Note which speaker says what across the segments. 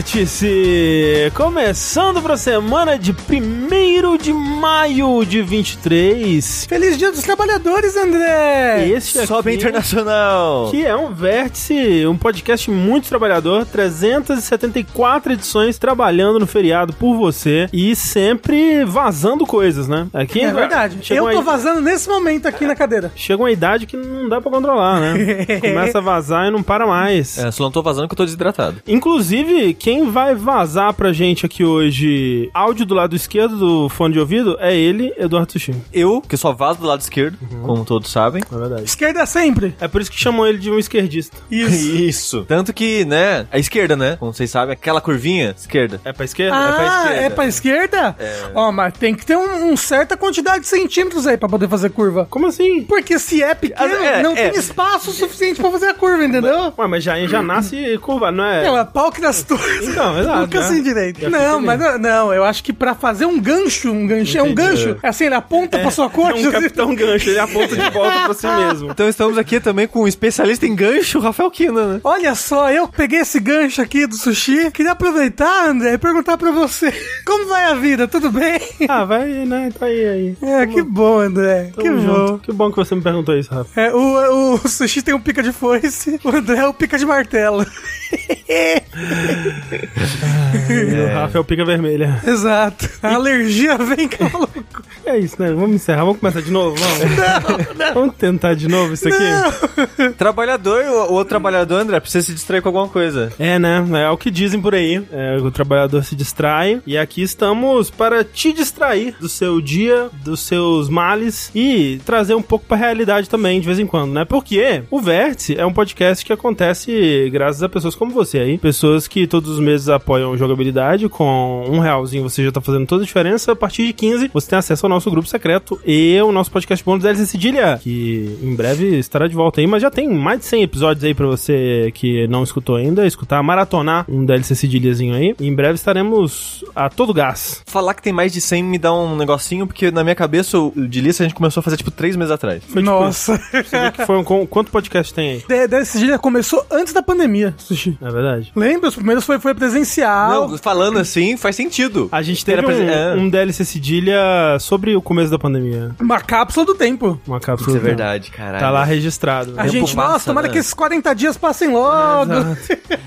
Speaker 1: Vórtice! Começando pra semana de 1 de maio de 23.
Speaker 2: Feliz Dia dos Trabalhadores, André!
Speaker 1: Este aqui,
Speaker 3: Sobe internacional.
Speaker 1: que é um Vértice, um podcast muito trabalhador, 374 edições trabalhando no feriado por você e sempre vazando coisas, né? Aqui
Speaker 2: É verdade.
Speaker 1: Chegou
Speaker 2: eu tô
Speaker 1: aí-
Speaker 2: vazando nesse momento aqui na cadeira.
Speaker 1: Chega uma idade que não dá pra controlar, né? Começa a vazar e não para mais.
Speaker 3: É, só não tô vazando que eu tô desidratado.
Speaker 1: Inclusive, quem vai vazar pra gente aqui hoje áudio do lado esquerdo do fone de ouvido é ele, Eduardo Sushi.
Speaker 3: Eu, que só vazo do lado esquerdo, como todos sabem.
Speaker 1: É verdade.
Speaker 2: Esquerda sempre.
Speaker 1: É por isso que chamam ele de um esquerdista.
Speaker 3: Isso. Tanto que, né, a esquerda, né? Como vocês sabem, aquela curvinha esquerda.
Speaker 1: É pra esquerda? É.
Speaker 2: Ah,
Speaker 3: esquerda.
Speaker 2: é pra esquerda? Ó, mas tem que ter um, um certa quantidade de centímetros aí pra poder fazer curva.
Speaker 1: Como assim?
Speaker 2: Porque se é pequeno,
Speaker 3: Ah, é,
Speaker 2: não
Speaker 3: é.
Speaker 2: tem espaço suficiente pra fazer a curva, entendeu?
Speaker 1: Ué, mas já, já nasce curva, não é?
Speaker 2: Não, é pau que das torres.
Speaker 1: Então, exato,
Speaker 2: Nunca
Speaker 1: né?
Speaker 2: assim direito.
Speaker 1: Eu
Speaker 2: Não,
Speaker 1: fiquei
Speaker 2: mas não, não, eu acho que pra fazer um gancho, um gancho, é um
Speaker 1: Entendi.
Speaker 2: gancho, é assim, na ponta pra sua
Speaker 1: É
Speaker 2: coxa.
Speaker 1: um
Speaker 2: assim.
Speaker 1: capitão gancho, ele aponta de volta pra si mesmo.
Speaker 3: Então estamos aqui também com um especialista em gancho, Rafael Kina, né?
Speaker 2: Olha só, eu peguei esse gancho aqui do sushi. Queria aproveitar, André, e perguntar pra você: como vai a vida? Tudo bem?
Speaker 1: Ah, vai, né? Tá aí, aí.
Speaker 2: É, que bom, André.
Speaker 1: Tamo
Speaker 2: que
Speaker 1: junto.
Speaker 2: bom.
Speaker 1: Que bom que você me perguntou isso, Rafa.
Speaker 2: É, o, o sushi tem um pica de foice, o André é o pica de martelo.
Speaker 1: E o Rafa é o pica vermelha.
Speaker 2: Exato. A alergia vem com maluco.
Speaker 1: É isso, né? Vamos encerrar, vamos começar de novo, vamos. Vamos tentar de novo isso aqui?
Speaker 3: Trabalhador, o, o outro trabalhador, André, precisa se distrair com alguma coisa.
Speaker 1: É, né? É o que dizem por aí. É, o trabalhador se distrai. E aqui estamos para te distrair do seu dia, dos seus males e trazer um pouco pra realidade também, de vez em quando, né? Porque o Vértice é um podcast que acontece graças a pessoas como você aí. Pessoas que todos os meses apoiam jogabilidade. Com um realzinho você já tá fazendo toda a diferença. A partir de 15, você tem acesso ao nosso grupo secreto e o nosso podcast bônus DLC Cedilha, que em breve estará de volta aí, mas já tem mais de 100 episódios aí pra você que não escutou ainda, escutar, maratonar um DLC Cedilhazinho aí. Em breve estaremos a todo gás.
Speaker 3: Falar que tem mais de 100 me dá um negocinho, porque na minha cabeça o de lista a gente começou a fazer tipo 3 meses atrás.
Speaker 1: Foi tipo
Speaker 2: Nossa.
Speaker 1: isso. Você vê que foi um, com- quanto podcast tem aí?
Speaker 2: De- Desse dia começou antes da pandemia, sushi.
Speaker 1: É verdade.
Speaker 2: Lembra? Os primeiros foi, foi presencial.
Speaker 3: Não, falando assim faz sentido.
Speaker 1: A gente
Speaker 3: Era
Speaker 1: teve
Speaker 3: presen-
Speaker 1: um,
Speaker 3: É.
Speaker 1: um DLC Cedilha sobre o começo da pandemia.
Speaker 2: Uma cápsula do tempo.
Speaker 1: Uma cápsula.
Speaker 3: Isso é
Speaker 1: do tempo.
Speaker 3: verdade, caralho.
Speaker 1: Tá lá registrado.
Speaker 2: A
Speaker 1: né? É,
Speaker 3: Tempo
Speaker 2: gente,
Speaker 3: passa,
Speaker 2: nossa, tomara
Speaker 3: né?
Speaker 2: que esses 40 dias passem logo.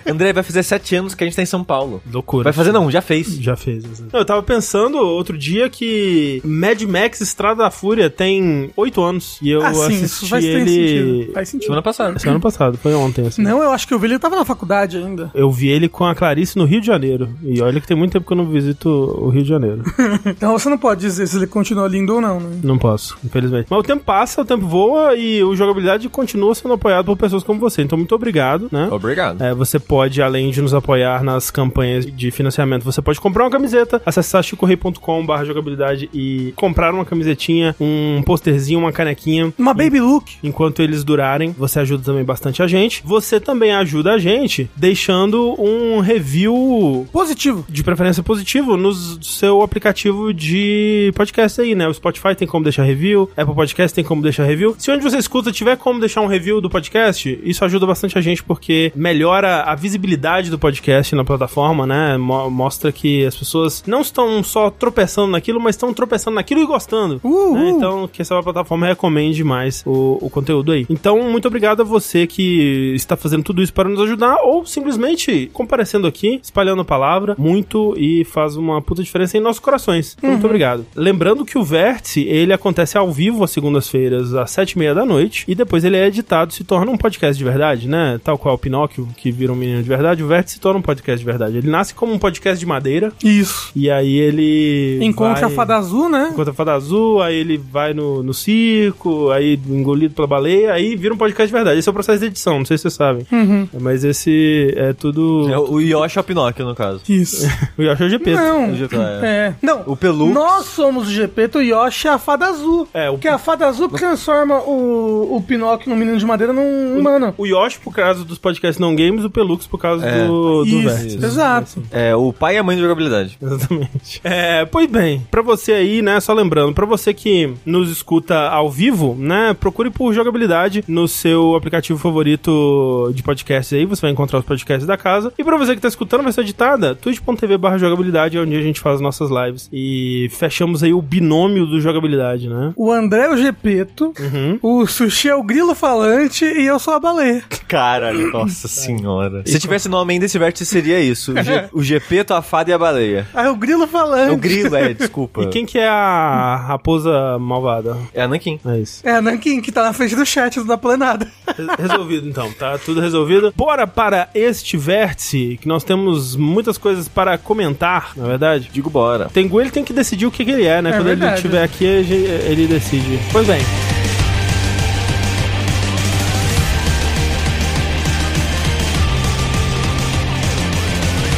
Speaker 3: André, vai fazer 7 anos que a gente tá em São Paulo.
Speaker 1: Loucura.
Speaker 3: Vai um fazer não, já fez.
Speaker 1: Já fez. exato. Eu tava pensando outro dia que Mad Max Estrada da Fúria tem oito anos. E eu
Speaker 2: Ah, sim, isso
Speaker 1: assisti
Speaker 2: faz ter
Speaker 1: ele.
Speaker 2: sentido. Faz sentido.
Speaker 3: Semana passada.
Speaker 1: Semana passada, foi ontem, assim.
Speaker 2: Não, eu acho que o Vili tava na faculdade ainda.
Speaker 1: Eu vi ele com a Clarice no Rio de Janeiro. E olha que tem muito tempo que eu não visito o Rio de Janeiro.
Speaker 2: Então você não pode dizer se ele continua lindo ou não, né?
Speaker 1: não posso, infelizmente. Mas o tempo passa, o tempo voa e o jogabilidade continua sendo apoiado por pessoas como você. Então, muito obrigado, né?
Speaker 3: Obrigado.
Speaker 1: É, você pode, além de nos apoiar nas campanhas de financiamento, você pode comprar uma camiseta, acessar chicorrei.com.br jogabilidade e comprar uma camisetinha, um posterzinho, uma canequinha.
Speaker 2: Uma baby look.
Speaker 1: Enquanto eles durarem, você ajuda também bastante a gente. Você também ajuda a gente deixando um review
Speaker 2: Positivo.
Speaker 1: de preferência positivo no seu aplicativo de podcast aí, né? O Spotify tem como deixar review, Apple Podcast tem como deixar review. Se onde você escuta tiver como deixar um review do podcast, isso ajuda bastante a gente porque melhora a visibilidade do podcast na plataforma, né? Mo- Mostra que as pessoas não estão só tropeçando naquilo, mas estão tropeçando naquilo e gostando.
Speaker 2: Uhul.
Speaker 1: né? Então, que essa plataforma recomende mais o, o conteúdo aí. Então, muito obrigado a você que está fazendo tudo isso para nos ajudar ou simplesmente comparecendo aqui, espalhando a palavra muito e faz uma puta diferença em nossos corações. Então,
Speaker 2: Uhum.
Speaker 1: Muito obrigado. Lembrando que o Vértice, ele acontece ao vivo às segundas-feiras, às sete e meia da noite e depois ele é editado, se torna um podcast de verdade, né? Tal qual o Pinóquio, que vira um menino de verdade, o Vértice se torna um podcast de verdade. Ele nasce como um podcast de madeira
Speaker 2: Isso.
Speaker 1: e aí ele...
Speaker 2: Encontra
Speaker 1: vai-
Speaker 2: a fada azul, né?
Speaker 1: Enquanto a fada azul, aí ele vai no, no circo, aí engolido pela baleia, aí vira um podcast de verdade. Esse é o processo de edição, não sei se vocês sabem.
Speaker 2: Uhum.
Speaker 1: Mas esse é tudo.
Speaker 3: É o Yoshi é o Pinóquio, no caso.
Speaker 2: Isso.
Speaker 1: O Yoshi é o GP.
Speaker 2: Não.
Speaker 3: Yoshi é-
Speaker 2: É. Não.
Speaker 3: O Pelu.
Speaker 2: Nós somos o Gepeto e Yoshi é a fada azul.
Speaker 1: É, o-
Speaker 2: Porque a fada azul transforma o, o Pinóquio num menino de madeira num humano.
Speaker 1: O Yoshi por causa dos podcasts não games, o Pelux por causa
Speaker 3: É.
Speaker 1: do, do Vértice.
Speaker 2: Isso. Exato.
Speaker 3: É o pai e a mãe de jogabilidade.
Speaker 1: Exatamente. É, pois bem, pra você aí, né, só lembrando, pra você que nos escuta ao vivo, né, procure por jogabilidade no seu aplicativo favorito de podcast aí, você vai encontrar os podcasts da casa. E pra você que tá escutando a versão editada, twitch.tv barra jogabilidade é onde a gente faz as nossas lives. E fechamos aí o binômio do jogabilidade, né?
Speaker 2: O André é o Gepeto, o Sushi é o grilo falante e eu sou a baleia.
Speaker 3: Caralho, nossa senhora. Se tivesse nome ainda esse vértice, seria isso. O, G, o Gepeto, a fada e a baleia.
Speaker 2: Aí o grilo
Speaker 3: É
Speaker 2: falante.
Speaker 3: o grilo, é, desculpa.
Speaker 1: E quem que é a raposa malvada?
Speaker 3: É Anakin.
Speaker 1: É isso.
Speaker 2: É, a Nankin, que tá na frente do chat da planada.
Speaker 1: Re- Resolvido então, tá tudo resolvido. Bora para este vértice, que nós temos muitas coisas para comentar,
Speaker 3: É
Speaker 1: na verdade.
Speaker 3: Digo bora.
Speaker 1: Tengu ele tem que decidir o que, que ele é, né?
Speaker 2: É
Speaker 1: Quando ele
Speaker 2: verdade.
Speaker 1: estiver aqui, a gen- ele decide. Pois bem.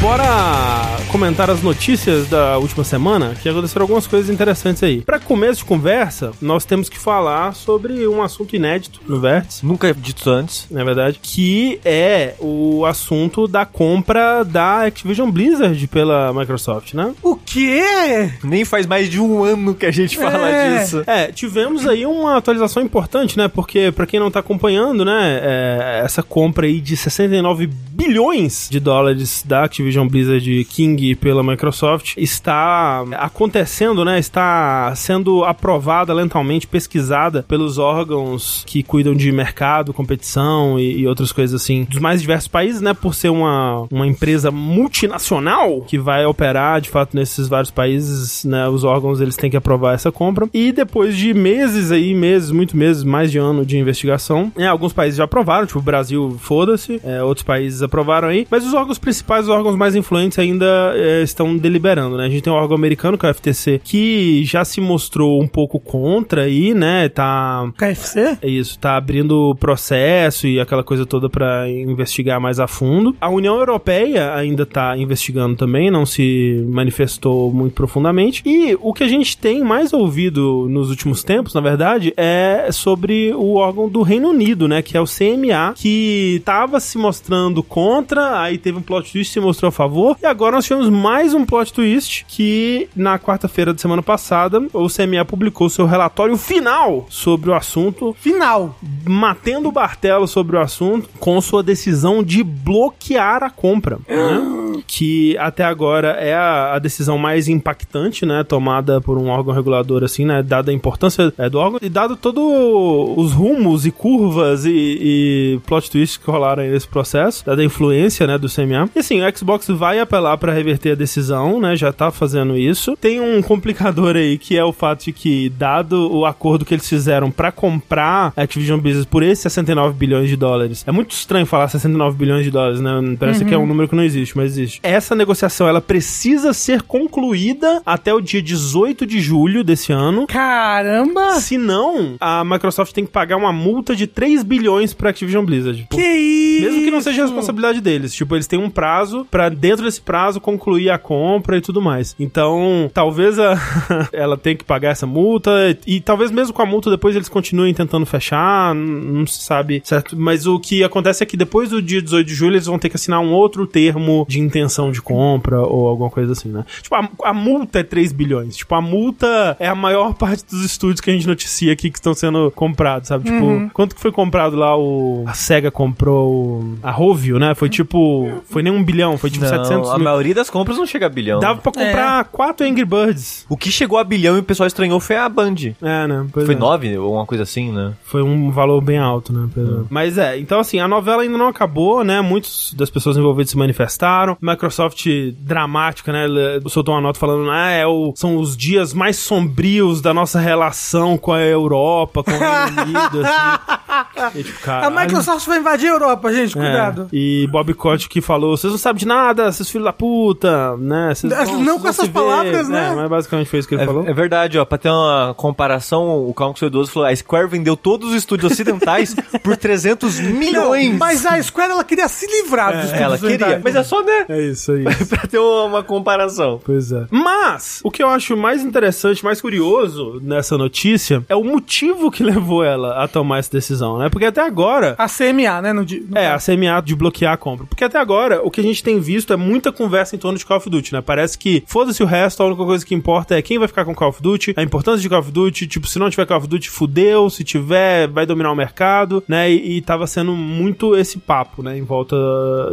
Speaker 1: Bora comentar as notícias da última semana, que aconteceram algumas coisas interessantes aí. Para começo de conversa, nós temos que falar sobre um assunto inédito no Vértice
Speaker 3: Nunca dito antes.
Speaker 1: na verdade, que é o assunto da compra da Activision Blizzard pela Microsoft, né?
Speaker 2: O quê?
Speaker 3: Nem faz mais de um ano que a gente fala
Speaker 2: É.
Speaker 3: disso.
Speaker 1: É, tivemos aí uma atualização importante, né? Porque, pra quem não tá acompanhando, né? é, essa compra aí de 69 bilhões de dólares da Activision Blizzard King pela Microsoft está acontecendo, né? Está sendo aprovada lentamente, pesquisada pelos órgãos que cuidam de mercado, competição e, e outras coisas assim, dos mais diversos países, né? Por ser uma, uma empresa multinacional que vai operar, de fato, nesses vários países, né? Os órgãos, eles têm que aprovar essa compra. E depois de meses aí, meses, muito meses, mais de ano de investigação, né? Alguns países já aprovaram, tipo o Brasil, foda-se, é, outros países aprovaram aí, mas os órgãos principais, os órgãos mais influentes ainda é, estão deliberando, né? A gente tem um órgão americano, que é o FTC, que já se mostrou um pouco contra aí, né? Tá
Speaker 2: KFC?
Speaker 1: é isso, tá abrindo o processo e aquela coisa toda pra investigar mais a fundo. A União Europeia ainda tá investigando também, não se manifestou muito profundamente. E o que a gente tem mais ouvido nos últimos tempos, na verdade, é sobre o órgão do Reino Unido, né, que é o CMA, que tava se mostrando contra, aí teve um plot twist que se mostrou a favor, e agora nós tivemos mais um plot twist que na quarta-feira da semana passada, o CMA publicou seu relatório final sobre o assunto,
Speaker 2: Final.
Speaker 1: matando o martelo sobre o assunto com sua decisão de bloquear a compra, né? que até agora é a, a decisão mais impactante, né, tomada por um órgão regulador assim, né, dada a importância é, do órgão e dado todos os rumos e curvas e, e plot twists que rolaram aí nesse processo, dada a influência, né, do CMA. E assim, o Xbox vai apelar para reverter a decisão, né, já tá fazendo isso. Tem um complicador aí que é o fato de que dado o acordo que eles fizeram para comprar a Activision Blizzard por esses 69 bilhões de dólares. É muito estranho falar 69 bilhões de dólares, né? Parece que é um número que não existe, mas existe. Essa negociação ela precisa ser concluída até o dia 18 de julho desse ano.
Speaker 2: Caramba!
Speaker 1: Se não, a Microsoft tem que pagar uma multa de 3 bilhões pra Activision Blizzard.
Speaker 2: Que é isso?
Speaker 1: Mesmo que não seja a responsabilidade deles. Tipo, eles têm um prazo pra dentro desse prazo concluir a compra e tudo mais. Então, talvez a- ela tenha que pagar essa multa e talvez mesmo com a multa depois eles continuem tentando fechar, n- não se sabe, certo? Mas o que acontece é que depois do dia 18 de julho eles vão ter que assinar um outro termo de intenção de compra ou alguma coisa assim, né? Tipo, a, a multa é 3 bilhões. Tipo, a multa é a maior parte dos estúdios que a gente noticia aqui que estão sendo comprados, sabe? Tipo, quanto que foi comprado lá o... A SEGA comprou o- a Rovio, né? Foi tipo... Foi nem um bilhão, foi tipo
Speaker 3: Não,
Speaker 1: 700
Speaker 3: a
Speaker 1: mil.
Speaker 3: maioria das compras não chega a bilhão.
Speaker 1: Dava pra comprar quatro Angry Birds.
Speaker 3: O que chegou a bilhão e o pessoal estranhou foi a Band.
Speaker 1: É, né? Pois
Speaker 3: Foi
Speaker 1: é.
Speaker 3: nove ou uma coisa assim, né?
Speaker 1: Foi um valor bem alto, né? Pedro? Mas é, então assim, a novela ainda não acabou, né? Muitas das pessoas envolvidas se manifestaram. Microsoft, dramática, né? Ela Soltou uma nota falando, ah, é o- são os dias mais sombrios da nossa relação com a Europa, com o Reino Unido, assim. E, tipo,
Speaker 2: A
Speaker 1: caralho.
Speaker 2: É Microsoft vai invadir a Europa, gente,
Speaker 1: É,
Speaker 2: cuidado.
Speaker 1: e Bob Cott que falou: vocês não sabem de nada, vocês filhos da puta, né? Vocês
Speaker 2: É, Não
Speaker 1: vocês
Speaker 2: com essas
Speaker 1: se ver."
Speaker 2: palavras, né?
Speaker 1: É, mas basicamente foi isso que ele falou.
Speaker 3: É, é verdade, ó. Pra ter uma comparação, o Calmo 12 falou: a Square vendeu todos os estúdios ocidentais por 300
Speaker 2: Não,
Speaker 3: milhões. É,
Speaker 2: Mas a Square, ela queria se livrar dos
Speaker 3: Ela
Speaker 2: estúdios
Speaker 3: queria.
Speaker 2: orientais.
Speaker 3: Mas é só, né?
Speaker 1: É É isso aí.
Speaker 3: pra ter uma, uma comparação.
Speaker 1: Pois é. Mas, o que eu acho mais interessante, mais curioso nessa notícia é o motivo que levou ela a tomar essa decisão, né? Porque até agora.
Speaker 2: A CMA, né? No, di- no
Speaker 1: É, a CMA de bloquear a compra. Porque até agora, o que a gente tem visto é muita conversa em torno de Call of Duty, né? Parece que foda-se o resto, a única coisa que importa é quem vai ficar com Call of Duty, a importância de Call of Duty, tipo, se não tiver Call of Duty, fudeu, se tiver, vai dominar o mercado, né? E, e tava sendo muito esse papo, né? Em volta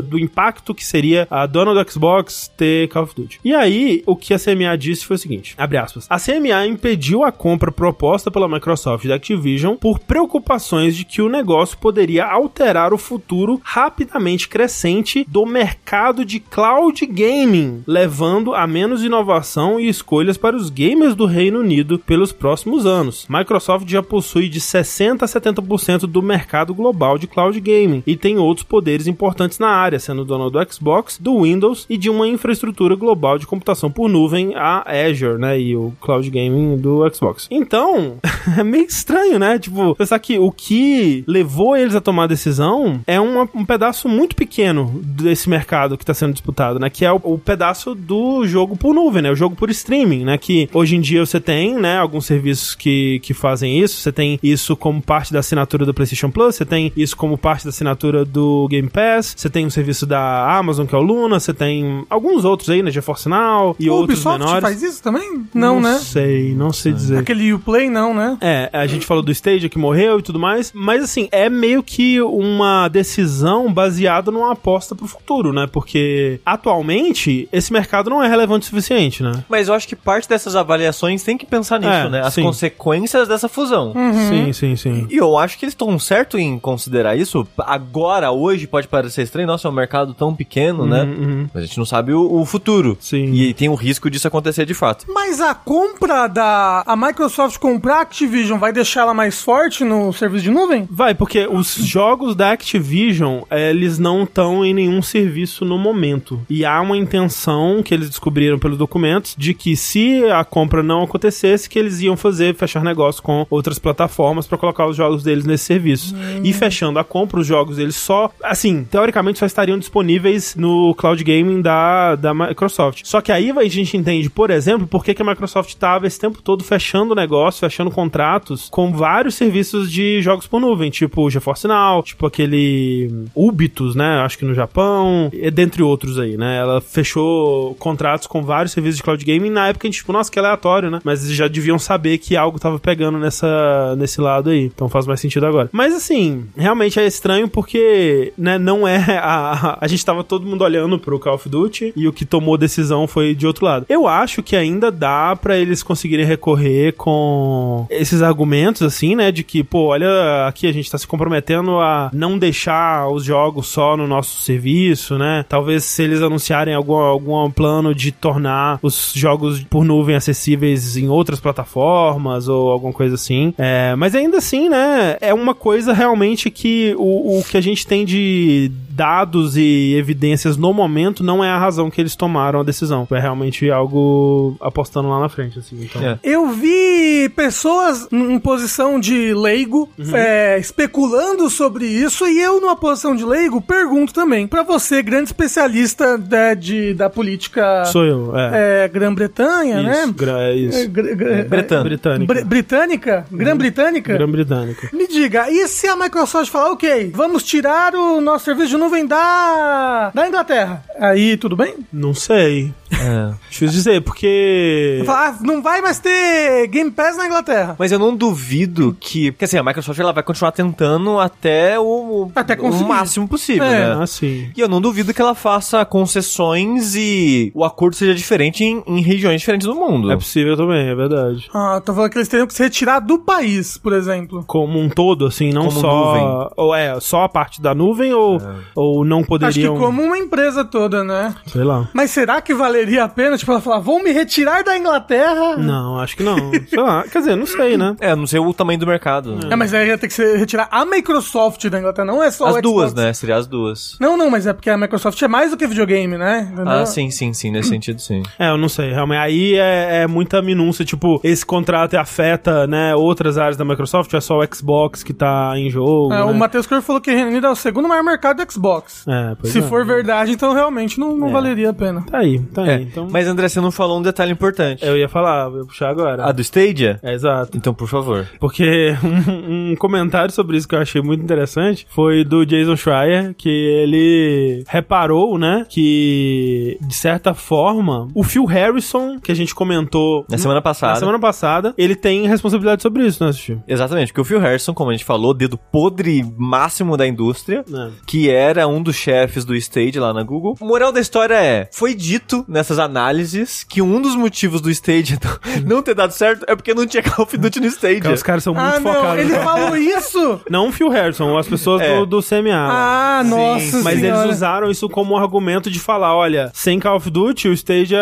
Speaker 1: do impacto que seria a dona do Xbox ter Call of Duty. E aí, o que a CMA disse foi o seguinte, abre aspas, a CMA impediu a compra proposta pela Microsoft da Activision por preocupações de que o negócio poderia alterar o futuro rapidamente crescente do mercado de cloud gaming, levando a menos inovação e escolhas para os gamers do Reino Unido pelos próximos anos. Microsoft já possui de 60 a 70% do mercado global de cloud gaming e tem outros poderes importantes na área, sendo dona do Xbox, do Windows e de uma infraestrutura global de computação por nuvem, a Azure, né, e o cloud gaming do Xbox. Então, é meio estranho, né? Tipo, pensar que o que levou eles a tomar a decisão é uma- um pedaço muito pequeno desse mercado que está sendo disputado, né? Que é o, o pedaço do jogo por nuvem, né? O jogo por streaming, né? Que hoje em dia você tem, né? Alguns serviços que, que fazem isso. Você tem isso como parte da assinatura do PlayStation Plus, você tem isso como parte da assinatura do Game Pass, você tem um serviço da Amazon, que é o Luna, você tem alguns outros aí, né? GeForce Now e
Speaker 2: o
Speaker 1: outros
Speaker 2: Ubisoft
Speaker 1: menores.
Speaker 2: faz isso também? Não, né?
Speaker 1: sei, não sei dizer.
Speaker 2: Aquele Uplay, não, né?
Speaker 1: É, a gente falou do Stadia que morreu e tudo mais, mas assim, é meio que uma decisão baseada numa aposta pro futuro, né? Porque atualmente esse mercado não é relevante o suficiente, né?
Speaker 3: Mas eu acho que parte dessas avaliações tem que pensar nisso,
Speaker 1: É,
Speaker 3: né? As
Speaker 1: sim. Hum.
Speaker 3: consequências dessa fusão.
Speaker 1: Sim, sim, sim.
Speaker 3: E eu acho que eles estão certo em considerar isso. Agora, hoje, pode parecer estranho. Nossa, é um mercado tão pequeno, né?
Speaker 1: uhum.
Speaker 3: Mas a gente não sabe o, o futuro.
Speaker 1: Sim.
Speaker 3: E tem o risco disso acontecer de fato.
Speaker 2: Mas a compra da. A Microsoft comprar a Activision vai deixar ela mais forte no serviço de nuvem?
Speaker 1: Vai, porque os jogos da Activision, eh, eles não estão em nenhum serviço no momento. E há uma intenção que eles descobriram pelos documentos de que se a compra não acontecesse, que eles iam fazer fechar negócio com outras plataformas pra colocar os jogos deles nesse serviço. E fechando a compra, os jogos deles só, assim, teoricamente só estariam disponíveis no cloud gaming da, da Microsoft. Só que aí a gente entende, por exemplo, por que, que a Microsoft estava esse tempo todo fechando negócio, fechando contratos com vários serviços de jogos por nuvem, tipo o GeForce Now, tipo aquele Ubitus, né? Acho que no Japão, e dentre outros aí, né? Ela fechou contratos com vários serviços de cloud gaming. Na época a gente, tipo, nossa, que aleatório, né? Mas eles já deviam saber que algo tava pegando nessa, nesse lado aí. Então faz mais sentido agora. Mas assim, realmente é estranho porque, né, não é a. A, a gente tava todo mundo olhando pro Call of Duty e o que tomou decisão foi de outro lado. Eu acho que ainda dá pra eles conseguirem recorrer com esses argumentos, assim, né? De que, pô, olha, aqui a gente tá se comprometendo a não deixar os jogos só no nosso serviço, né? Talvez se eles anunciarem algum, algum plano de tornar os jogos por nuvem acessíveis em outras plataformas ou alguma coisa assim. É, mas ainda assim, né? É uma coisa realmente que o, o que a gente tem de dados e evidências no momento não é a razão que eles tomaram a decisão. É realmente algo apostando lá na frente, assim. Então.
Speaker 3: É.
Speaker 2: Eu vi pessoas n- em posição de leigo
Speaker 1: Uhum.
Speaker 2: é, especulando sobre isso e eu, numa posição de leigo, pergunto também pra você, grande especialista da, de- da política
Speaker 1: Sou eu, é.
Speaker 2: é, Grã-Bretanha,
Speaker 1: Isso,
Speaker 2: né?
Speaker 1: gra- é
Speaker 2: É, É.
Speaker 1: isso.
Speaker 2: gr- gr-
Speaker 3: Bretano.
Speaker 1: Britânica. Uhum.
Speaker 2: Br- Britânica? Grã-Britânica?
Speaker 1: Grã-Britânica.
Speaker 2: Me diga, e se a Microsoft falar, ok, vamos tirar o nosso serviço de nuvem da, da Inglaterra? Aí, tudo bem?
Speaker 1: Não sei.
Speaker 3: É.
Speaker 1: Difícil dizer, porque.
Speaker 2: Falar, ah, não vai mais ter Game Pass na Inglaterra.
Speaker 3: Mas eu não duvido que. Porque assim, a Microsoft ela vai continuar tentando até o, o-
Speaker 2: Até conseguir.
Speaker 3: o máximo possível,
Speaker 2: É.
Speaker 3: né?
Speaker 1: Ah, sim.
Speaker 3: E eu não duvido que ela faça concessões e o acordo seja diferente em, em regiões diferentes do mundo.
Speaker 1: É possível também, é verdade.
Speaker 2: Ah, tô falando que eles teriam que se retirar do país, por exemplo.
Speaker 1: Como um todo, assim, não
Speaker 3: Como
Speaker 1: só.
Speaker 3: nuvem. É.
Speaker 1: Ou é, só a parte da nuvem ou, ou não
Speaker 2: Acho que
Speaker 1: poderiam.
Speaker 2: como uma empresa toda, né?
Speaker 1: Sei lá.
Speaker 2: Mas será que valeria a pena, tipo, ela falar, vou me retirar da Inglaterra?
Speaker 1: Não, acho que não. sei lá. Quer dizer, não sei, né?
Speaker 3: É, não sei o tamanho do mercado.
Speaker 2: É, mas aí ia ter que se retirar a Microsoft da Inglaterra, não é só o
Speaker 3: As
Speaker 2: Xbox.
Speaker 3: duas, né? Seria as duas.
Speaker 2: Não, não, mas é porque a Microsoft é mais do que videogame, né? Entendeu?
Speaker 3: Ah, sim, sim, sim. Nesse sentido, sim.
Speaker 1: É, eu não sei, realmente. Aí é, é muita minúcia, tipo, esse contrato afeta, né, outras áreas da Microsoft, ou é só o Xbox que tá em jogo.
Speaker 2: É, O
Speaker 1: né?
Speaker 2: Matheus Correia falou que Reino Unido é o segundo maior mercado do box.
Speaker 1: É, pois
Speaker 2: Se
Speaker 1: é.
Speaker 2: for verdade, então realmente não, não
Speaker 3: É.
Speaker 2: valeria a pena.
Speaker 1: Tá aí, tá aí.
Speaker 3: É,
Speaker 1: Então,
Speaker 3: Mas André, você não falou um detalhe importante.
Speaker 1: eu ia falar, eu ia puxar agora.
Speaker 3: A do Stadia?
Speaker 1: É, exato.
Speaker 3: Então, por favor.
Speaker 1: Porque um, um comentário sobre isso que eu achei muito interessante foi do Jason Schreier, que ele reparou, né, que de certa forma o Phil Harrison, que a gente comentou
Speaker 2: Hum?
Speaker 3: Na semana passada.
Speaker 1: na semana passada, ele tem responsabilidade sobre isso, né, Sushi?
Speaker 3: Exatamente, porque o Phil Harrison, como a gente falou, dedo podre máximo da indústria,
Speaker 1: É.
Speaker 3: que era um dos chefes do Stage lá na Google. Moral da história é: foi dito nessas análises que um dos motivos do Stage não ter dado certo é porque não tinha Call of Duty no Stage.
Speaker 1: Cara, os caras são muito
Speaker 2: ah, não,
Speaker 1: focados. né?
Speaker 2: ele falou isso?
Speaker 1: Não o Phil Harrison, as pessoas
Speaker 3: É.
Speaker 1: do, do CMA.
Speaker 2: Ah,
Speaker 3: Sim,
Speaker 2: nossa
Speaker 1: Mas
Speaker 2: senhora.
Speaker 1: eles usaram isso como argumento de falar, olha, sem Call of Duty o Stadia,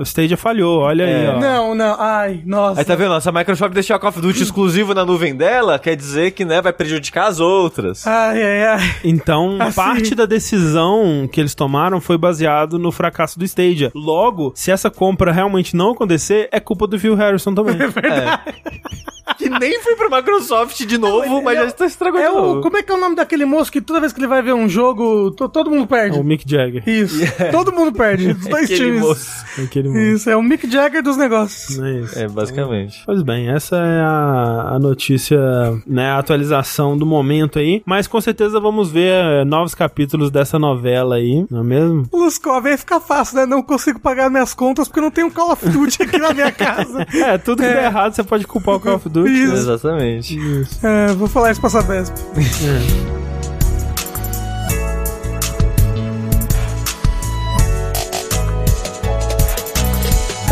Speaker 1: o Stadia falhou, olha aí,
Speaker 3: É.
Speaker 1: ó.
Speaker 2: Não, não. Ai, nossa.
Speaker 3: Aí tá vendo, ó, se a Microsoft deixar o Call of Duty exclusivo na nuvem dela, quer dizer que né, vai prejudicar as outras.
Speaker 2: Ai, ai, ai.
Speaker 1: Então,
Speaker 2: Assim.
Speaker 1: parte da decisão que eles tomaram foi baseado no fracasso do Stadia. Logo, se essa compra realmente não acontecer, é culpa do Phil Harrison também.
Speaker 3: É. Que nem foi pra Microsoft de novo,
Speaker 2: Não, ele-
Speaker 3: mas já está estragou
Speaker 2: É
Speaker 3: de novo.
Speaker 2: o, como é que é o nome daquele moço que toda vez que ele vai ver um jogo, to- todo mundo
Speaker 1: É
Speaker 2: perde?
Speaker 1: o Mick Jagger.
Speaker 2: Isso. Todo mundo perde. Os dois
Speaker 3: Aquele
Speaker 2: times.
Speaker 3: moço.
Speaker 1: Aquele mundo.
Speaker 2: Isso, é o Mick Jagger dos negócios.
Speaker 1: Não é isso.
Speaker 3: É, basicamente.
Speaker 1: Pois bem, essa é a, a notícia, né, a atualização do momento aí, mas com certeza vamos ver eh, novos capítulos dessa novela aí, não é mesmo?
Speaker 2: O Luskov aí fica fácil, né? Não consigo pagar minhas contas porque não tem um Call of Duty aqui na minha casa.
Speaker 1: É, tudo que der errado você pode culpar o Call of Duty.
Speaker 2: Isso.
Speaker 1: né?
Speaker 3: Exatamente.
Speaker 1: Isso.
Speaker 2: É, vou falar isso pra Sabesp.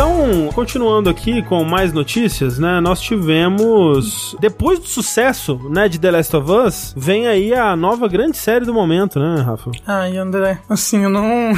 Speaker 1: Então, continuando aqui com mais notícias, né? Nós tivemos, depois do sucesso, né, de The Last of Us, vem aí a nova grande série do momento, né, Rafa?
Speaker 2: Ai, André, assim, eu não.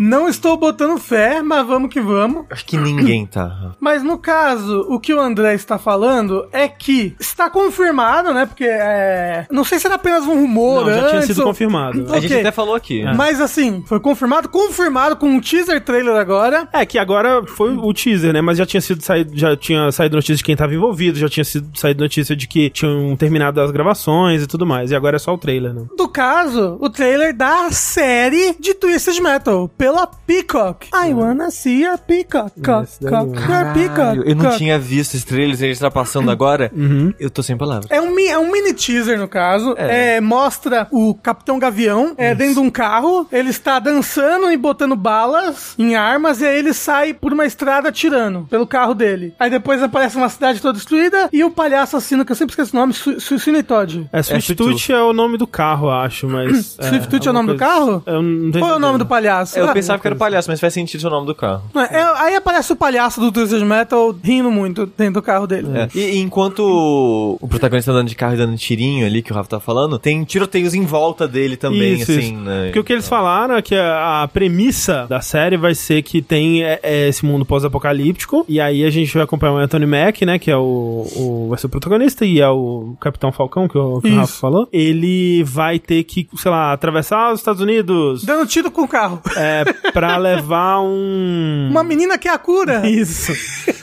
Speaker 2: não estou botando fé, mas vamos que vamos.
Speaker 3: Acho que ninguém tá.
Speaker 2: Mas no caso, o que o André está falando é que está confirmado, né? Porque é. Não sei se era apenas um rumor,
Speaker 1: Não, já tinha
Speaker 2: antes
Speaker 1: sido
Speaker 2: ou-
Speaker 1: confirmado.
Speaker 2: Então-
Speaker 3: A gente
Speaker 2: Ok.
Speaker 3: até falou aqui.
Speaker 2: Mas assim, foi confirmado, confirmado com um teaser trailer agora.
Speaker 1: É, que agora foi o teaser, né? Mas já tinha sido saído, já tinha saído notícia de quem tava envolvido, já tinha sido saído notícia de que tinham terminado as gravações e tudo mais. E agora é só o trailer, né?
Speaker 2: Do caso, o trailer da série de Twisted Metal, pela Peacock. I
Speaker 3: Hum.
Speaker 2: wanna see your Peacock. Cock,
Speaker 1: Esse daí,
Speaker 2: cock, your Peacock.
Speaker 3: é. Caralho, eu não
Speaker 2: cock.
Speaker 3: tinha visto esses trailers, ele está passando agora.
Speaker 2: Uhum.
Speaker 3: Eu tô sem palavras.
Speaker 2: É um, mi- é um mini teaser, no caso.
Speaker 3: É.
Speaker 2: É, mostra o Capitão Gavião é, dentro de um carro. Ele está dançando e botando balas em armas. E aí ele sai por uma estrada atirando pelo carro dele. Aí depois aparece uma cidade toda destruída. E o palhaço assassino, que eu sempre esqueço o nome, Su Suicide Todd.
Speaker 1: É, Swift é, o nome do carro, acho, mas.
Speaker 2: Swift é o nome do carro?
Speaker 1: assim. Eu não tô
Speaker 2: Qual é o nome do
Speaker 1: entendendo.
Speaker 2: palhaço?
Speaker 3: Eu
Speaker 2: Ah,
Speaker 3: pensava que era palhaço, mas faz sentido o nome do carro.
Speaker 2: não é. É, aí aparece o palhaço do Twisted Metal rindo muito dentro do carro dele.
Speaker 3: É. E, e enquanto o- o protagonista tá andando de carro e dando tirinho ali, que o Rafa tá falando, tem tiroteios em volta dele também,
Speaker 1: Isso,
Speaker 3: assim,
Speaker 1: isso.
Speaker 3: né?
Speaker 1: Porque o que eles falaram é que a, a premissa da série vai ser que tem é, é, esse mundo pós-apocalíptico, e aí a gente vai acompanhar o Anthony Mack, né, que é o, o- vai ser o protagonista, e é o Capitão Falcão, que o, que o
Speaker 2: Isso.
Speaker 1: Rafa falou. Ele vai ter que, sei lá, atravessar os Estados Unidos
Speaker 2: Dando tiro com o carro.
Speaker 1: é, pra levar um...
Speaker 2: Uma menina que é a cura.
Speaker 1: Isso.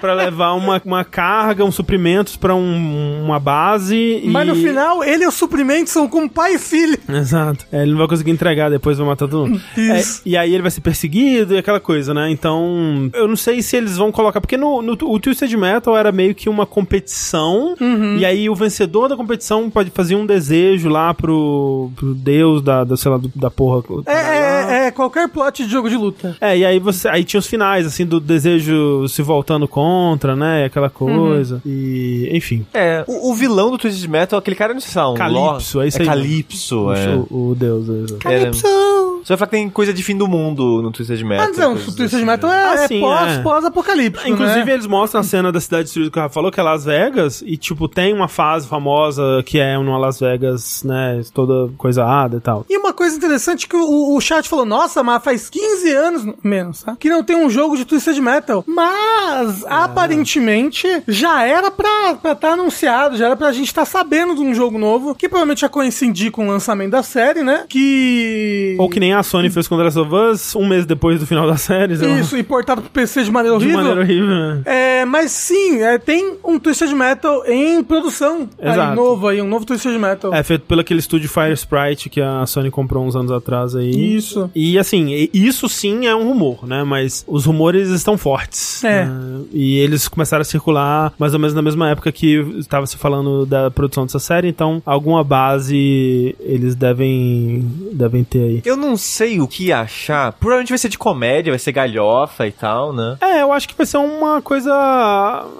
Speaker 1: pra levar uma, uma carga, uns suprimentos pra um- uma base.
Speaker 2: Mas
Speaker 1: e...
Speaker 2: no final, ele e os suprimentos são como pai e filho.
Speaker 1: Exato. É, ele não vai conseguir entregar, depois vai matar todo mundo.
Speaker 2: Isso.
Speaker 1: É, e aí ele vai ser perseguido e aquela coisa, né? Então, eu não sei se eles vão colocar. Porque no, no- o Twisted Metal era meio que uma competição.
Speaker 2: Uhum.
Speaker 1: E aí o vencedor da competição pode fazer um desejo lá pro, pro deus da, da, sei lá, do- da porra.
Speaker 2: É, é, é, qualquer plot de jogo de luta.
Speaker 1: É, e aí você. Aí tinha os finais, assim, do desejo se voltando contra, né? Aquela
Speaker 2: Uhum.
Speaker 1: coisa. E, enfim.
Speaker 3: É, o, o vilão do Twisted Metal, aquele cara, não sei se é um
Speaker 1: Calypso,
Speaker 3: Ló-
Speaker 1: é isso aí.
Speaker 3: Calypso, é.
Speaker 1: O, o deus. exato.
Speaker 3: É, né?
Speaker 2: Calypso!
Speaker 3: Você vai falar que tem coisa de fim do mundo no Twisted Metal.
Speaker 2: Ah, não,
Speaker 3: coisas
Speaker 2: o Twisted
Speaker 3: assim,
Speaker 2: Metal
Speaker 3: né?
Speaker 2: é,
Speaker 1: Ah,
Speaker 2: é
Speaker 1: sim,
Speaker 2: pós-
Speaker 1: é.
Speaker 2: pós-apocalíptico,
Speaker 1: Inclusive,
Speaker 2: né?
Speaker 1: eles mostram a cena da cidade destruída que o Rafa falou, que é Las Vegas, e, tipo, tem uma fase famosa que é uma Las Vegas, né, toda coisada e tal.
Speaker 2: E uma coisa interessante é que o, o chat falou, falou, nossa, mas faz 15 anos, menos, tá? que não tem um jogo de Twisted Metal.
Speaker 1: É.
Speaker 2: Mas, aparentemente, já era pra estar anunciado, já era pra gente estar sabendo de um jogo novo, que provavelmente já coincidir com o lançamento da série, né? Que...
Speaker 1: Ou que nem a Sony fez com The Last of Us um mês depois do final da série, sei lá.
Speaker 2: Isso, e portado pro PC de maneira
Speaker 1: De
Speaker 2: horrível.
Speaker 1: um maneira horrível. né?
Speaker 2: É, mas sim, é, tem um Twisted Metal em produção. Aí,
Speaker 1: Exato.
Speaker 2: novo aí, um novo Twisted Metal.
Speaker 1: É feito pelo aquele estúdio Fire Sprite que a Sony comprou uns anos atrás aí.
Speaker 2: Isso.
Speaker 1: E assim, e- isso sim é um rumor, né? Mas os rumores estão fortes.
Speaker 2: É.
Speaker 1: né? E eles começaram a circular mais ou menos na mesma época que estava se falando da produção dessa série, então alguma base eles devem devem ter aí.
Speaker 3: Eu não sei o que achar. Provavelmente vai ser de comédia, vai ser galhofa e tal, né?
Speaker 1: É, eu acho que vai ser uma coisa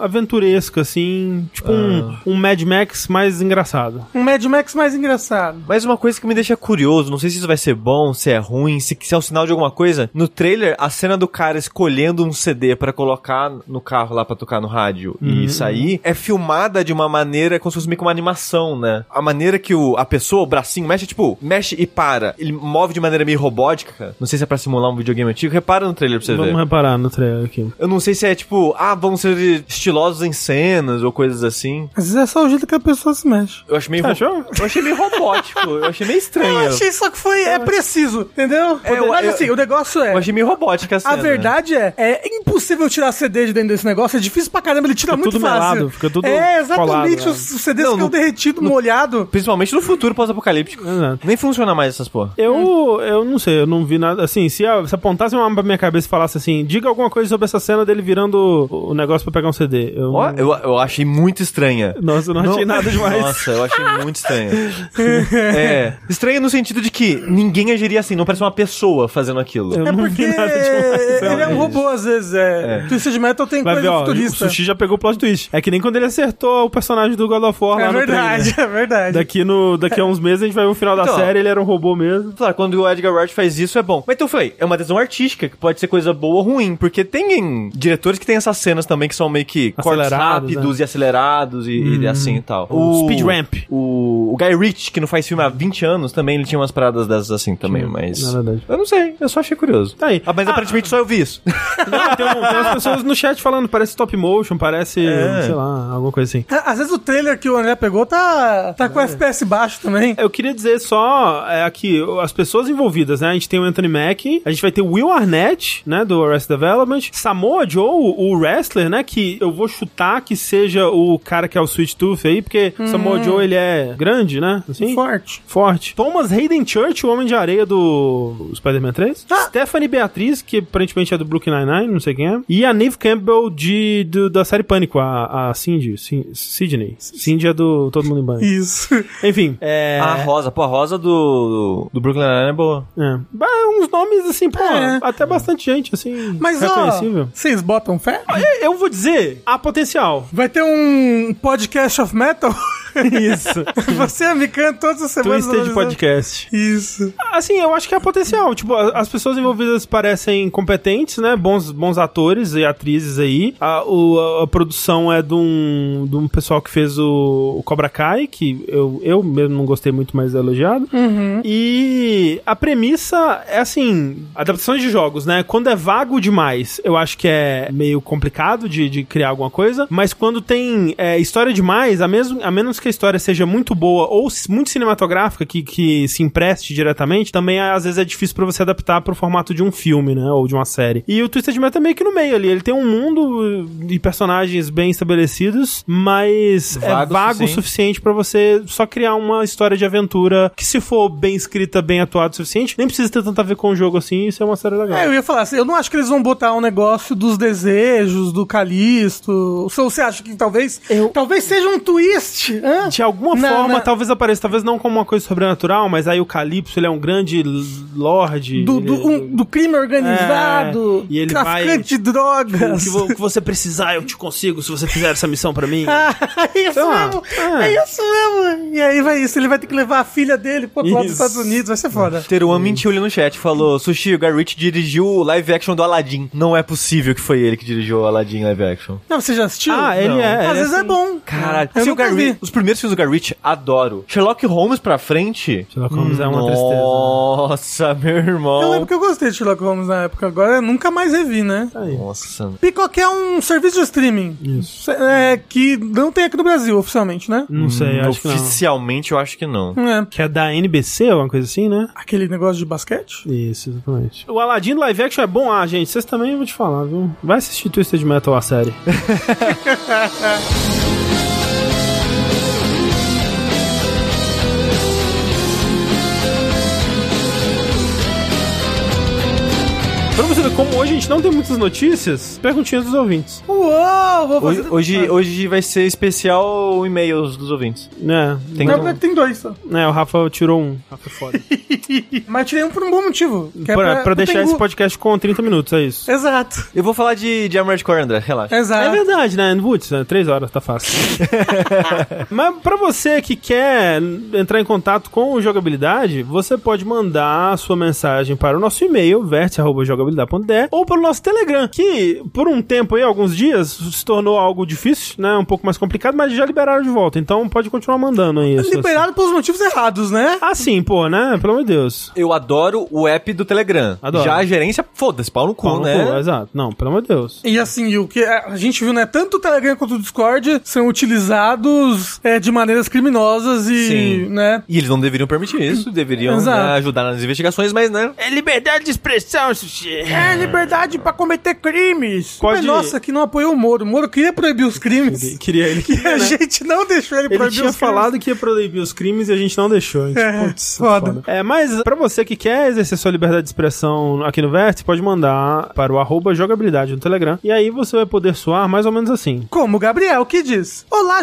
Speaker 1: aventuresca, assim. Tipo um, um Mad Max mais engraçado.
Speaker 2: Um Mad Max mais engraçado.
Speaker 3: Mas uma coisa que me deixa curioso, não sei se isso vai ser bom, se é ruim, se, se é o sinal de alguma coisa. No trailer, a cena do cara escolhendo um CD pra colocar no carro lá pra tocar no rádio
Speaker 1: Uhum.
Speaker 3: e sair é filmada de uma maneira como se fosse meio que uma animação, né? A maneira que o, a pessoa, o bracinho mexe, tipo, mexe e para. Ele move de maneira meio robótica. Não sei se é pra simular um videogame antigo. Repara no trailer pra você ver.
Speaker 1: Vamos reparar no trailer aqui.
Speaker 3: Eu não sei se é tipo, ah, vamos ser estilosos em cenas ou coisas assim.
Speaker 2: Às vezes é só o jeito que a pessoa se mexe.
Speaker 3: Eu achei meio.
Speaker 1: Você
Speaker 3: ro-
Speaker 1: achou?
Speaker 3: Eu achei meio robótico. eu achei meio estranho.
Speaker 2: Eu achei só que foi. É preciso, entendeu?
Speaker 3: É,
Speaker 2: O de- mas
Speaker 3: eu-
Speaker 2: assim, o negócio é.
Speaker 3: Eu achei meio robótica a
Speaker 2: A
Speaker 3: cena. né?
Speaker 2: verdade é, é impossível tirar CD de dentro desse negócio, é difícil pra caramba, ele tira
Speaker 1: Fica
Speaker 2: muito
Speaker 1: tudo
Speaker 2: fácil.
Speaker 1: melado, fica tudo
Speaker 2: é, exatamente,
Speaker 1: colado, né?
Speaker 2: os os CDs
Speaker 3: Não,
Speaker 2: ficam
Speaker 3: no-
Speaker 2: derretidos, molhado.
Speaker 3: Principalmente no futuro pós-apocalíptico.
Speaker 1: Exato.
Speaker 3: Nem funciona mais essas porra.
Speaker 1: Eu,
Speaker 3: É.
Speaker 1: eu não sei, eu não vi nada. Assim, se, a- se apontasse uma arma pra minha cabeça e falasse assim, diga alguma coisa sobre essa cena dele virando o o negócio pra pegar um CD. Eu,
Speaker 3: Ó, eu, eu achei muito estranha.
Speaker 1: Nossa, eu não, achei nada demais.
Speaker 3: Nossa, eu achei muito estranho. é. Estranho no sentido de que ninguém agiria assim, não parece uma pessoa fazendo aquilo.
Speaker 1: Eu
Speaker 2: É
Speaker 1: não
Speaker 2: porque
Speaker 1: vi nada demais.
Speaker 2: ele é um robô, às vezes, é. Twisted Metal tem
Speaker 1: Vai ver,
Speaker 2: coisa
Speaker 1: ó, o
Speaker 2: futurista.
Speaker 1: Sushi já pegou o plot twist. É que nem quando ele acertou o personagem do God of War tá lá
Speaker 2: É
Speaker 1: no
Speaker 2: verdade,
Speaker 1: trailer.
Speaker 2: é verdade.
Speaker 1: Daqui, no, daqui a uns meses a gente vai ver o final da
Speaker 3: Então, ó.
Speaker 1: série, ele era um robô mesmo.
Speaker 3: Claro, quando o Edgar Wright faz isso é bom. Mas então eu falei, é uma decisão artística, que pode ser coisa boa ou ruim, porque tem em- diretores que tem essas cenas também que são meio que cortes
Speaker 1: Acelerados,
Speaker 3: rápidos e acelerados e, e assim e tal.
Speaker 1: né? Uhum. O speed ramp.
Speaker 3: O, o Guy Ritchie, que não faz filme há 20 anos, também ele tinha umas paradas dessas assim também, mas...
Speaker 1: na verdade.
Speaker 3: Eu não sei, eu só achei curioso.
Speaker 1: Tá aí.
Speaker 3: Ah, mas
Speaker 1: Ah,
Speaker 3: aparentemente só eu vi isso.
Speaker 1: Não, tem, um- tem umas pessoas no chat falando, parece stop motion, parece,
Speaker 3: É.
Speaker 1: sei lá, alguma coisa assim.
Speaker 2: É, Às vezes o trailer que o André pegou tá, tá com
Speaker 1: É.
Speaker 2: FPS baixo também.
Speaker 1: Eu queria dizer só é, aqui, as pessoas envolvidas, né? A gente tem o Anthony Mack, a gente vai ter o Will Arnett, né, do Arrested Development, Samoa Joe, o wrestler, né, que eu vou chutar que seja o cara que é o Sweet Tooth aí, porque Samoa Joe, ele é grande, né? Assim?
Speaker 2: Hum. Forte.
Speaker 1: Forte. Thomas Hayden Church, o Homem de Areia do Spider-Man 3.
Speaker 2: Ah.
Speaker 1: Stephanie Beatriz, que aparentemente é do Brooklyn Nine-Nine, não sei quem é. E a Neve Campbell de, do- da série Pânico, a, a Cindy, Cin- Sidney. Cindy é do Todo Mundo em Banho.
Speaker 2: Isso.
Speaker 1: Enfim, é...
Speaker 3: A Rosa, pô, a Rosa do, do Brooklyn Nine-Nine é boa.
Speaker 1: É. Bah, uns nomes assim, pô,
Speaker 2: É.
Speaker 1: até bastante gente, assim,
Speaker 2: Mas ó,
Speaker 1: reconhecível.
Speaker 2: vocês botam fé?
Speaker 1: É, Eu vou dizer, há potencial.
Speaker 2: Vai ter um podcast of metal?
Speaker 1: Isso.
Speaker 2: Você é micando todas as semanas.
Speaker 1: Twisted
Speaker 2: analisando.
Speaker 1: Podcast.
Speaker 2: Isso.
Speaker 1: Assim, eu acho que há potencial. Tipo, a- as pessoas envolvidas parecem competentes, né? Bons, bons atores e atrizes aí. A, o- a- a produção é de um, de um pessoal que fez o, o Cobra Kai, que eu, eu mesmo não gostei muito, mas é elogiado. E a premissa é assim: adaptações de jogos, né? Quando é vago demais, eu acho que é meio complicado de, de criar alguma coisa. Mas quando tem é, história demais, a, mesmo, a menos que a história seja muito boa ou s- muito cinematográfica, que, que se empreste diretamente, também às vezes é difícil pra você adaptar pro formato de um filme, né? Ou de uma série. E o Twisted Metal é meio que no meio ali. Ele tem um mundo uh, de personagens bem estabelecidos, mas é
Speaker 3: Vago o
Speaker 1: vago o
Speaker 3: suficiente.
Speaker 1: suficiente suficiente pra você só criar uma história de aventura que, se for bem escrita, bem atuada o suficiente, nem precisa ter tanto a ver com o jogo assim, isso é uma série legal.
Speaker 2: É, eu ia falar assim, eu não acho que eles vão botar um negócio dos desejos, do Calisto. Ou você acha que talvez. Talvez seja um twist? Hã?
Speaker 1: de alguma
Speaker 2: Não,
Speaker 1: forma,
Speaker 2: não.
Speaker 1: talvez apareça, talvez não como uma coisa sobrenatural, mas aí o Calypso, ele é um grande l- lorde.
Speaker 2: Do, do,
Speaker 1: ele-
Speaker 2: um- do crime
Speaker 1: É,
Speaker 2: organizado,
Speaker 1: e ele tipo,
Speaker 2: traficante de
Speaker 1: o
Speaker 2: drogas.
Speaker 1: que, vo- o que você precisar, eu te consigo, se você fizer essa missão pra mim.
Speaker 2: Ah, é isso
Speaker 1: Sei lá.
Speaker 2: mesmo!
Speaker 1: É.
Speaker 2: É. isso mesmo! E aí vai isso, ele vai ter que levar a filha dele pro outro lado dos
Speaker 1: Isso.
Speaker 2: Estados Unidos, vai ser foda.
Speaker 3: Teruan mentiu ali no chat, falou: Sushi, o Guy Ritchie dirigiu o live action do Aladdin. Não é possível que foi ele que dirigiu o Aladdin live action.
Speaker 2: Não, você já assistiu?
Speaker 1: Ah, ele
Speaker 2: Não.
Speaker 1: é,
Speaker 2: Às
Speaker 1: ele é
Speaker 2: vezes é
Speaker 1: assim.
Speaker 2: bom.
Speaker 3: Caralho,
Speaker 2: eu
Speaker 3: se o
Speaker 2: nunca
Speaker 3: Guy
Speaker 2: vi.
Speaker 3: Ritchie- os primeiros filmes do Guy Ritchie, adoro. Sherlock Holmes pra frente...
Speaker 1: Sherlock Holmes é uma tristeza. né?
Speaker 3: Nossa, meu irmão.
Speaker 2: Eu
Speaker 1: Então-
Speaker 2: lembro que eu gostei de Sherlock Holmes na época, agora eu nunca mais revi, né?
Speaker 1: Tá aí.
Speaker 3: Nossa.
Speaker 2: Peacock é um serviço de streaming
Speaker 1: Isso.
Speaker 2: se- é, que não tem aqui no Brasil, oficialmente, né?
Speaker 1: Não sei,
Speaker 3: Hum,
Speaker 1: acho que não.
Speaker 3: Oficialmente, eu acho que não.
Speaker 2: É.
Speaker 1: Que é da NBC, alguma coisa assim, né?
Speaker 2: Aquele negócio de basquete?
Speaker 1: Isso, exatamente. O Aladdin live action é bom, ah, gente. Vocês também vão te falar, viu? Vai assistir Twisted Metal a série. Pra você ver como hoje a gente não tem muitas notícias, perguntinhas dos ouvintes.
Speaker 2: Uou, vou
Speaker 3: Hoje,
Speaker 2: fazer...
Speaker 3: hoje, hoje vai ser especial e-mails dos ouvintes.
Speaker 1: É,
Speaker 3: Tem
Speaker 2: Na
Speaker 3: um-
Speaker 2: verdade, tem dois só.
Speaker 1: é, o Rafa tirou um. Rafa é foda.
Speaker 2: Mas tirei um por um bom motivo. que é
Speaker 1: pra, pra deixar
Speaker 2: Tengu.
Speaker 1: esse podcast com 30 minutos, é isso.
Speaker 2: Exato.
Speaker 3: Eu vou falar de, de Armored Core, André, relaxa.
Speaker 1: É
Speaker 2: Exato.
Speaker 1: verdade, né? Putz, né? três horas tá fácil. Mas pra você que quer entrar em contato com o Jogabilidade, você pode mandar a sua mensagem para o nosso e-mail, verte.jogabilidade.de, ou pelo nosso Telegram, que por um tempo aí, alguns dias, se tornou algo difícil, né? Um pouco mais complicado, mas já liberaram de volta. Então pode continuar mandando aí. as suas-
Speaker 2: É Liberado pelos motivos errados, né?
Speaker 1: Ah, sim, pô, né? Pelo amor de Deus.
Speaker 3: Eu adoro o app do Telegram.
Speaker 1: Adoro.
Speaker 3: Já a gerência, foda-se, pau no cu,
Speaker 1: Pau no
Speaker 3: né?
Speaker 1: cu, é. exato. Não, pelo amor de Deus.
Speaker 2: E assim, e o que a gente viu, né? Tanto o Telegram quanto o Discord são utilizados é, de maneiras criminosas e,
Speaker 3: Sim.
Speaker 2: né?
Speaker 3: E eles não deveriam permitir isso, deveriam
Speaker 2: Exato.
Speaker 3: né, ajudar nas investigações, mas né?
Speaker 1: É liberdade de expressão, Sushi.
Speaker 2: É liberdade pra cometer crimes.
Speaker 1: Pode-
Speaker 2: Mas, nossa, que não apoiou o Moro. O Moro queria proibir os crimes.
Speaker 1: Queria né? ele que
Speaker 2: E a gente não deixou ele,
Speaker 1: Ele
Speaker 2: proibir
Speaker 1: tinha
Speaker 2: os crimes.
Speaker 1: falado que ia proibir os crimes e a gente não deixou. A gente,
Speaker 2: É,
Speaker 1: putz,
Speaker 2: foda.
Speaker 1: É, mas pra você que quer exercer sua liberdade de expressão aqui no Vértice, pode mandar para o arroba jogabilidade no Telegram. E aí você vai poder soar mais ou menos assim.
Speaker 2: Como o Gabriel, que diz: Olá,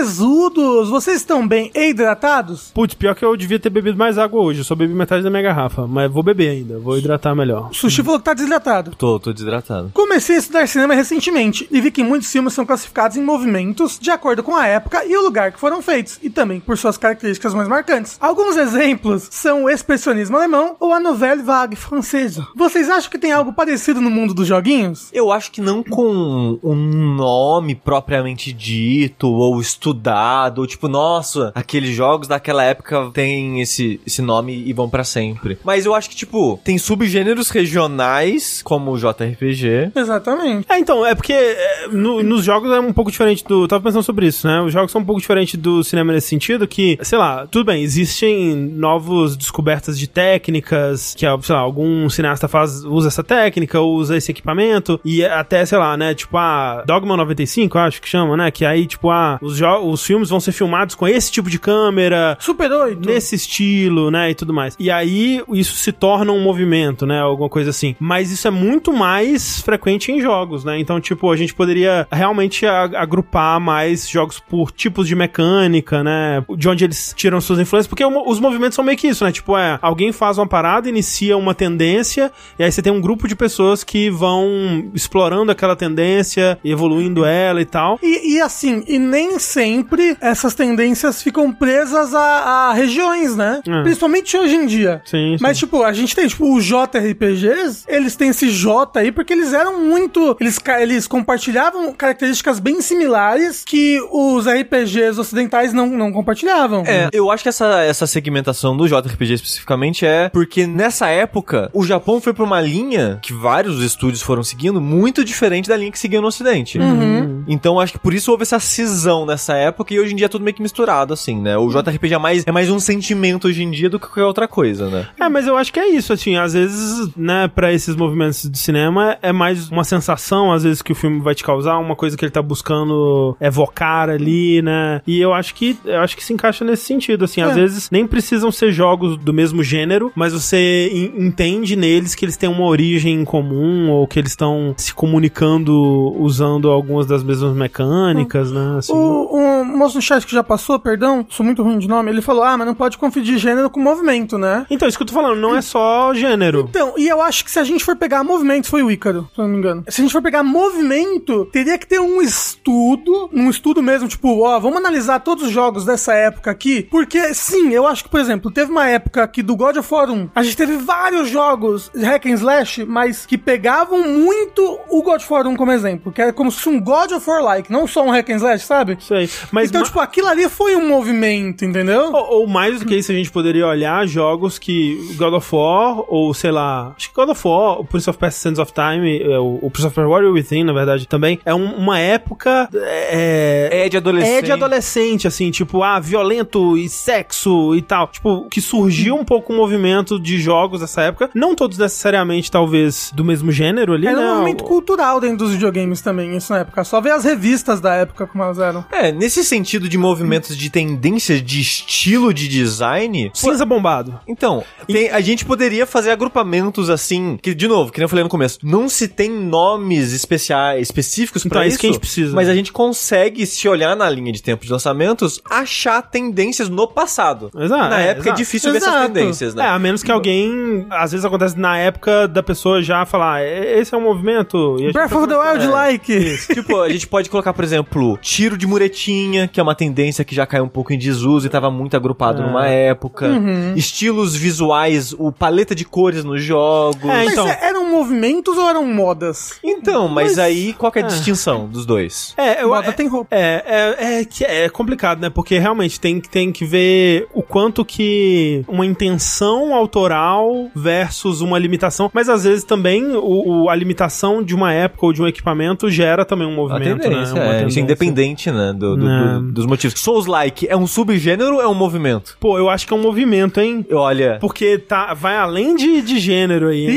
Speaker 2: jogabilitezudos! Vocês estão bem hidratados?
Speaker 1: Putz, pior que eu devia ter bebido mais água hoje. Eu só bebi metade da minha garrafa. Mas vou beber ainda. Vou hidratar melhor.
Speaker 2: O Sushi falou que tá desidratado.
Speaker 3: Tô, tô desidratado.
Speaker 2: Comecei a estudar cinema recentemente e vi que muitos filmes são classificados em movimentos de acordo com a época e o lugar que foram feitos, e também por suas características mais marcantes. Alguns exemplos são o expressionismo alemão ou a nouvelle vague francesa. Vocês acham que tem algo parecido no mundo dos joguinhos?
Speaker 3: Eu acho que não com um nome propriamente dito ou estudado, ou tipo, nossa, aqueles jogos daquela época têm esse, esse nome e vão pra sempre. Mas eu acho que, tipo, tem subgêneros regionais, como o JRPG.
Speaker 2: Exatamente.
Speaker 1: É, então, é porque é, no- nos jogos é um pouco diferente do. eu Tava pensando sobre isso, né? Os jogos são um pouco diferentes do cinema nesse sentido que, sei lá, tudo bem, existem novos descobertas de técnicas, que, sei lá, algum cineasta faz, usa essa técnica, ou usa esse equipamento, e até, sei lá, né? Tipo, a Dogma 95, eu acho que chama, né? Que aí, tipo, ah, os, jo- os filmes vão ser filmados com esse tipo de câmera,
Speaker 2: Super 8.
Speaker 1: nesse estilo, né, e tudo mais. E aí isso se torna um movimento, né, alguma coisa assim. Mas isso é muito mais frequente em jogos, né? Então, tipo, a gente poderia realmente a- agrupar mais jogos por tipos de mecânica, né, de onde eles tiram suas influências, porque o mo- os movimentos são meio que isso, né? Tipo, é, alguém faz uma parada, inicia uma tendência, e aí você tem um grupo de pessoas que vão explorando aquela tendência, evoluindo ela e tal.
Speaker 2: E, e assim, e nem sempre essas tendências ficam presas a, a regiões, né?
Speaker 1: É.
Speaker 2: Principalmente hoje em dia.
Speaker 1: Sim, sim.
Speaker 2: Mas, tipo, a gente tem, tipo, os JRPGs, eles têm esse J aí porque eles eram muito. Eles, ca- eles compartilhavam características bem similares que os RPGs ocidentais não, não compartilhavam.
Speaker 3: É, eu acho que essa, essa segmentação do JRPG especificamente é porque nessa época o Japão foi pra uma linha que vários estúdios foram seguindo muito diferente da linha que seguiam no Ocidente.
Speaker 1: Uhum.
Speaker 3: Então acho que por isso houve essa cisão nessa época e hoje em dia é tudo meio que misturado, assim, né? O JRPG é mais, é mais um sentimento hoje em dia do que qualquer outra coisa, né?
Speaker 1: É, mas eu acho que é isso, assim, às vezes, né, pra esses movimentos de cinema, é mais uma sensação, às vezes, que o filme vai te causar, uma coisa que ele tá buscando evocar ali, né, e eu acho que, eu acho que se encaixa nesse sentido, assim, às
Speaker 2: É.
Speaker 1: vezes nem precisam ser jogos do mesmo gênero, mas você en- entende neles que eles têm uma origem em comum, ou que eles estão se comunicando usando algumas das mesmas mecânicas, né, assim.
Speaker 2: Ah. O, o moço no chat que já passou, perdão, sou muito ruim de nome, ele falou: Ah, mas não pode confundir gênero com movimento, né?
Speaker 1: Então, isso que eu tô falando, não é só gênero.
Speaker 2: Então, e eu acho que se a gente for pegar movimentos, foi o Ícaro, se eu não me engano. Se a gente for pegar movimento, teria que ter um estudo, um estudo mesmo, tipo, ó, vamos analisar todos os jogos dessa época aqui, porque sim, eu acho que, por exemplo, teve uma época aqui do God of War 1, a gente teve vários jogos hack and slash, mas que pegavam muito o God of War 1 como exemplo, que era como se fosse um God of War like, não só um hack and slash, sabe?
Speaker 1: Isso aí. Mas
Speaker 2: então,
Speaker 1: ma-
Speaker 2: tipo, aquilo ali foi um movimento, entendeu?
Speaker 1: Ou, ou mais do que isso, a gente poderia olhar jogos que God of War, ou sei lá, acho que God of War, o Prince of Persia Sands of Time, é, o, o Prince of Persia Warrior Within, na verdade, também, é um- uma época é,
Speaker 3: É de adolescente.
Speaker 1: é de adolescente, assim, tipo, ah, violento e sexo e tal. Tipo, que surgiu um pouco o movimento de jogos dessa época. Não todos necessariamente, talvez, do mesmo gênero ali,
Speaker 2: Era
Speaker 1: né?
Speaker 2: um movimento cultural dentro dos videogames também, isso na época. Só ver as revistas da época como elas eram.
Speaker 3: É, nesse sentido de movimentos de tendências de estilo de design.
Speaker 1: Cinza bombado.
Speaker 3: Então, tem- a gente poderia fazer agrupamentos assim, que de novo, que nem eu falei no começo, não se tem nomes especiais, específicos
Speaker 1: Então,
Speaker 3: pra
Speaker 1: é
Speaker 3: isso,
Speaker 1: isso que a gente precisa.
Speaker 3: mas a gente consegue, se olhar na linha de tempo de lançamentos, achar tendências no passado.
Speaker 1: Exato,
Speaker 3: na
Speaker 1: é,
Speaker 3: época
Speaker 1: exato.
Speaker 3: é difícil ver essas
Speaker 2: Exato.
Speaker 3: tendências,
Speaker 1: É,
Speaker 3: né?
Speaker 1: a menos que alguém. Às vezes acontece na época da pessoa já falar, "E- esse é um movimento. e a gente
Speaker 2: Breath
Speaker 1: tá
Speaker 2: of the
Speaker 1: começando."
Speaker 2: Wild like.
Speaker 3: Tipo, a gente pode colocar, por exemplo, tiro de muretinha, que é uma tendência que já caiu um pouco em desuso e tava muito agrupado
Speaker 1: É.
Speaker 3: numa época.
Speaker 1: Uhum.
Speaker 3: Estilos visuais, o paleta de cores nos jogos.
Speaker 1: É,
Speaker 2: Mas
Speaker 1: então.
Speaker 2: é- eram movimentos ou eram modas?
Speaker 3: Então, mas,
Speaker 1: Mas-
Speaker 3: aí qual que é a
Speaker 1: Ah.
Speaker 3: distinção dos dois?
Speaker 1: É, eu,
Speaker 2: Moda tem roupa.
Speaker 1: É, é, é, que é complicado, né? Porque realmente tem, que- tem que ver o quanto que uma intenção autoral versus uma limitação. Mas às vezes também o, o- a limitação de uma época ou de um equipamento gera também um
Speaker 3: Uma
Speaker 1: movimento, né?
Speaker 3: tendência,
Speaker 1: Uma
Speaker 3: é, isso
Speaker 1: tendência.
Speaker 3: é independente, né, do- do-
Speaker 1: Não.
Speaker 3: do- dos motivos. Souls-like é um subgênero ou é um movimento?
Speaker 1: Pô, eu acho que é um movimento, hein?
Speaker 3: Olha,
Speaker 1: Porque tá, vai além de, de gênero aí. hein?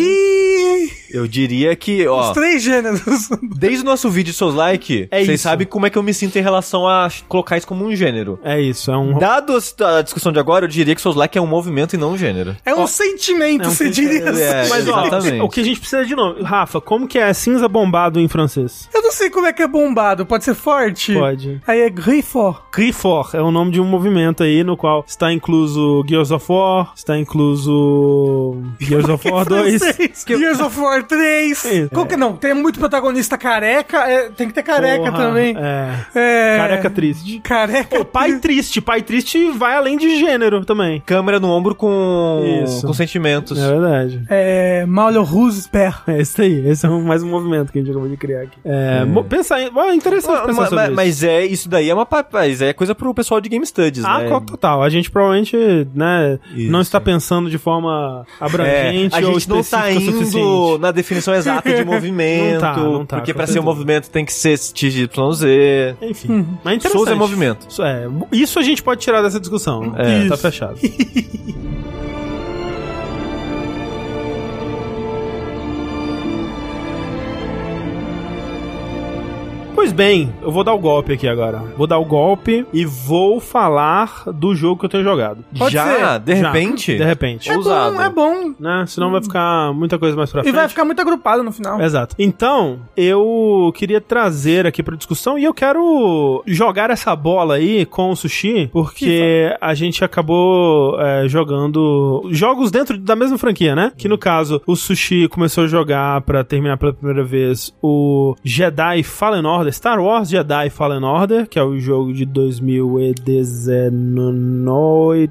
Speaker 2: Ih,
Speaker 3: eu diria que,
Speaker 2: os
Speaker 3: ó,
Speaker 2: três gêneros.
Speaker 3: desde o nosso vídeo de Souls-like,
Speaker 1: É
Speaker 3: vocês
Speaker 1: isso.
Speaker 3: sabem como é que eu me sinto em relação a colocar isso como um gênero.
Speaker 1: É isso, é um.
Speaker 3: Dado a situ- a discussão de agora, eu diria que Souls-like é um movimento e não um gênero.
Speaker 2: É um sentimento,
Speaker 1: é um sen-
Speaker 2: você diria.
Speaker 3: é,
Speaker 2: assim.
Speaker 1: Mas ó,
Speaker 3: exatamente.
Speaker 1: o que a gente precisa de novo. Rafa, como que é cinza bombado em francês?
Speaker 2: Eu não sei como é que é bombado. Pode ser forte?
Speaker 1: Pode.
Speaker 2: Aí é grifo.
Speaker 1: Crifor é o nome de um movimento aí no qual está incluso Gears of War, está incluso Gears of War 2.
Speaker 2: Francês. Gears of War 3.
Speaker 1: É Isso.
Speaker 2: Qual que não? Tem muito protagonista careca. é, tem que ter careca
Speaker 1: Porra,
Speaker 2: também.
Speaker 1: É.
Speaker 2: É.
Speaker 1: Careca triste.
Speaker 2: Careca.
Speaker 1: O pai triste, pai triste vai além de gênero também.
Speaker 3: Câmera no ombro com,
Speaker 1: Isso.
Speaker 3: com sentimentos.
Speaker 1: É verdade.
Speaker 2: É. Maulio Rusper.
Speaker 1: É isso aí, esse é um- mais um movimento que a gente acabou de criar aqui. É, mo- Pensar em. ó, interessante
Speaker 3: Ah,
Speaker 1: pensar
Speaker 3: ma-
Speaker 1: sobre
Speaker 3: ma-
Speaker 1: isso.
Speaker 3: mas é isso daí é uma pa- mas é coisa pro pessoal de game studies,
Speaker 1: Ah,
Speaker 3: né?
Speaker 1: qual- total. A gente provavelmente, né,
Speaker 3: Isso.
Speaker 1: não está pensando de forma
Speaker 3: É,
Speaker 1: abrangente
Speaker 3: a
Speaker 1: ou
Speaker 3: gente não tá
Speaker 1: específica o
Speaker 3: indo
Speaker 1: suficiente.
Speaker 3: na definição exata de movimento,
Speaker 1: Não tá, não tá,
Speaker 3: porque
Speaker 1: com
Speaker 3: pra ser um
Speaker 1: certeza.
Speaker 3: movimento tem que ser XYZ.
Speaker 1: Enfim, mas é interessante.
Speaker 3: Souls é movimento.
Speaker 1: Isso, é, isso a gente pode tirar dessa discussão.
Speaker 3: É.
Speaker 1: Tá
Speaker 3: Isso.
Speaker 1: fechado. Pois bem, eu vou dar o golpe aqui agora. Vou dar o golpe e vou falar do jogo que eu tenho jogado.
Speaker 2: Pode
Speaker 3: Já,
Speaker 2: ser.
Speaker 3: de
Speaker 1: Já,
Speaker 3: repente.
Speaker 1: De repente.
Speaker 2: É
Speaker 3: Ousado.
Speaker 2: bom, é bom.
Speaker 1: Né? Senão vai ficar muita coisa mais pra
Speaker 2: E
Speaker 1: frente.
Speaker 2: vai ficar muito agrupado no final.
Speaker 1: Exato. Então, eu queria trazer aqui pra discussão e eu quero jogar essa bola aí com o sushi, porque a gente acabou é, jogando jogos dentro da mesma franquia, né? Que no caso, o sushi começou a jogar pra terminar pela primeira vez o Jedi Fallen Order, Star Wars Jedi Fallen Order, que é o jogo de 2019,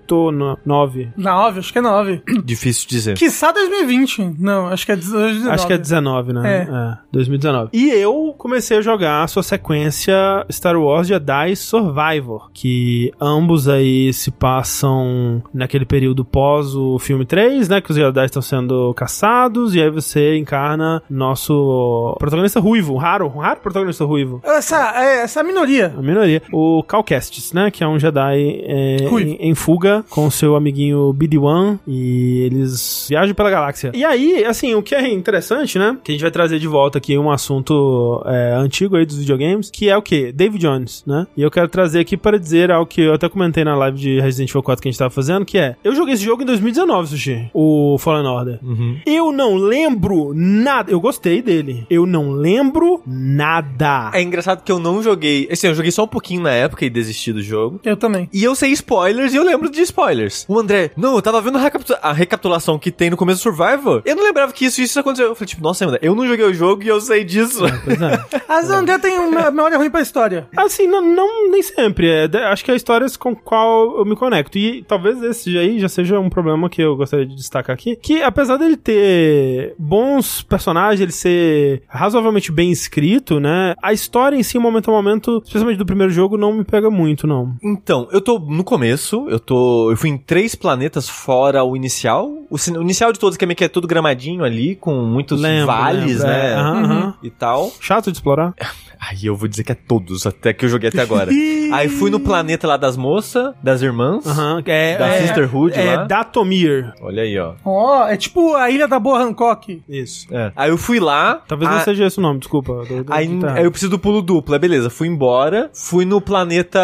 Speaker 1: 9.
Speaker 2: Nove, acho que é nove.
Speaker 3: Difícil dizer.
Speaker 2: Quiçá 2020. Não, acho que é 19.
Speaker 1: Acho que é 19, né?
Speaker 2: É.
Speaker 1: 2019. E eu comecei a jogar a sua sequência Star Wars Jedi Survivor, que ambos aí se passam naquele período pós o filme 3, né? Que os Jedi estão sendo caçados, e aí você encarna nosso protagonista ruivo, um raro, um raro protagonista ruivo.
Speaker 2: Essa, é, essa minoria.
Speaker 1: A minoria. O Cal Kestis, né? Que é um Jedi é,
Speaker 2: Ruivo.
Speaker 1: em, em fuga com seu amiguinho BD-1 e eles viajam pela galáxia. E aí, assim, o que é interessante, né? Que a gente vai trazer de volta aqui um assunto é, antigo aí dos videogames, que é o quê? David Jones, né? E eu quero trazer aqui para dizer algo que eu até comentei na live de Resident Evil 4 que a gente tava fazendo, que é, eu joguei esse jogo em 2019, Sushi, o Fallen Order.
Speaker 3: Uhum.
Speaker 1: Eu não lembro nada. Eu gostei dele. Eu não lembro nada.
Speaker 3: É engraçado que eu não joguei. Assim, eu joguei só um pouquinho na época e desisti do jogo.
Speaker 2: Eu também.
Speaker 3: E eu sei spoilers e eu lembro de spoilers. O André, não, eu tava vendo a, recapitu- a recapitulação que tem no começo do Survivor. Eu não lembrava que isso, isso aconteceu. Eu falei, tipo, nossa, André, eu não joguei o jogo e eu sei disso.
Speaker 1: Pois é.
Speaker 2: As André tem uma memória ruim pra história.
Speaker 1: Assim, não, não- nem sempre. É, de- acho que é histórias com qual eu me conecto. E talvez esse aí já seja um problema que eu gostaria de destacar aqui. Que apesar dele ter bons personagens, ele ser razoavelmente bem escrito, né? A história em si, momento a momento, especialmente do primeiro jogo, não me pega muito, não.
Speaker 3: Então, eu tô no começo, eu tô. Eu fui em três planetas fora o inicial. O, sin- o inicial de todos, que é meio que é todo gramadinho ali, com muitos
Speaker 1: Lembro,
Speaker 3: vales,
Speaker 1: lembro,
Speaker 3: né?
Speaker 1: é. Aham, aham.
Speaker 3: E tal.
Speaker 1: Chato de explorar.
Speaker 3: Aí eu vou dizer que é todos, até que eu joguei até agora. Aí fui no planeta lá das moças, das irmãs,
Speaker 1: Aham. É,
Speaker 3: da
Speaker 1: é,
Speaker 3: Sisterhood
Speaker 1: é
Speaker 3: lá.
Speaker 1: Datomir.
Speaker 3: Olha aí, ó.
Speaker 2: Ó, é tipo a Ilha da Boa Hancock.
Speaker 1: Isso.
Speaker 3: É. Aí eu fui lá.
Speaker 1: Talvez
Speaker 3: a-
Speaker 1: não seja esse o nome, desculpa. do- do-
Speaker 3: Ah, Aí,
Speaker 1: do- tá.
Speaker 3: aí eu preciso do pulo duplo, é beleza. Fui embora, fui no planeta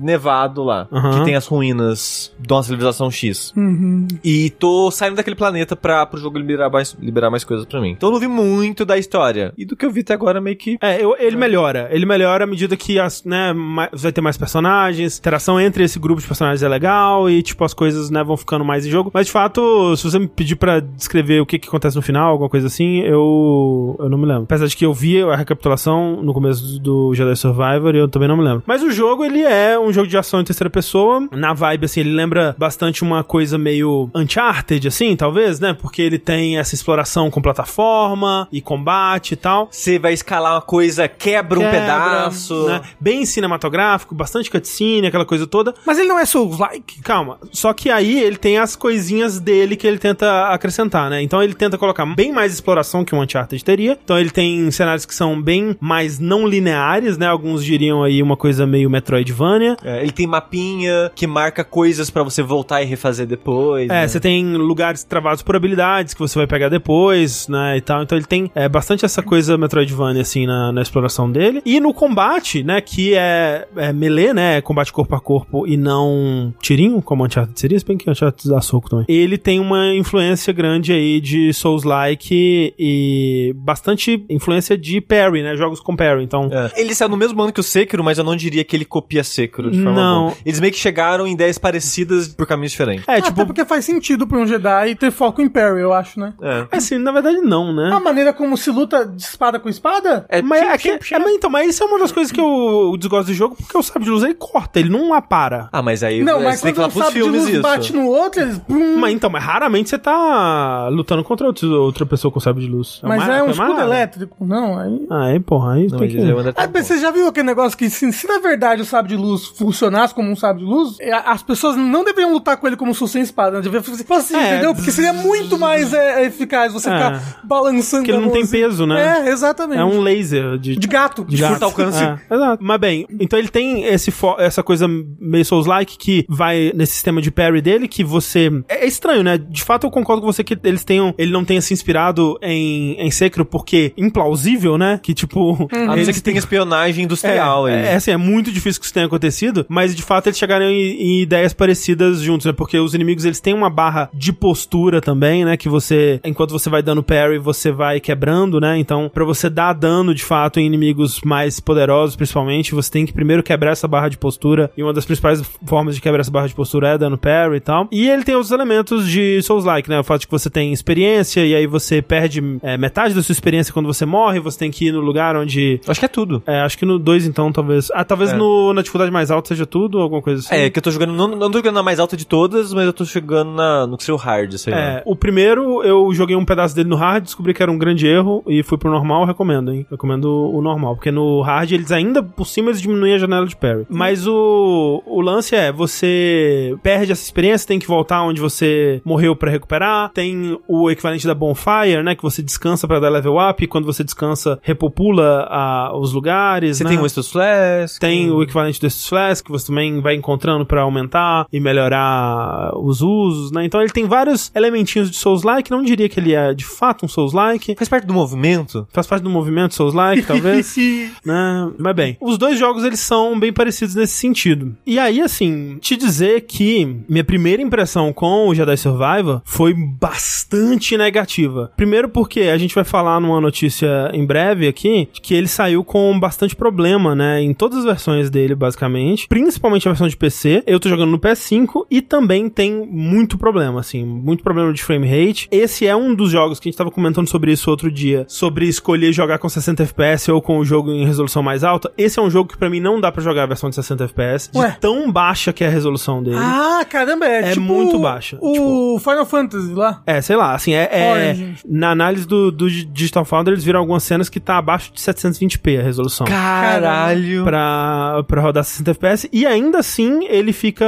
Speaker 3: nevado lá,
Speaker 1: Aham.
Speaker 3: que tem as ruínas de uma civilização X.
Speaker 2: Uhum.
Speaker 3: E tô saindo daquele planeta pra, pro jogo liberar mais, liberar mais coisas pra mim. Então eu não vi muito da história. E do que eu vi até agora, meio que.
Speaker 1: É, eu- ele melhora. Ele melhora à medida que as, né, ma- vai ter mais personagens, interação entre esse grupo de personagens é legal e, tipo, as coisas né, vão ficando mais em jogo. Mas, de fato, se você me pedir pra descrever o que, que acontece no final, alguma coisa assim, eu, eu não me lembro. Apesar de que eu vi a recapitulação no começo do Jedi Survivor e eu também não me lembro. Mas o jogo, ele é um jogo de ação em terceira pessoa. Na vibe, assim, ele lembra bastante uma coisa meio Uncharted, assim, talvez, né? Porque ele tem essa exploração com plataforma e combate e tal
Speaker 3: Você vai escalar uma coisa, quebra, um
Speaker 1: quebra,
Speaker 3: pedaço.
Speaker 1: né? Bem cinematográfico, bastante cutscene, aquela coisa toda.
Speaker 2: Mas ele não é Souls-like?
Speaker 1: Calma, só que aí ele tem as coisinhas dele que ele tenta acrescentar, né? Então ele tenta colocar bem mais exploração que o Uncharted teria. Então ele tem cenários que são bem mais não lineares, né? Alguns diriam aí uma coisa meio Metroidvania.
Speaker 3: É, ele tem mapinha que marca coisas pra você voltar e refazer depois.
Speaker 1: É,
Speaker 3: né?
Speaker 1: você tem lugares travados por habilidades que você vai pegar depois, né, e tal. Então ele tem é, bastante essa coisa Metroidvania, assim, na, na exploração dele. E no combate, né, que é, é melee, né, combate corpo a corpo e não tirinho, como Uncharted seria, se bem que Uncharted dá soco também. Ele tem uma influência grande aí de Souls-like e bastante influência de parry, né, jogos com parry. Então,
Speaker 3: É. Ele saiu no mesmo ano que o Sekiro, mas eu não diria que ele copia Sekiro de forma
Speaker 1: Não.
Speaker 3: alguma. Eles meio que chegaram em ideias parecidas por caminhos diferentes.
Speaker 1: é,
Speaker 2: É, tipo...
Speaker 1: tipo...
Speaker 2: Até porque faz sentido pra um Jedi ter foco em parry, eu acho, né?
Speaker 3: É.
Speaker 1: Assim, na verdade não, né?
Speaker 2: A maneira como se luta de espada com espada?
Speaker 3: É,
Speaker 1: mas,
Speaker 3: tchim,
Speaker 1: é que-
Speaker 3: tchim, tchim.
Speaker 1: é, mas então, mas isso é uma das coisas que eu desgosto do jogo, porque o sabre de luz ele corta, ele não apara.
Speaker 3: Ah, mas aí
Speaker 2: Não,
Speaker 3: é,
Speaker 2: mas
Speaker 3: você tem
Speaker 2: quando
Speaker 3: que
Speaker 2: um
Speaker 3: falar
Speaker 2: sabre
Speaker 3: pros
Speaker 2: de
Speaker 3: filmes
Speaker 2: luz
Speaker 3: isso.
Speaker 2: bate no outro, eles... Brum,
Speaker 1: Mas então, mas raramente você tá lutando contra outro- outra pessoa com sabre de luz.
Speaker 2: mas
Speaker 1: uma-
Speaker 2: é um
Speaker 1: uma
Speaker 2: escudo
Speaker 1: arma.
Speaker 2: elétrico. Não, aí...
Speaker 1: Ah, é, porra, aí
Speaker 3: Não,
Speaker 1: tem
Speaker 3: mas
Speaker 1: que...
Speaker 3: aí o André tá
Speaker 2: Ah, mas
Speaker 3: bom.
Speaker 2: você já viu aquele negócio que se, se na verdade o sabre de luz funcionasse como um sabre de luz, é, as pessoas não deveriam lutar com ele como se fosse sem espada, né? deveriam fazer assim,
Speaker 1: É,
Speaker 2: entendeu? Porque seria muito mais é, eficaz você
Speaker 1: É.
Speaker 2: ficar balançando
Speaker 3: é um
Speaker 1: Porque ele
Speaker 2: a
Speaker 1: não tem
Speaker 2: mãozinha.
Speaker 1: peso, né?
Speaker 2: É, exatamente.
Speaker 1: É um laser de...
Speaker 2: De gato.
Speaker 1: de gato.
Speaker 3: curto alcance.
Speaker 1: É, exato. Mas bem, então ele tem esse fo- essa coisa meio Souls-like que vai nesse sistema de parry dele, que você... É é estranho, né? De fato, eu concordo com você que eles tenham... Ele não tenha se inspirado em, em Sekiro porque implausível, né? Que, tipo...
Speaker 3: Uhum. A não ser que tem espionagem industrial aí.
Speaker 1: É, é, assim, é muito difícil que isso tenha acontecido, mas de fato eles chegaram em, em ideias parecidas juntos, né? Porque os inimigos eles têm uma barra de postura também, né? Que você, enquanto você vai dando parry, você vai quebrando, né? Então, pra você dar dano de fato em inimigos mais poderosos, principalmente, você tem que primeiro quebrar essa barra de postura. E uma das principais formas de quebrar essa barra de postura é dando parry e tal. E ele tem outros elementos de Souls-like, né? O fato de que você tem experiência e aí você perde é, metade da sua experiência quando você morre, você tem que ir no lugar onde
Speaker 3: Acho que é tudo.
Speaker 1: é, acho que no 2 então, talvez. Ah, talvez
Speaker 3: É.
Speaker 1: no, na dificuldade mais alta seja tudo, alguma coisa assim.
Speaker 3: É, que eu tô jogando. Não, não tô jogando na mais alta de todas, mas eu tô jogando na, no que seria o hard, sei lá.
Speaker 1: É, o primeiro eu joguei um pedaço dele no hard, descobri que era um grande erro e fui pro normal, recomendo, hein? Recomendo o normal, porque no hard eles ainda por cima eles diminuem a janela de parry. Mas o, o lance é, você perde essa experiência, tem que voltar onde você morreu pra recuperar, tem o equivalente da bonfire, né, que você descansa pra dar level up, e quando você descansa repopula a- os lugares,
Speaker 3: Você
Speaker 1: né?
Speaker 3: tem um o Estus Flask.
Speaker 1: Tem o equivalente desses flash que você também vai encontrando pra aumentar e melhorar os usos, né? Então ele tem vários elementinhos de Souls-like, não diria que ele é de fato um Souls-like.
Speaker 3: Faz parte do movimento?
Speaker 1: Faz parte do movimento Souls-like, É, talvez, né? Mas bem, os dois jogos eles são bem parecidos nesse sentido. E aí, assim, te dizer que minha primeira impressão com o Jedi Survivor foi bastante negativa. Primeiro porque a gente vai falar numa notícia em breve aqui, que ele ele saiu com bastante problema, né? Em todas as versões dele, basicamente. Principalmente a versão de PC. Eu tô jogando no PS5 e também tem muito problema, assim. Muito problema de frame rate. Esse é um dos jogos que a gente tava comentando sobre isso outro dia. Sobre escolher jogar com 60 FPS ou com o jogo em resolução mais alta. Esse é um jogo que pra mim não dá pra jogar a versão de 60 FPS.
Speaker 2: Ué.
Speaker 1: De tão baixa que é a resolução dele.
Speaker 2: Ah, caramba,
Speaker 1: É
Speaker 2: é, tipo
Speaker 1: muito tipo,
Speaker 2: o-
Speaker 1: baixa,
Speaker 2: O Final Fantasy lá.
Speaker 1: É, sei lá, assim, é. é-
Speaker 2: Origins.
Speaker 1: na análise do, do Digital Foundry, eles viram algumas cenas que tá abaixo de 720p a resolução.
Speaker 3: Caralho.
Speaker 1: Pra, pra rodar 60 FPS e ainda assim ele fica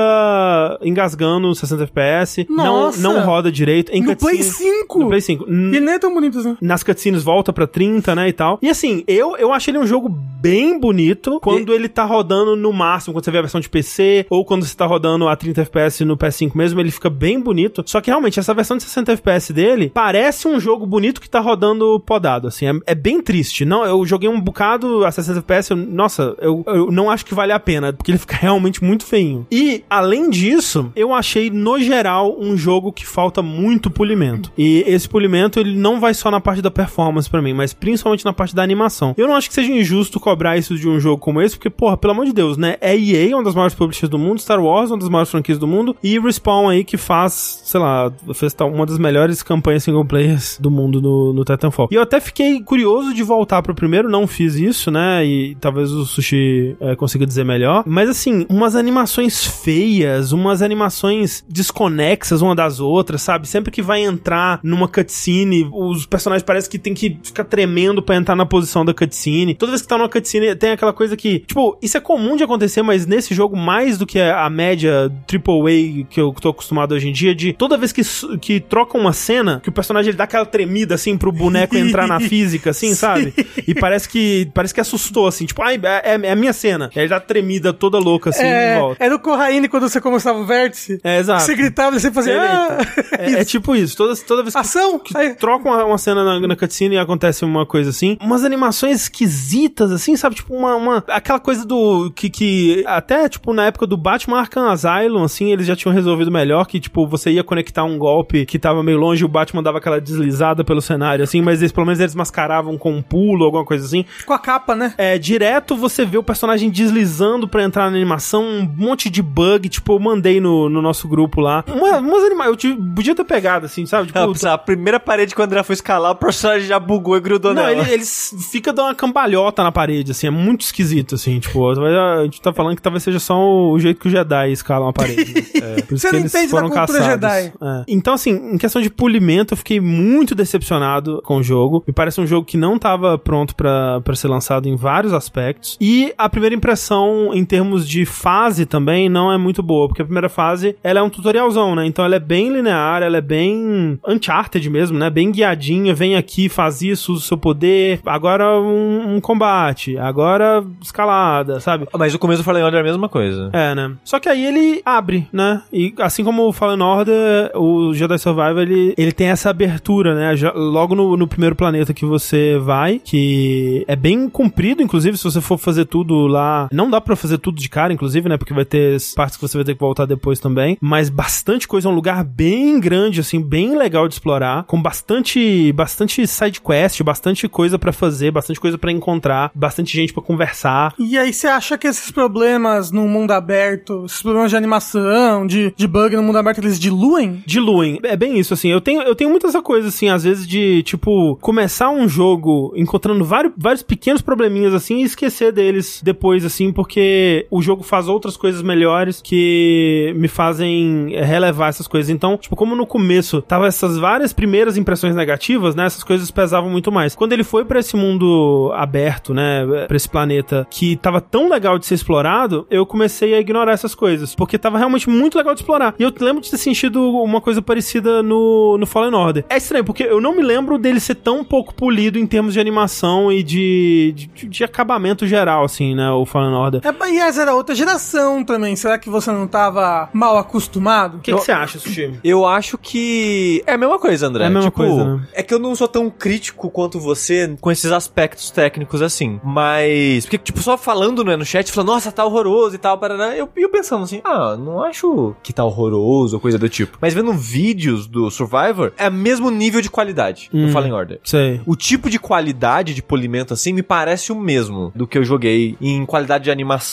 Speaker 1: engasgando 60 FPS, não,
Speaker 2: Nossa!
Speaker 1: não roda direito. Em
Speaker 2: no Play
Speaker 1: cutscene-
Speaker 2: 5.
Speaker 1: No Play 5. N-
Speaker 2: E nem é tão bonito assim.
Speaker 1: Nas cutscenes volta pra 30, né, e tal. E assim, eu, eu acho ele um jogo bem bonito quando ele tá rodando no máximo, quando você vê a versão de PC, ou quando você tá rodando a 30 FPS no PS5 mesmo, ele fica bem bonito. Só que realmente, essa versão de 60 FPS dele parece um jogo bonito que tá rodando podado, assim. É, é bem triste. Não, eu joguei um bocado a 60 FPS, eu- nossa, eu, eu não acho que vale a pena, porque ele fica realmente muito feinho. E, além disso, eu achei, no geral, um jogo que falta muito polimento. E esse polimento, ele não vai só na parte da performance pra mim, mas principalmente na parte da animação. Eu não acho que seja injusto cobrar isso de um jogo como esse, porque, porra, pelo amor de Deus, né? É EA, uma das maiores publishers do mundo, Star Wars, uma das maiores franquias do mundo, e Respawn aí, que faz, sei lá, fez tal- uma das melhores campanhas single players do mundo no, no Titanfall. E eu até fiquei curioso de voltar pro primeiro, não fiz isso, né? E talvez o Sushi eh, consiga dizer melhor. Mas assim, umas animações feias, umas animações desconexas uma das outras, sabe? Sempre que vai entrar numa cutscene, os personagens parecem que tem que ficar tremendo pra entrar na posição da cutscene. Toda vez que tá numa cutscene, tem aquela coisa que, tipo, isso é comum de acontecer, mas nesse jogo, mais do que a a média AAA que eu tô acostumado hoje em dia, de toda vez que, su- que troca uma cena, que o personagem ele dá aquela tremida assim pro boneco entrar na física, assim, sabe? E parece que parece que assustou, assim, tipo, ai, é, é a minha cena. Aí ele dá a tremida toda louca assim
Speaker 2: é,
Speaker 1: de volta.
Speaker 2: era o Corraine quando você começava o vértice.
Speaker 1: É, exato.
Speaker 2: Você gritava e você fazia. Ah,
Speaker 1: É, é tipo isso, toda, toda vez que
Speaker 2: ação! Aí,
Speaker 1: troca uma, uma cena na, na cutscene e acontece uma coisa assim. Umas animações esquisitas, assim, sabe? Tipo, uma. uma- aquela coisa do. Que, que. Até, tipo, na época do Batman Arkham Asylum, assim, eles já tinham resolvido melhor. Que, tipo, você ia conectar um golpe que tava meio longe e o Batman dava aquela deslizada pelo cenário, assim. Mas eles, pelo menos eles mascaravam com um pulo, alguma coisa assim.
Speaker 2: com a capa, né?
Speaker 1: É, direto você vê o personagem deslizando pra entrar na animação, um monte de bug, tipo, eu mandei no, no nosso grupo lá. Uma- umas anima- eu tive- podia ter pegado, assim, sabe? Tipo,
Speaker 3: Não, a primeira parede que o André foi escalar, o personagem já bugou e grudou
Speaker 1: Não,
Speaker 3: nela.
Speaker 1: ele, ele s- fica dando uma cambalhota na parede, assim, é muito esquisito, assim, tipo, talvez a gente tá falando que talvez seja só o jeito que o Jedi escala uma parede. né? É, por
Speaker 2: Você não entende da cultura Jedi.
Speaker 1: É. Então, assim, em questão de polimento, eu fiquei muito decepcionado com o jogo. Me parece um jogo que não tava pronto pra pra ser lançado em vários aspectos. E a primeira impressão, em termos de fase também, não é muito boa, porque a primeira fase, ela é um tutorialzão, né? Então ela é bem linear, ela é bem Uncharted mesmo, né? Bem guiadinha, vem aqui, faz isso, usa o seu poder, agora um, um combate, agora escalada, sabe?
Speaker 3: Mas o começo do Fallen Order é a mesma coisa.
Speaker 1: É, né? Só que aí ele abre, né? E assim como o Fallen Order, o Jedi Survival, ele, ele tem essa abertura, né? Já- logo no, no primeiro planeta que você vai, que é bem comprido, inclusive, se você for fazer tudo lá. Não dá pra fazer tudo de cara, inclusive, né? Porque vai ter partes que você vai ter que voltar depois também. Mas bastante coisa, é um lugar bem grande, assim, bem legal de explorar, com bastante, bastante side quest, bastante coisa pra fazer, bastante coisa pra encontrar, bastante gente pra conversar.
Speaker 2: E aí você acha que esses problemas no mundo aberto, esses problemas de animação, de, de bug no mundo aberto, eles diluem?
Speaker 1: diluem. É bem isso, assim. Eu tenho, eu tenho muita essa coisa, assim, às vezes de, tipo, começar um jogo encontrando vários, vários pequenos probleminhas, assim, e esquecer deles depois, assim, porque o jogo faz outras coisas melhores que me fazem eh, relevar essas coisas. Então, tipo, como no começo tava essas várias primeiras impressões negativas, né, essas coisas pesavam muito mais. Quando ele foi pra esse mundo aberto, né, pra esse planeta que tava tão legal de ser explorado, eu comecei a ignorar essas coisas, porque tava realmente muito legal de explorar. E eu lembro de ter sentido uma coisa parecida no, no Fallen Order. É estranho, porque eu não me lembro dele ser tão pouco polido em termos de animação e de, de, de acabamento geral, assim, né, o Fallen Order.
Speaker 2: É, e essa era outra geração também. Será que você não tava mal acostumado?
Speaker 1: O que que você acha, Sushi?
Speaker 3: Eu acho que é a mesma coisa, André.
Speaker 1: É a mesma
Speaker 3: Tipo,
Speaker 1: coisa, né?
Speaker 3: É que eu não sou tão crítico quanto você com esses aspectos técnicos assim. Mas. Porque, tipo, só falando né, no chat, falando, nossa, tá horroroso e tal, parará. Eu, eu pensando assim, ah, não acho que tá horroroso ou coisa do tipo. Mas vendo vídeos do Survivor, é o mesmo nível de qualidade. Eu
Speaker 1: Hum.
Speaker 3: falo em ordem.
Speaker 1: Sei.
Speaker 3: O tipo de qualidade de polimento 100%, assim, me parece o mesmo do que eu joguei em qualidade de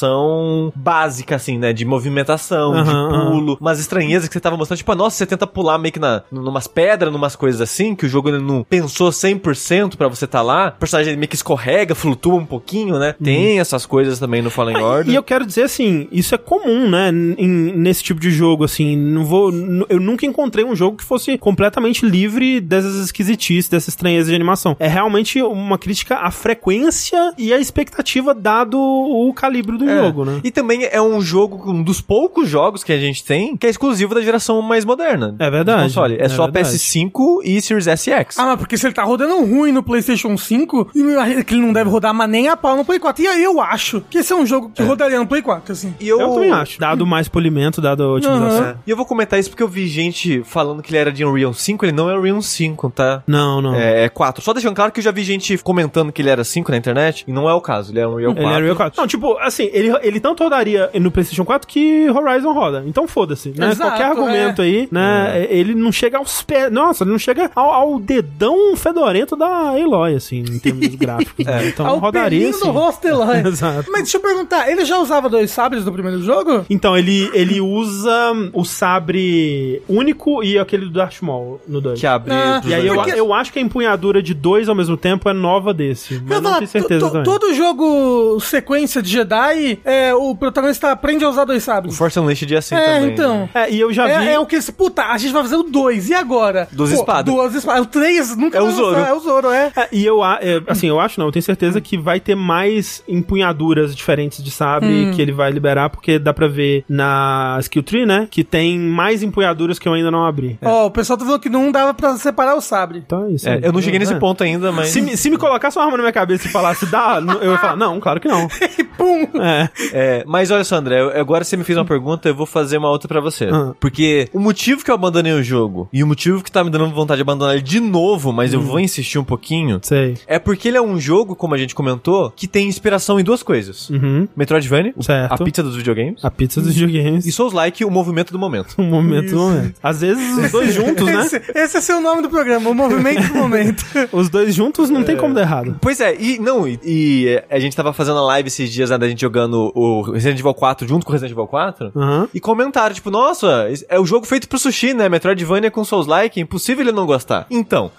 Speaker 3: animação básica, assim, né? De movimentação, de
Speaker 1: Aham, aham.
Speaker 3: pulo, umas estranhezas que você tava mostrando. Tipo, ah, nossa, você tenta pular meio que na, numas pedras, numas coisas assim, que o jogo ele não pensou 100% pra você tá lá. O personagem ele meio que escorrega, flutua um pouquinho, né? Tem essas coisas também no Fallen Order.
Speaker 1: Uhum. Ah, E eu quero dizer assim, isso é comum, né? em- nesse tipo de jogo, assim. Não vou. n- Eu nunca encontrei um jogo que fosse completamente livre dessas esquisitices, dessas estranhezas de animação. É realmente uma crítica à frequência e à expectativa, dado o calibre do
Speaker 3: É.
Speaker 1: jogo, né?
Speaker 3: E também é um jogo, um dos poucos jogos que a gente tem, que é exclusivo da geração mais moderna.
Speaker 1: É verdade.
Speaker 3: de Console. É,
Speaker 1: É
Speaker 3: só
Speaker 1: verdade.
Speaker 3: PS5 e Series SX.
Speaker 2: Ah, mas porque se ele tá rodando ruim no PlayStation 5, e que ele não deve rodar mas nem a pau no Play 4. E aí eu acho que esse é um jogo que rodaria no Play 4, assim.
Speaker 3: E né?
Speaker 1: Eu também acho. Dado mais polimento, dado a otimização.
Speaker 2: Aham.
Speaker 3: E eu vou comentar isso porque eu vi gente falando que ele era de Unreal 5, ele não é Unreal 5, tá?
Speaker 1: Não, não.
Speaker 3: É, é 4. Só deixando claro que eu já vi gente comentando que ele era 5 na internet, e não é o caso, ele é Unreal 4.
Speaker 1: Ele era o Unreal 4. Não, tipo, assim, ele, ele tanto rodaria no PlayStation 4 que Horizon roda. Então foda-se, né?
Speaker 2: Exato, é.
Speaker 1: Qualquer argumento aí, né?
Speaker 3: É.
Speaker 1: Ele não chega aos pés. Nossa, ele não chega ao, ao dedão fedorento da Aloy, assim, em termos gráficos.
Speaker 3: É.
Speaker 1: né? Então
Speaker 2: Ao
Speaker 1: rodaria
Speaker 2: pelinho
Speaker 1: assim.
Speaker 2: do rosto, Eloy.
Speaker 1: Exato.
Speaker 2: Mas deixa eu perguntar, ele já usava dois sabres no primeiro jogo?
Speaker 1: Então, ele, ele usa hum, o sabre único e aquele do Darth Maul no 2.
Speaker 3: Que abre.
Speaker 2: Ah,
Speaker 3: dos
Speaker 1: E aí
Speaker 3: dois
Speaker 1: eu,
Speaker 2: Porque-
Speaker 3: lados.
Speaker 1: eu acho que a empunhadura de dois ao mesmo tempo é nova desse. Mas
Speaker 2: Eu
Speaker 1: não
Speaker 2: falo,
Speaker 1: tenho certeza
Speaker 2: to- to-
Speaker 1: também.
Speaker 2: todo jogo sequência de Jedi, é, o protagonista aprende a usar dois
Speaker 3: O
Speaker 2: sabres.
Speaker 3: Force Unleashed é assim
Speaker 2: é,
Speaker 3: também.
Speaker 2: então.
Speaker 3: né?
Speaker 1: É, e eu já vi...
Speaker 2: É, é o que eles. Puta, a gente vai fazer o dois e agora?
Speaker 3: Duas espadas.
Speaker 2: Duas espadas. O três nunca
Speaker 3: É o
Speaker 2: vai lançar,
Speaker 3: Zoro.
Speaker 2: É o Zoro, é.
Speaker 1: É, e eu, a- é, assim, eu acho não, eu tenho certeza que vai ter mais empunhaduras diferentes de sabre que ele vai liberar, porque dá pra ver na skill tree, né, que tem mais empunhaduras que eu ainda não abri.
Speaker 2: Ó, o pessoal tá falando que não dava pra separar o sabre.
Speaker 1: Então é isso.
Speaker 3: É,
Speaker 1: aí.
Speaker 3: eu não cheguei nesse
Speaker 1: É.
Speaker 3: ponto ainda, mas.
Speaker 1: Se, me- se me colocasse uma arma na minha cabeça e falasse, dá, n- eu ia falar, não, claro que não.
Speaker 2: E pum!
Speaker 1: É.
Speaker 3: É, mas olha só, André, eu- agora você me fez uma pergunta, eu vou fazer uma outra pra você.
Speaker 1: Ah.
Speaker 3: Porque o motivo que eu abandonei o jogo e o motivo que tá me dando vontade de abandonar ele de novo, mas
Speaker 1: Hum.
Speaker 3: eu vou insistir um pouquinho,
Speaker 1: Sei.
Speaker 3: é porque ele é um jogo, como a gente comentou, que tem inspiração em duas coisas:
Speaker 1: Uhum.
Speaker 3: Metroidvania, o-
Speaker 1: Certo.
Speaker 3: a pizza dos videogames,
Speaker 1: A pizza dos videogames.
Speaker 3: e Souls-like, o movimento do momento.
Speaker 1: Um momento, um momento. Às vezes os dois juntos, né?
Speaker 2: Esse, esse é seu nome do programa, o movimento do momento.
Speaker 1: Os dois juntos não tem como dar errado.
Speaker 3: Pois é, e não, e, e, é, a gente tava fazendo a live esses dias, né, da gente jogando o Resident Evil 4 junto com o Resident Evil 4.
Speaker 1: Aham.
Speaker 3: E comentaram, tipo, nossa, esse é o jogo feito pro sushi, né? Metroidvania com Souls-like, impossível ele não gostar. Então,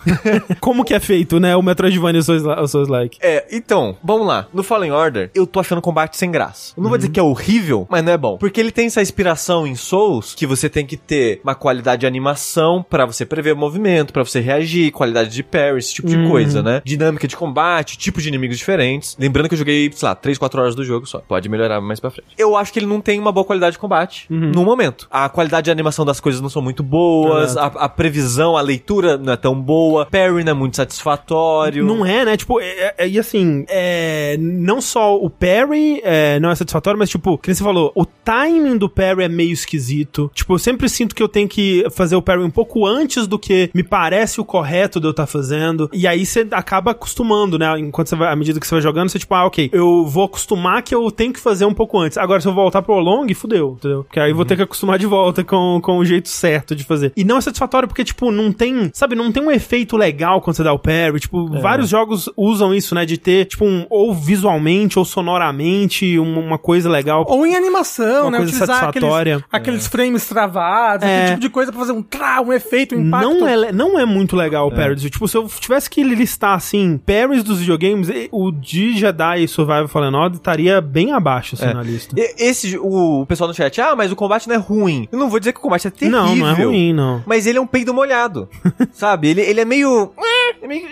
Speaker 1: Como que é feito, né? O Metroidvania e o Souls- o Souls-like.
Speaker 3: é, então, vamos lá. No Fallen Order, eu tô achando o combate sem graça. Eu não vou dizer que é horrível, mas não é bom. Porque ele tem essa inspiração em Souls que você tem que ter uma qualidade de animação pra você prever o movimento, pra você reagir, qualidade de parry, esse tipo de coisa, né? Dinâmica de combate, tipo de inimigos diferentes. Lembrando que eu joguei, sei lá, 3, 4 horas do jogo só. Pode melhorar mais pra frente. Eu acho que ele não tem uma boa qualidade de combate no momento. A qualidade de animação das coisas não são muito boas, a, a previsão, a leitura não é tão boa, parry não é muito satisfatório.
Speaker 1: Não é, né? Tipo, é- é- e assim, é, não só o parry é, não é satisfatório, mas tipo, que nem você falou, o timing do parry é meio esquisito. Tipo, eu sempre sinto que eu tenho que fazer o parry um pouco antes do que me parece o correto de eu estar fazendo. E aí você acaba acostumando, né? Enquanto você vai, à medida que você vai jogando, você tipo, ah, ok, eu vou acostumar que eu tenho que fazer um pouco antes. Agora, se eu voltar pro long, fudeu, entendeu? Porque aí eu vou ter que acostumar de volta com, com o jeito certo de fazer. E não é satisfatório porque, tipo, não tem, sabe, não tem um efeito legal quando você dá o parry. Tipo,
Speaker 3: É.
Speaker 1: vários jogos usam isso, né? De ter, tipo, um, ou visualmente ou sonoramente uma, uma coisa legal.
Speaker 2: Ou em animação,
Speaker 1: Uma
Speaker 2: né?
Speaker 1: coisa
Speaker 2: Utilizar aqueles,
Speaker 1: satisfatória.
Speaker 2: aqueles frames travados,
Speaker 1: É.
Speaker 2: esse tipo de coisa pra fazer um trá, um efeito, um impacto.
Speaker 1: Não é, le- não é muito legal o parry. Tipo, se eu tivesse que listar, assim, parries dos videogames, eh, o de Jedi Survival Fallen Order estaria bem abaixo, assim,
Speaker 3: É.
Speaker 1: na lista.
Speaker 3: E- Esse, o, o pessoal no chat, ah, mas o combate não é ruim. Eu não vou dizer que o combate é terrível.
Speaker 1: Não, não é ruim, não.
Speaker 3: Mas ele é um peido molhado, sabe? Ele, ele é meio... é meio-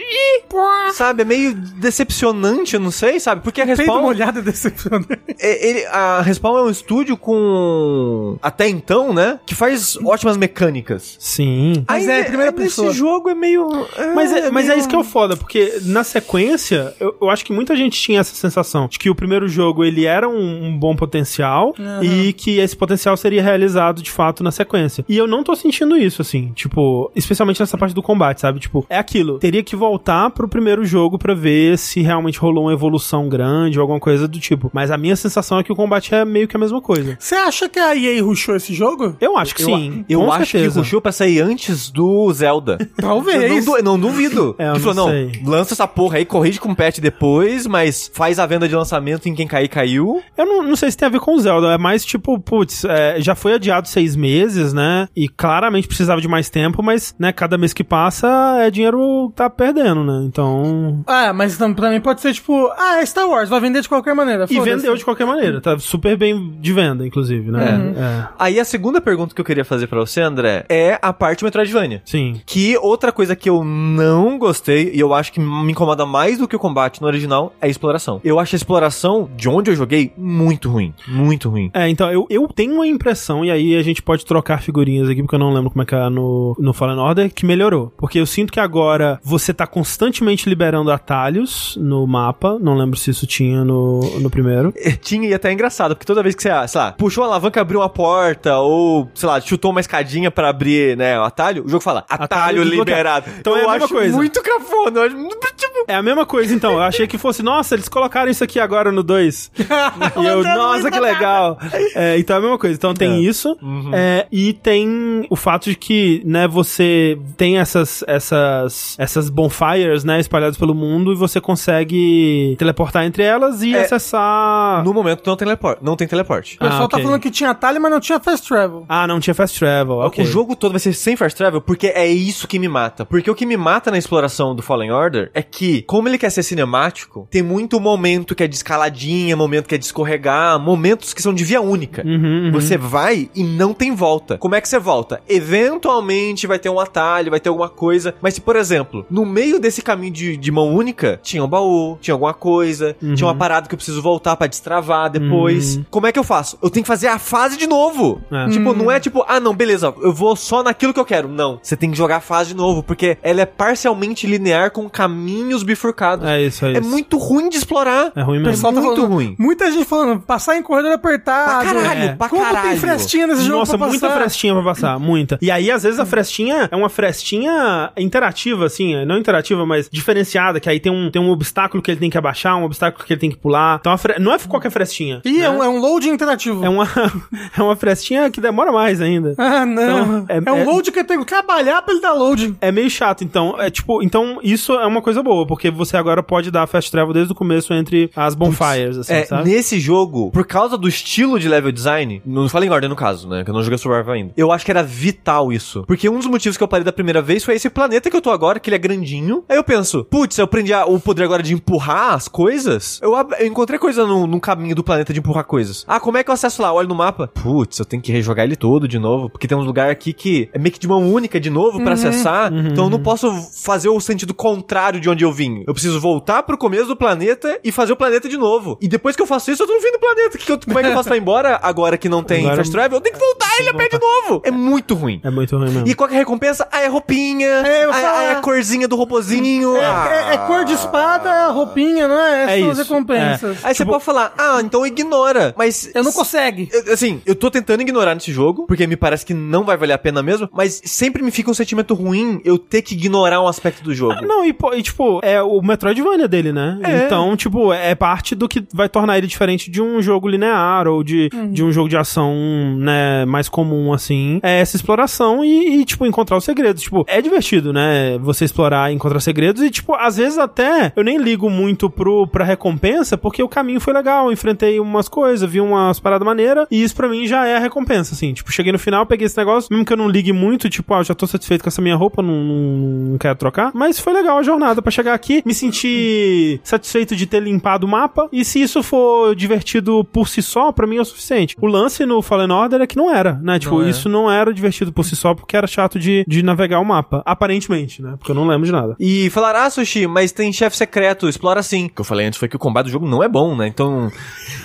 Speaker 3: Sabe? É meio decepcionante, eu não sei, sabe? Porque a
Speaker 1: Um
Speaker 2: Feito uma
Speaker 3: Respawn...
Speaker 2: olhada decepcionante.
Speaker 3: é- ele- a Respawn é um estúdio com... Até então, né? Que faz ótimas mecânicas.
Speaker 1: Sim.
Speaker 2: Mas é a primeira pessoa.
Speaker 3: Esse jogo é meio...
Speaker 1: Mas, é, mas é
Speaker 3: meio-
Speaker 1: isso que é o foda, porque na sequência, eu, eu acho que muita gente tinha essa sensação de que o primeiro jogo ele era um, um bom potencial e que esse potencial seria realizado de fato na sequência. E eu não tô sentindo isso, assim, tipo, especialmente nessa parte do combate, sabe? Tipo, é aquilo. teria que voltar pro primeiro jogo pra ver se realmente rolou uma evolução grande ou alguma coisa do tipo. Mas a minha sensação é que o combate é meio que a mesma coisa.
Speaker 2: Você acha que a EA ruxou esse jogo?
Speaker 1: Eu acho que sim.
Speaker 3: Eu
Speaker 1: com
Speaker 3: acho
Speaker 1: certeza.
Speaker 3: que ruxou pra sair antes do Zelda. Eu não,
Speaker 2: Talvez.
Speaker 3: du- eu não duvido.
Speaker 1: É, eu
Speaker 3: que
Speaker 1: não
Speaker 3: falou,
Speaker 1: sei.
Speaker 3: não, lança essa porra aí, corrige com patch depois, mas faz a venda de lançamento em quem cair, caiu.
Speaker 1: Eu não, não sei se tem a ver com o Zelda, é mais tipo, putz, é, já foi adiado seis meses, né? E claramente precisava de mais tempo, mas, né, cada mês que passa é dinheiro que tá perdendo, né? Então.
Speaker 2: Ah, mas tam- pra mim pode ser tipo, ah, é Star Wars, vai vender de qualquer maneira.
Speaker 1: E
Speaker 2: É foda-se.
Speaker 1: vendeu de qualquer maneira, tá super bem de venda, inclusive, né? É.
Speaker 3: Aí a segunda pergunta que eu queria fazer pra você, André, é a parte Metroidvania.
Speaker 1: Sim.
Speaker 3: Que outra coisa que eu não gostei, e eu acho que me incomoda mais do que o combate no original, é a exploração. Eu acho a exploração, de onde eu joguei, muito ruim. Muito ruim.
Speaker 1: É, então, eu, eu tenho a impressão, e aí a gente pode trocar figurinhas aqui, porque eu não lembro como é que é no, no Fallen Order, que melhorou. Porque eu sinto que agora você tá constantemente liberando atalhos no mapa, não lembro se isso tinha no, no primeiro.
Speaker 3: Tinha e até é engraçado, porque toda vez que você, ah, sei lá, puxou a alavanca, abriu uma porta, ou, sei lá, chutou uma escadinha pra abrir, né, o atalho, o jogo fala, atalho,
Speaker 1: Atalho desbloqueado.
Speaker 3: liberado.
Speaker 1: Então é
Speaker 3: eu
Speaker 1: a mesma
Speaker 3: acho
Speaker 1: coisa.
Speaker 3: muito cafona, eu acho muito, tipo...
Speaker 1: É a mesma coisa, então. Eu achei que fosse, nossa, eles colocaram isso aqui agora no 2. e eu,
Speaker 2: Andando
Speaker 1: nossa,
Speaker 2: muito
Speaker 1: que
Speaker 2: na
Speaker 1: legal. É, então é a mesma coisa. Então tem
Speaker 3: É.
Speaker 1: isso. é, e tem o fato de que, né, você tem essas, essas, essas bonfires, né, espalhadas pelo mundo e você consegue teleportar entre elas e
Speaker 3: É.
Speaker 1: acessar.
Speaker 3: No momento não tem teleporte, não tem teleporte.
Speaker 2: O pessoal
Speaker 1: Ah, ok.
Speaker 2: tá falando que tinha atalho, mas não tinha fast travel.
Speaker 1: Ah, não, tinha fast travel. ok.
Speaker 3: É O jogo todo vai ser sem fast travel porque é isso que me mata. Porque o que me mata na exploração do Fallen Order é que, como ele quer ser cinemático, tem muito momento que é de escaladinha, momento que é de escorregar, momentos que são de via única.
Speaker 1: Uhum, uhum.
Speaker 3: Você vai e não tem volta. Como é que você volta? Eventualmente vai ter um atalho, vai ter alguma coisa. Mas se, por exemplo, no meio desse caminho de, de mão única, tinha um baú, tinha alguma coisa, tinha
Speaker 1: Uhum.
Speaker 3: uma parada que eu preciso voltar pra destravar depois. Como é que eu faço? Eu tenho que fazer a fase de novo.
Speaker 1: É.
Speaker 3: Tipo, não é tipo, ah, não, beleza, eu vou só naquilo que eu quero. Não. Você tem que jogar a fase de novo, porque ela é parcialmente linear com caminhos bifurcados.
Speaker 1: É isso, é isso.
Speaker 3: É muito ruim de explorar.
Speaker 1: É ruim
Speaker 2: O
Speaker 1: mesmo.
Speaker 2: pessoal tá
Speaker 3: muito
Speaker 2: falando,
Speaker 3: ruim.
Speaker 2: Muita gente falando, passar em corredor apertado.
Speaker 3: Pra caralho,
Speaker 2: É.
Speaker 3: pra
Speaker 2: Como
Speaker 3: caralho.
Speaker 2: tem frestinha nesse jogo
Speaker 1: Nossa,
Speaker 2: pra
Speaker 1: muita
Speaker 2: passar?
Speaker 1: frestinha pra passar, muita. E aí, às vezes, a frestinha é uma frestinha interativa, assim, não interativa, mas diferenciada, que aí tem um, tem um obstáculo que ele tem que abaixar, um obstáculo que ele tem que pular. Então, a fre- não é qualquer frestinha. né?
Speaker 2: Ih, é, um, é um load interativo.
Speaker 1: É uma, é uma frestinha que demora mais ainda.
Speaker 2: Ah, não.
Speaker 1: Então, é-
Speaker 2: é, um
Speaker 1: é-
Speaker 2: load que eu tenho que trabalhar pra ele dar load.
Speaker 1: É meio chato, então. É tipo, então isso é uma coisa boa, porque você agora pode dar fast travel desde o começo entre as bonfires, assim,
Speaker 3: É,
Speaker 1: sabe?
Speaker 3: nesse jogo, por causa do estilo de level design, não falei em ordem no caso, né? Que eu não joguei Survival ainda. Eu acho que era vital isso. Porque um dos motivos que eu parei da primeira vez foi esse planeta que eu tô agora, que ele é grandinho. Aí eu penso, putz, eu aprendi a- o poder agora de empurrar as coisas. Eu, ab- eu encontrei coisa no, no caminho do planeta de empurrar coisas. Ah, como é que eu acesso lá? Olho no mapa. Putz, eu tenho que rejogar ele todo de novo, porque tem um lugar aqui que é meio que de mão única de novo pra acessar.
Speaker 2: Uhum.
Speaker 3: Então eu não posso fazer o sentido contrário de onde eu vim. Eu preciso voltar pro começo do planeta e fazer o planeta de novo. E depois que eu faço isso, eu tô no fim do planeta. Que que eu- como é que eu faço pra ir embora agora que não tem
Speaker 1: Agora-
Speaker 3: fast travel? Eu tenho que voltar ele a pé de novo. É muito ruim.
Speaker 1: É, muito ruim mesmo.
Speaker 3: E qual que é a recompensa? Ah, é roupinha.
Speaker 2: É, eu
Speaker 3: ah,
Speaker 2: falo-
Speaker 3: ah, é a corzinha do robozinho. Ah.
Speaker 2: É, é cor de espada, roupinha, não é? Essas
Speaker 1: É
Speaker 2: são as
Speaker 1: isso,
Speaker 2: recompensas.
Speaker 3: Aí você pode falar, ah, então ignora. Mas
Speaker 2: Tipo- Eu não consegue.
Speaker 3: Eu- Assim, eu tô tentando ignorar nesse jogo, porque me parece que não vai valer a pena mesmo, mas sempre me fica um sentimento ruim eu ter que ignorar um aspecto do jogo.
Speaker 1: Ah, Não, e, pô, e, tipo, é o Metroidvania dele, né? Então, tipo, é parte do que vai tornar ele diferente de um jogo linear ou de, de um jogo de ação, né, mais comum, assim. É essa exploração e, e, tipo, encontrar os segredos. Tipo, é divertido, né? Você explorar e encontrar segredos e, tipo, às vezes até eu nem ligo muito pro, pra recompensa, porque o caminho foi legal, eu enfrentei umas coisas, vi umas paradas maneiras, e isso pra mim já é a recompensa, assim. Tipo, cheguei no final, peguei esse negócio, mesmo que eu não ligue muito, tipo, ah, eu já tô satisfeito com essa minha roupa, não, não- não quero trocar. Mas foi legal a jornada pra chegar aqui, me senti satisfeito de ter limpado o mapa, e se isso for divertido por si só, pra mim é o suficiente. O lance no Fallen Order é que não era, né? Tipo,
Speaker 3: é.
Speaker 1: isso não era divertido por si só, porque era chato de, de navegar o mapa. Aparentemente, né? Porque eu não lembro de nada.
Speaker 3: E falar, ah, Sushi, mas tem chefe secreto, explora sim. O que eu falei antes foi que o combate do jogo não é bom, né? Então,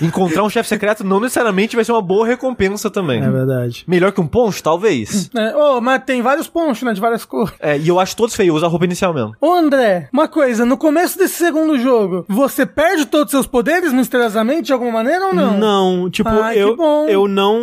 Speaker 3: encontrar um chefe secreto não necessariamente vai ser uma boa recompensa também.
Speaker 1: É verdade.
Speaker 3: Melhor que um poncho, talvez.
Speaker 2: É, oh, mas tem vários pontos, né? De várias cores.
Speaker 3: É, e eu acho todos feios, usa a roupa inicial mesmo.
Speaker 2: Ô, André, uma coisa, no começo desse segundo jogo, você perde todos os seus poderes misteriosamente de alguma maneira ou não?
Speaker 1: Não, tipo,
Speaker 2: Ah, que
Speaker 1: eu,
Speaker 2: bom.
Speaker 1: eu não.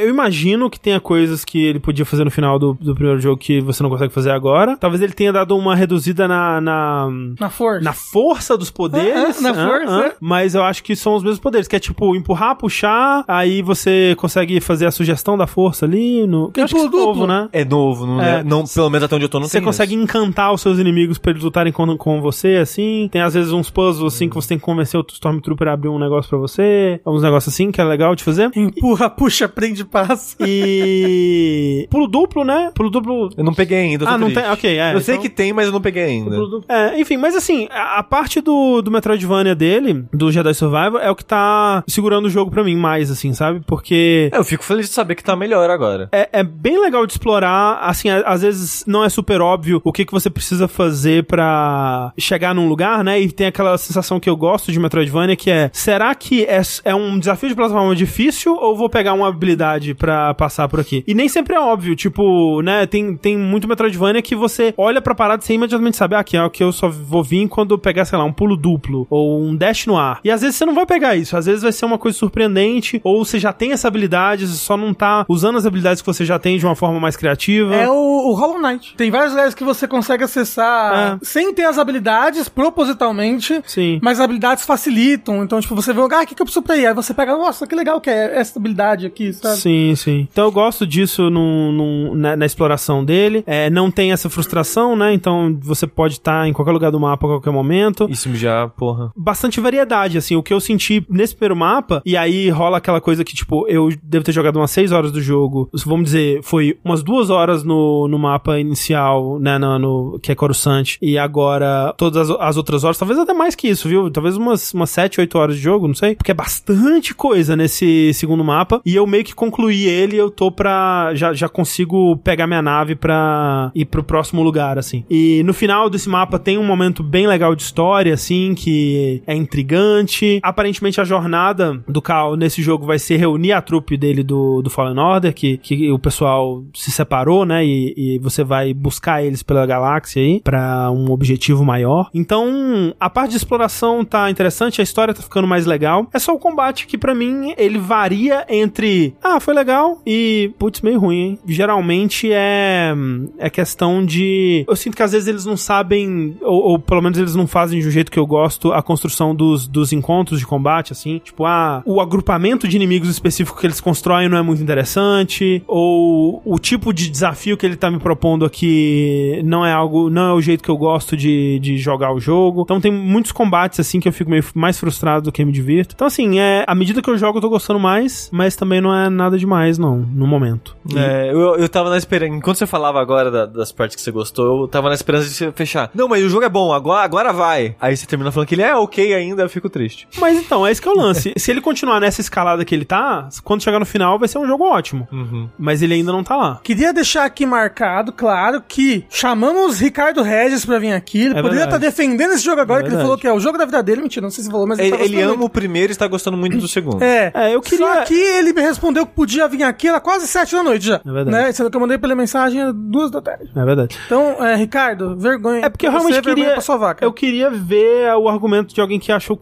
Speaker 1: Eu imagino que tenha coisas que ele podia fazer no final do, do primeiro jogo que você não consegue fazer agora. Talvez ele tenha dado uma reduzida na. na,
Speaker 2: Na força.
Speaker 1: na força dos poderes. né?
Speaker 2: Ah, ah, na força.
Speaker 1: mas eu acho que são os mesmos poderes, que é tipo empurrar, puxar, aí você consegue fazer a sugestão da força ali. No, que eu acho que
Speaker 2: Pulo
Speaker 1: isso é novo,
Speaker 2: Tipo duplo.
Speaker 1: né?
Speaker 3: É novo, não,
Speaker 1: É.
Speaker 3: é. não- pelo menos até onde eu tô, não
Speaker 1: Você
Speaker 3: tem
Speaker 1: consegue
Speaker 3: isso.
Speaker 1: encantar os seus inimigos pra eles lutarem com, com você, assim. Tem às vezes uns puzzles, assim, que você tem que convencer o Stormtrooper a abrir um negócio pra você. Uns negócios assim, que é legal de fazer.
Speaker 2: Empurra, puxa, prende, passa.
Speaker 1: E. Pulo duplo, né? Pulo duplo.
Speaker 3: Eu não peguei ainda, eu tô
Speaker 1: Ah, não
Speaker 3: triste.
Speaker 1: tem. Ok, é.
Speaker 3: eu sei
Speaker 1: então-
Speaker 3: que tem, mas eu não peguei ainda.
Speaker 1: Pulo duplo- É, enfim, mas assim, a, a parte do, do Metroidvania dele, do Jedi Survivor, é o que tá segurando o jogo pra mim mais, assim, sabe? Porque
Speaker 3: É, eu fico feliz de saber que tá melhor agora.
Speaker 1: É, é bem legal de explorar, assim, a- às vezes não é super óbvio o que, que você precisa fazer pra chegar num lugar, né? E tem aquela sensação que eu gosto de Metroidvania, que é, será que é, s- é um desafio de plataforma difícil ou vou pegar uma habilidade pra passar por aqui? E nem sempre é óbvio, tipo, né? Tem, tem muito Metroidvania que você olha pra parada e você imediatamente sabe, ah, aqui é o que eu só vou vir quando eu pegar, sei lá, um pulo duplo ou um dash no ar. E às vezes você não vai pegar isso, às vezes vai ser uma coisa surpreendente ou você já tem essa habilidade, você só não tá usando as habilidades que você já tem de uma forma mais criativa.
Speaker 2: É o, o Hollow Knight. Tem vários lugares que você consegue acessar
Speaker 1: É.
Speaker 2: sem ter as habilidades, propositalmente.
Speaker 1: Sim.
Speaker 2: Mas as habilidades facilitam. Então, tipo, você vê um lugar, ah, o que, que eu preciso pra ir? Aí você pega, nossa, que legal que é essa habilidade aqui, sabe?
Speaker 1: Sim, sim. Então eu gosto disso no, no- na, na exploração dele. É, não tem essa frustração, né? Então você pode estar em qualquer lugar do mapa a qualquer momento.
Speaker 3: Isso já, porra.
Speaker 1: bastante variedade, assim, o que eu senti nesse primeiro mapa, e aí rola aquela coisa que, tipo, eu devo ter jogado umas 6 horas do jogo, vamos dizer, foi umas duas horas no, no mapa inicial, né, no, no- que é Coruscant, e agora todas as, as outras horas, talvez até mais que isso, viu, talvez umas, umas 7, 8 horas de jogo, não sei, porque é bastante coisa nesse segundo mapa, e eu meio que concluí ele, eu tô pra, já, já consigo pegar minha nave pra ir pro próximo lugar, assim, e no final desse mapa tem um momento bem legal de história, assim, que é intrigante. Aparentemente a jornada do Cal nesse jogo vai ser reunir a trupe dele do, do Fallen Order, que, que o pessoal se separou, né? E, e você vai buscar eles pela galáxia aí pra um objetivo maior. Então, a parte de exploração tá interessante, a história tá ficando mais legal. É só o combate que pra mim ele varia entre ah, foi legal e putz, meio ruim, hein? Geralmente é é questão de eu sinto que às vezes eles não sabem ou, ou pelo menos eles não fazem do jeito que eu gosto a construção dos, dos encontros de combate, assim. Tipo, ah, o agrupamento de inimigos específico que eles constroem não é muito interessante, ou o tipo de desafio que ele tá me propondo aqui não é algo, não é o jeito que eu gosto de, de jogar o jogo. Então tem muitos combates, assim, que eu fico meio f- mais frustrado do que me divirto. Então, assim, é, à medida que eu jogo eu tô gostando mais, mas também não é nada demais, não, no momento.
Speaker 3: É, eu, eu tava na esperança. Enquanto você falava agora da- das partes que você gostou, eu tava na esperança de você fechar. Não, mas o jogo é bom, agora, agora vai. Aí você termina falando que ele é ok ainda, eu fico triste.
Speaker 1: Mas então, é esse que é o lance. Se ele continuar nessa escalada que ele tá, quando chegar no final vai ser um jogo ótimo.
Speaker 3: Uhum.
Speaker 1: Mas ele ainda não tá lá.
Speaker 2: Queria deixar aqui marcado, claro, que chamamos Ricardo Regis pra vir aqui. Ele
Speaker 1: É
Speaker 2: poderia estar
Speaker 1: verdade.
Speaker 2: defendendo esse jogo agora,
Speaker 1: É
Speaker 2: que ele
Speaker 1: verdade.
Speaker 2: falou que é o jogo da vida dele. Mentira, não sei se falou, mas
Speaker 3: Ele,
Speaker 2: tá
Speaker 3: ele
Speaker 2: gostando
Speaker 3: ama o primeiro e está gostando muito do segundo.
Speaker 2: É.
Speaker 1: É, eu queria-
Speaker 2: Só que ele me respondeu que podia vir aqui, era quase sete da noite já.
Speaker 1: É verdade.
Speaker 2: Né? Sendo que eu mandei pra ele mensagem era duas da tarde.
Speaker 1: É verdade.
Speaker 2: Então, é, Ricardo, vergonha.
Speaker 1: É porque eu
Speaker 2: pra
Speaker 1: realmente
Speaker 2: você, vergonha
Speaker 1: queria.
Speaker 2: Pra sua vaca.
Speaker 1: Eu queria ver o argumento de alguém que achou o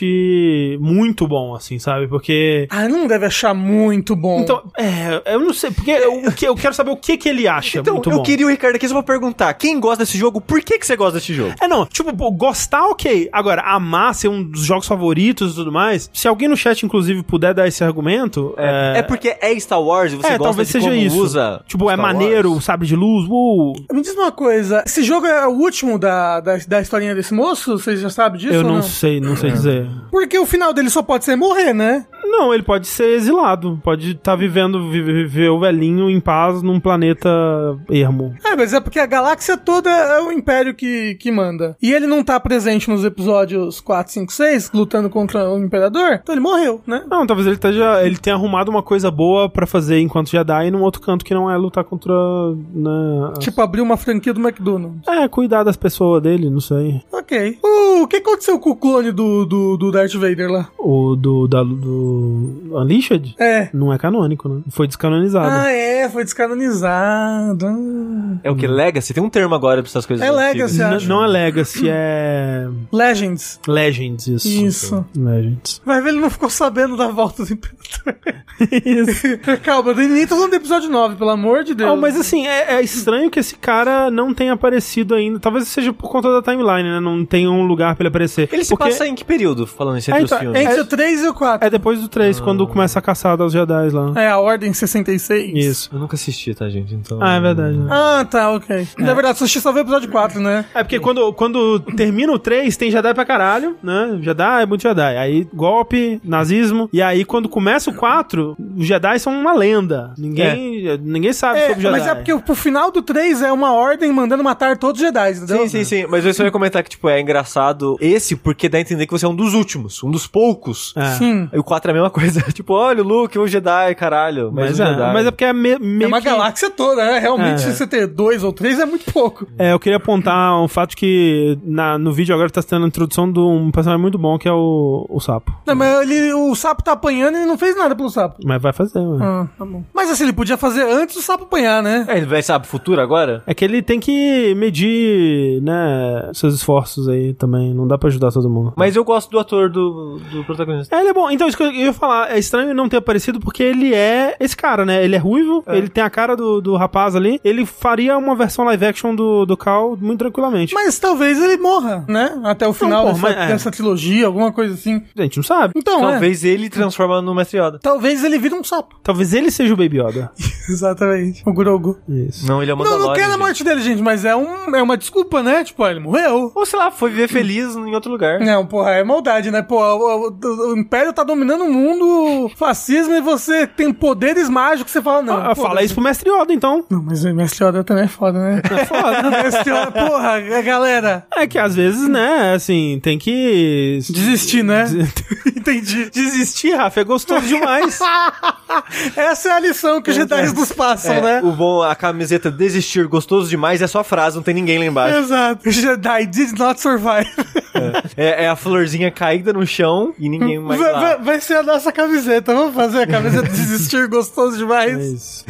Speaker 1: combate muito bom, assim, sabe? Porque.
Speaker 2: Ah, não deve achar muito bom.
Speaker 1: Então, é, eu não sei, porque eu, o que- eu quero saber o que, que ele acha
Speaker 3: Então,
Speaker 1: muito
Speaker 3: eu
Speaker 1: bom.
Speaker 3: queria o Ricardo aqui só pra perguntar: quem gosta desse jogo, por que, que você gosta desse jogo?
Speaker 1: É, não, tipo, pô, gostar, ok. Agora, amar, ser um dos jogos favoritos e tudo mais. Se alguém no chat, inclusive, puder dar esse argumento.
Speaker 3: É, porque é Star Wars e você
Speaker 1: é,
Speaker 3: gosta
Speaker 1: talvez
Speaker 3: de
Speaker 1: seja
Speaker 3: como
Speaker 1: isso.
Speaker 3: usa.
Speaker 1: tipo, é
Speaker 3: Star Wars.
Speaker 1: maneiro, sabe de luz, Uh, uou.
Speaker 2: Me diz uma coisa, esse jogo é o último da, da, da historinha desse moço? Vocês já sabem disso?
Speaker 1: Eu
Speaker 2: ou
Speaker 1: não, sei, não
Speaker 3: É.
Speaker 1: sei dizer.
Speaker 2: Porque o final dele só pode ser morrer, né?
Speaker 1: Não, ele pode ser exilado, pode estar vivendo, vi- viver o velhinho em paz num planeta ermo.
Speaker 2: É, mas é porque a galáxia toda é o Império que, que manda. E ele não tá presente nos episódios 4, 5, 6, lutando contra o Imperador, então ele morreu, né?
Speaker 1: Não, talvez ele, esteja, ele tenha arrumado uma coisa boa pra fazer enquanto Jedi num outro canto que não é lutar contra. Né,
Speaker 2: Tipo, abriu uma franquia do McDonald's.
Speaker 1: É, cuidar das pessoas dele, não sei.
Speaker 2: Ok. O o que aconteceu com o clone do, do, do Darth Vader lá?
Speaker 1: O do, da, do Unleashed
Speaker 2: É.
Speaker 1: não é canônico, né? Foi descanonizado.
Speaker 2: Ah, é, foi descanonizado. Ah.
Speaker 3: É o que? Legacy? Tem um termo agora pra essas coisas.
Speaker 2: É
Speaker 3: antigas.
Speaker 2: Legacy,
Speaker 1: N-
Speaker 2: acho.
Speaker 1: não é Legacy, é
Speaker 2: Legends.
Speaker 1: Legends, isso.
Speaker 2: Isso.
Speaker 1: Legends.
Speaker 2: Vai ver, ele não ficou sabendo da volta do Imperador.
Speaker 1: Isso.
Speaker 2: Calma, eu nem tô falando do episódio 9, pelo amor de Deus.
Speaker 1: Ah, mas assim, é, é estranho que esse cara não tenha aparecido ainda. Talvez seja por conta da timeline, né? Não tem um lugar pra ele aparecer.
Speaker 3: Ele se
Speaker 1: Porque
Speaker 3: passa em que período, falando isso
Speaker 1: É,
Speaker 3: tá, entre
Speaker 1: então,
Speaker 3: os filmes?
Speaker 2: Entre o 3 e o 4.
Speaker 1: É depois do 3, quando começa a caçar dos Jedi lá.
Speaker 2: É, a Ordem 66.
Speaker 1: Isso.
Speaker 3: Eu nunca assisti, tá, gente? Então...
Speaker 1: Ah, é verdade. Né?
Speaker 2: Ah, tá, ok. Na verdade, Sushi só vê o episódio 4, né?
Speaker 1: É porque quando, quando termina o 3, tem Jedi pra caralho, né? Jedi é muito Jedi. Aí golpe, nazismo. E aí quando começa o 4, os Jedi são uma lenda. Ninguém, ninguém sabe
Speaker 2: É,
Speaker 1: sobre Jedi.
Speaker 2: mas é porque o final do 3 é uma ordem mandando matar todos os Jedi, entendeu?
Speaker 3: Sim,
Speaker 1: né?
Speaker 3: sim, sim. Mas eu só ia comentar que, tipo, é engraçado esse, porque dá a entender que você é um dos últimos, um dos poucos.
Speaker 1: É.
Speaker 2: Sim.
Speaker 3: E o 4 é a mesma coisa. tipo, olha o Luke, um Jedi, caralho.
Speaker 1: Mas,
Speaker 3: Mas, um
Speaker 1: é,
Speaker 3: Jedi.
Speaker 1: mas é porque é me,
Speaker 2: É
Speaker 1: meio
Speaker 2: uma
Speaker 1: que-
Speaker 2: galáxia toda, né? Realmente,
Speaker 1: É.
Speaker 2: você ter dois ou três é muito pouco.
Speaker 1: É, eu queria apontar um fato que na, no vídeo agora tá tendo a introdução de um personagem muito bom que é o, o sapo.
Speaker 2: Não, mas ele, o sapo tá apanhando e ele não fez nada pelo sapo.
Speaker 1: Mas vai fazer, né? mano.
Speaker 2: Ah, tá bom. Mas assim, ele podia fazer antes do sapo apanhar, né?
Speaker 3: É, ele vai, sabe, futuro agora?
Speaker 1: É que ele tem que medir, né, seus esforços aí também. Não dá pra ajudar todo mundo.
Speaker 3: Mas eu gosto do ator do, do protagonista.
Speaker 1: É, ele é bom. Então, isso que eu ia falar, é estranho não ter aparecido porque ele é esse cara, né? Ele é ruivo, ele tem a cara do, do rapaz ali. Ele faria uma versão live action do, do Cal muito tranquilamente.
Speaker 2: Mas talvez ele morra, né? Até o final
Speaker 1: pô,
Speaker 2: dessa,
Speaker 1: mas- é.
Speaker 2: dessa trilogia, alguma coisa assim.
Speaker 1: A gente não é. sabe.
Speaker 2: Então, talvez,
Speaker 3: Talvez ele transforma no Mestre Yoda.
Speaker 2: talvez ele vire um sapo.
Speaker 1: Talvez ele seja o Baby Yoda.
Speaker 2: Exatamente. O Grogu.
Speaker 1: Isso.
Speaker 3: Não, ele é
Speaker 2: Não,
Speaker 3: Mandalorian.
Speaker 2: não quero a
Speaker 3: gente.
Speaker 2: morte dele, gente, mas é, um, é uma desculpa, né? Tipo, ah, ele morreu.
Speaker 3: Ou sei lá, foi viver feliz em outro lugar.
Speaker 2: Não, porra, é maldade, né? Pô, o, o- o Império tá dominando o mundo, fascismo, e você tem poderes mágicos, você fala, não.
Speaker 1: Ah,
Speaker 2: pô,
Speaker 1: fala isso pro Mestre Yoda, então.
Speaker 2: Não, mas o Mestre Yoda também é foda, né? É foda. Mestre Yoda, porra, a galera,
Speaker 1: É que às vezes, né, assim, tem que.
Speaker 2: desistir, né? Entendi.
Speaker 1: Desistir, Rafa, é gostoso demais.
Speaker 2: Essa é a lição que os Jedi nos passam,
Speaker 3: É,
Speaker 2: né?
Speaker 3: O bom, a camiseta desistir gostoso demais é só a frase, não tem ninguém lá embaixo.
Speaker 2: Exato. Jedi did not survive.
Speaker 3: É, é a florzinha caída no chão e ninguém
Speaker 1: Hum,
Speaker 3: mais
Speaker 2: Vai,
Speaker 3: lá.
Speaker 2: vai- vai ser a nossa camiseta. Vamos fazer a camiseta desistir gostoso
Speaker 1: É
Speaker 2: demais.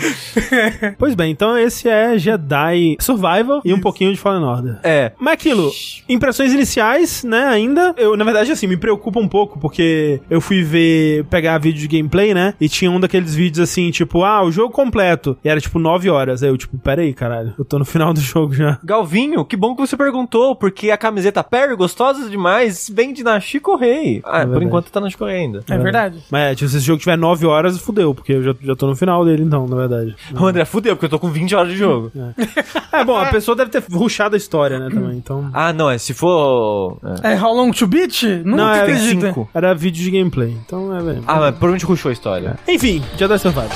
Speaker 1: pois bem, então esse é Jedi Survival e um pouquinho de Fallen Order.
Speaker 3: É.
Speaker 1: Mas aquilo, impressões iniciais, né, ainda. Eu, na verdade, assim, me preocupa um pouco, porque eu fui ver, pegar vídeo de gameplay, né? E tinha um daqueles vídeos assim, tipo, ah, o jogo completo. E era tipo 9 horas. Aí eu, tipo, peraí, caralho, eu tô no final do jogo já.
Speaker 3: Galvinho, que bom que você perguntou, porque a camiseta Perry, gostosa demais, vende na Chico Rei. Ah, por
Speaker 1: verdade.
Speaker 3: enquanto tá na Chico Rei ainda.
Speaker 2: É verdade.
Speaker 1: Mas, tipo, se esse jogo tiver 9 horas, fudeu, porque eu já, já tô no final dele, então, na verdade.
Speaker 3: Ô, André, fudeu, porque eu tô com 20 horas de jogo.
Speaker 1: É bom, a pessoa deve ter ruxado a história, né, também, então.
Speaker 3: Ah, não, é se for. é.
Speaker 2: É How Long to Beat? Nunca
Speaker 1: Não, é
Speaker 2: acredito.
Speaker 3: cinco.
Speaker 1: Era vídeo de gameplay, então é bem.
Speaker 3: Ah, mas provavelmente ruxou a história.
Speaker 1: Enfim, Jedi Survival.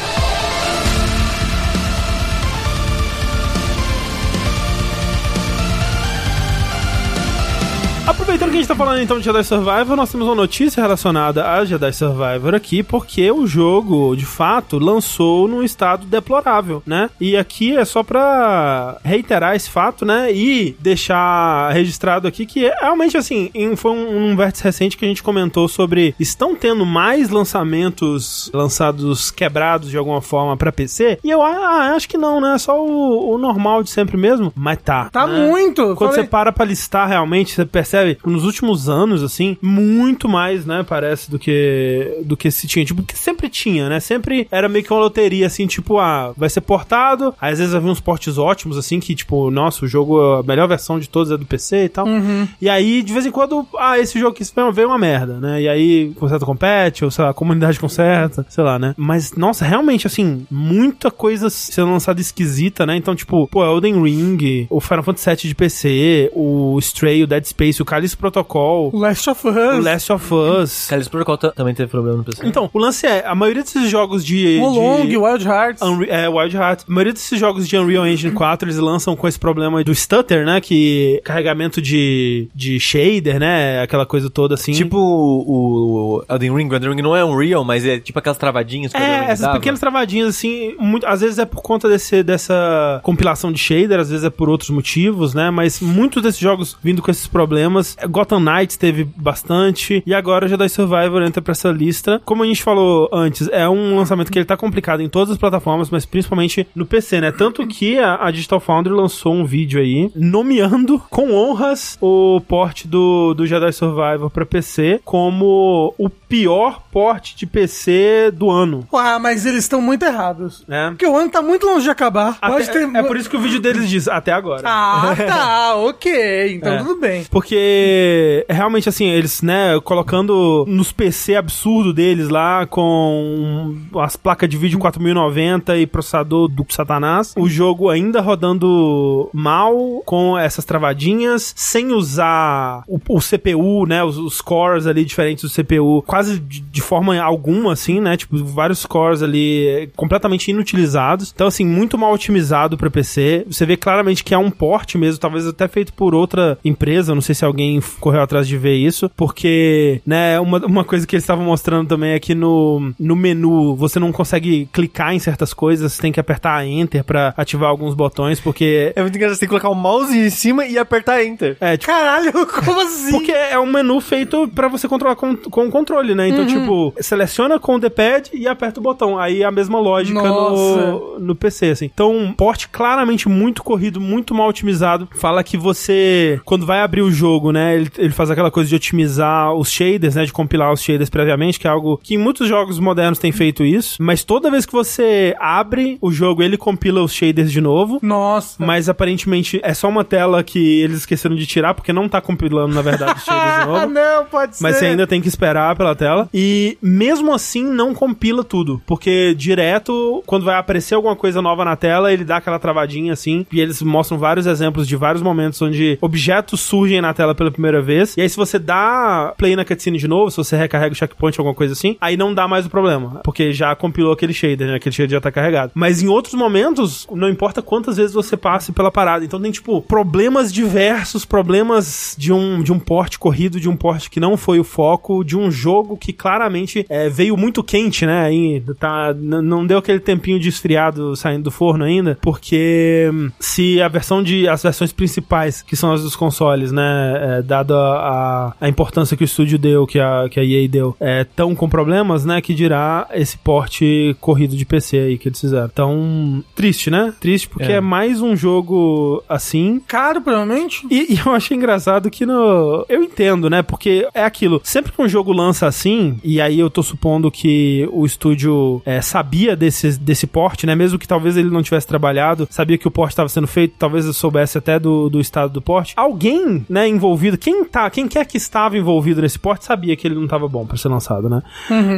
Speaker 1: Aproveitando que a gente tá falando então de Jedi Survivor, nós temos uma notícia relacionada a Jedi Survivor aqui, porque o jogo, de fato, lançou num estado deplorável, né? E aqui é só pra reiterar esse fato, né? E deixar registrado aqui que realmente, assim, em- foi um, um vértice recente que a gente comentou sobre estão tendo mais lançamentos lançados quebrados de alguma forma pra PC? E eu ah, acho que não, né? É Só o, o normal de sempre mesmo, mas tá.
Speaker 2: Tá
Speaker 1: né?
Speaker 2: muito.
Speaker 1: Quando você
Speaker 2: Falei-
Speaker 1: para pra listar realmente, você percebe que nos últimos anos, assim, muito mais, né, parece, do que do que se tinha. Tipo, que sempre tinha, né? Sempre era meio que uma loteria, assim, tipo, ah, vai ser portado. Aí, às vezes havia uns portes ótimos, assim, que, tipo, nossa, o jogo, a melhor versão de todos é do PC e tal. E aí, de vez em quando, ah, esse jogo que veio uma merda, né? E aí, conserta com patch, ou sei lá, a comunidade conserta, sei lá, né? Mas, nossa, realmente, assim, muita coisa sendo lançada esquisita, né? Então, tipo, pô, Elden Ring, o Final Fantasy VII de PC, o Stray, o Dead Space, o Calixto Protocol,
Speaker 2: O Last of Us.
Speaker 1: o Last of Us.
Speaker 3: Calis Protocol ta- também teve problema no PC.
Speaker 1: Então, o lance é, a maioria desses jogos de...
Speaker 2: O
Speaker 1: de-
Speaker 2: Long, o Wild Hearts.
Speaker 1: Unre é, Wild Hearts. A maioria desses jogos de Unreal Engine 4, eles lançam com esse problema do stutter, né? Que carregamento de, de shader, né? Aquela coisa toda assim.
Speaker 3: Tipo o, o Elden Ring, o Elden Ring não é um real, mas é tipo aquelas travadinhas que o Elden Ring
Speaker 1: É, essas
Speaker 3: dava.
Speaker 1: pequenas travadinhas, assim, muito- às vezes é por conta desse, dessa compilação de shader, às vezes é por outros motivos, né? Mas muitos desses jogos vindo com esses problemas temas. Gotham Knights teve bastante. E agora Jedi Survivor entra pra essa lista. Como a gente falou antes, é um lançamento que ele tá complicado em todas as plataformas, mas principalmente no PC, né? Tanto que a, a Digital Foundry lançou um vídeo aí nomeando com honras o porte do, do Jedi Survivor pra PC como o pior porte de PC do ano.
Speaker 2: Ah, mas eles estão muito errados.
Speaker 1: né?
Speaker 2: Porque o ano tá muito longe de acabar.
Speaker 1: Até-
Speaker 2: Pode ter-
Speaker 1: É por isso que o vídeo deles diz até agora.
Speaker 2: Ah, tá, ok. Então
Speaker 1: É.
Speaker 2: tudo bem.
Speaker 1: Porque realmente, assim, eles, né, colocando nos PC absurdo deles lá, com um, as placas de vídeo 4090 e processador do Satanás, o jogo ainda rodando mal, com essas travadinhas, sem usar o, o CPU, né, os, os cores ali diferentes do CPU, quase de, de forma alguma, assim, né, tipo, vários cores ali eh, completamente inutilizados. Então, assim, muito mal otimizado para PC. Você vê claramente que é um porte mesmo, talvez até feito por outra empresa, não sei se alguém f- correu atrás de ver isso, porque, né, uma, uma coisa que eles estavam mostrando também é que no, no menu você não consegue clicar em certas coisas, você tem que apertar Enter pra ativar alguns botões, porque
Speaker 3: É muito engraçado, você tem que colocar o mouse em cima e apertar Enter.
Speaker 1: é, tipo,
Speaker 2: Caralho, como assim?
Speaker 1: Porque é um menu feito pra você controlar com, com o controle, né? Então, tipo, seleciona com o D-pad e aperta o botão. Aí é a mesma lógica no,
Speaker 2: Nossa.
Speaker 1: no PC, assim. Então, um porte claramente muito corrido, muito mal otimizado. Fala que você, quando vai abrir o jogo, né? Ele, ele faz aquela coisa de otimizar os shaders, né? De compilar os shaders previamente, que é algo que em muitos jogos modernos tem feito isso. Mas toda vez que você abre o jogo, ele compila os shaders de novo.
Speaker 2: Nossa.
Speaker 1: Mas aparentemente é só uma tela que eles esqueceram de tirar, porque não tá compilando, na verdade, os shaders de
Speaker 2: Ah,
Speaker 1: novo.
Speaker 2: não, pode ser.
Speaker 1: Mas você ainda tem que esperar pela tela. E mesmo assim, não compila tudo. Porque direto, quando vai aparecer alguma coisa nova na tela, ele dá aquela travadinha assim. E eles mostram vários exemplos de vários momentos onde objetos surgem na tela pela primeira vez. E aí, se você dá play na cutscene de novo, se você recarrega o checkpoint, alguma coisa assim, aí não dá mais o problema. Porque já compilou aquele shader, né? Aquele shader já tá carregado. Mas em outros momentos, não importa quantas vezes você passe pela parada. Então tem, tipo, problemas diversos, problemas de um, de um porte corrido, de um porte que não foi o foco, de um jogo que claramente é, veio muito quente, né? Aí, tá, n- não deu aquele tempinho de esfriado saindo do forno ainda, porque hum, se a versão de. as versões principais, que são as dos consoles, né? é, dada a, a importância que o estúdio deu, que a, que a EA deu, é, tão com problemas, né? Que dirá esse porte corrido de PC aí que eles fizeram. Então, triste, né? Triste porque
Speaker 3: É.
Speaker 1: é mais um jogo assim.
Speaker 2: Caro, provavelmente.
Speaker 1: E, e eu achei engraçado que no. Eu entendo, né? Porque é aquilo. Sempre que um jogo lança assim, e aí eu tô supondo que o estúdio é, sabia desse, desse porte, né? Mesmo que talvez ele não tivesse trabalhado, sabia que o porte estava sendo feito, talvez eu soubesse até do, do estado do porte. Alguém, né, envolvido, quem tá, quem quer que estava envolvido nesse porte, sabia que ele não tava bom pra ser lançado, né?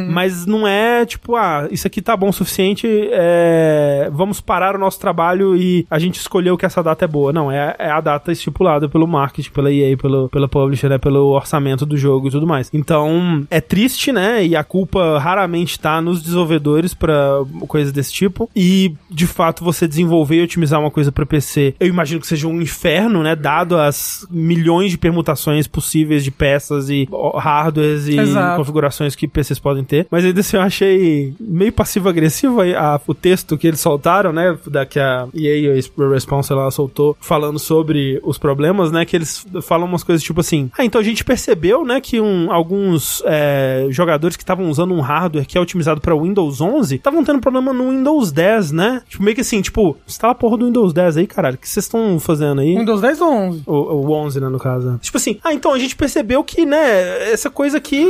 Speaker 1: Mas não é tipo, ah, isso aqui tá bom o suficiente, é, vamos parar o nosso trabalho e a gente escolheu que essa data é boa. Não, é, é a data estipulada pelo marketing, pela EA, pelo, pela publisher, né, pelo orçamento do jogo e tudo mais. Então, é triste, né? E a culpa raramente tá nos desenvolvedores pra coisas desse tipo. E, de fato, você desenvolver e otimizar uma coisa pra PC, eu imagino que seja um inferno, né? Dado as milhões de permutações possíveis de peças e ó, hardwares e
Speaker 2: Exato.
Speaker 1: configurações que PCs podem ter. Mas ainda assim, eu achei meio passivo-agressivo a- a- o texto que eles soltaram, né? Da que a EA, a Response, ela soltou, falando sobre os problemas, né? Que eles falam umas coisas tipo assim: Ah, então a gente percebeu, né? Que um- alguns é, jogadores que estavam usando um hardware que é otimizado para Windows 11 estavam tendo problema no Windows 10, né? Tipo, meio que assim, tipo, instala a porra do Windows 10 aí, caralho. O que vocês estão fazendo aí?
Speaker 2: Windows 10 ou 11?
Speaker 1: O, o 11, né, no caso. Tipo assim, ah, então a gente percebeu que, né, essa coisa aqui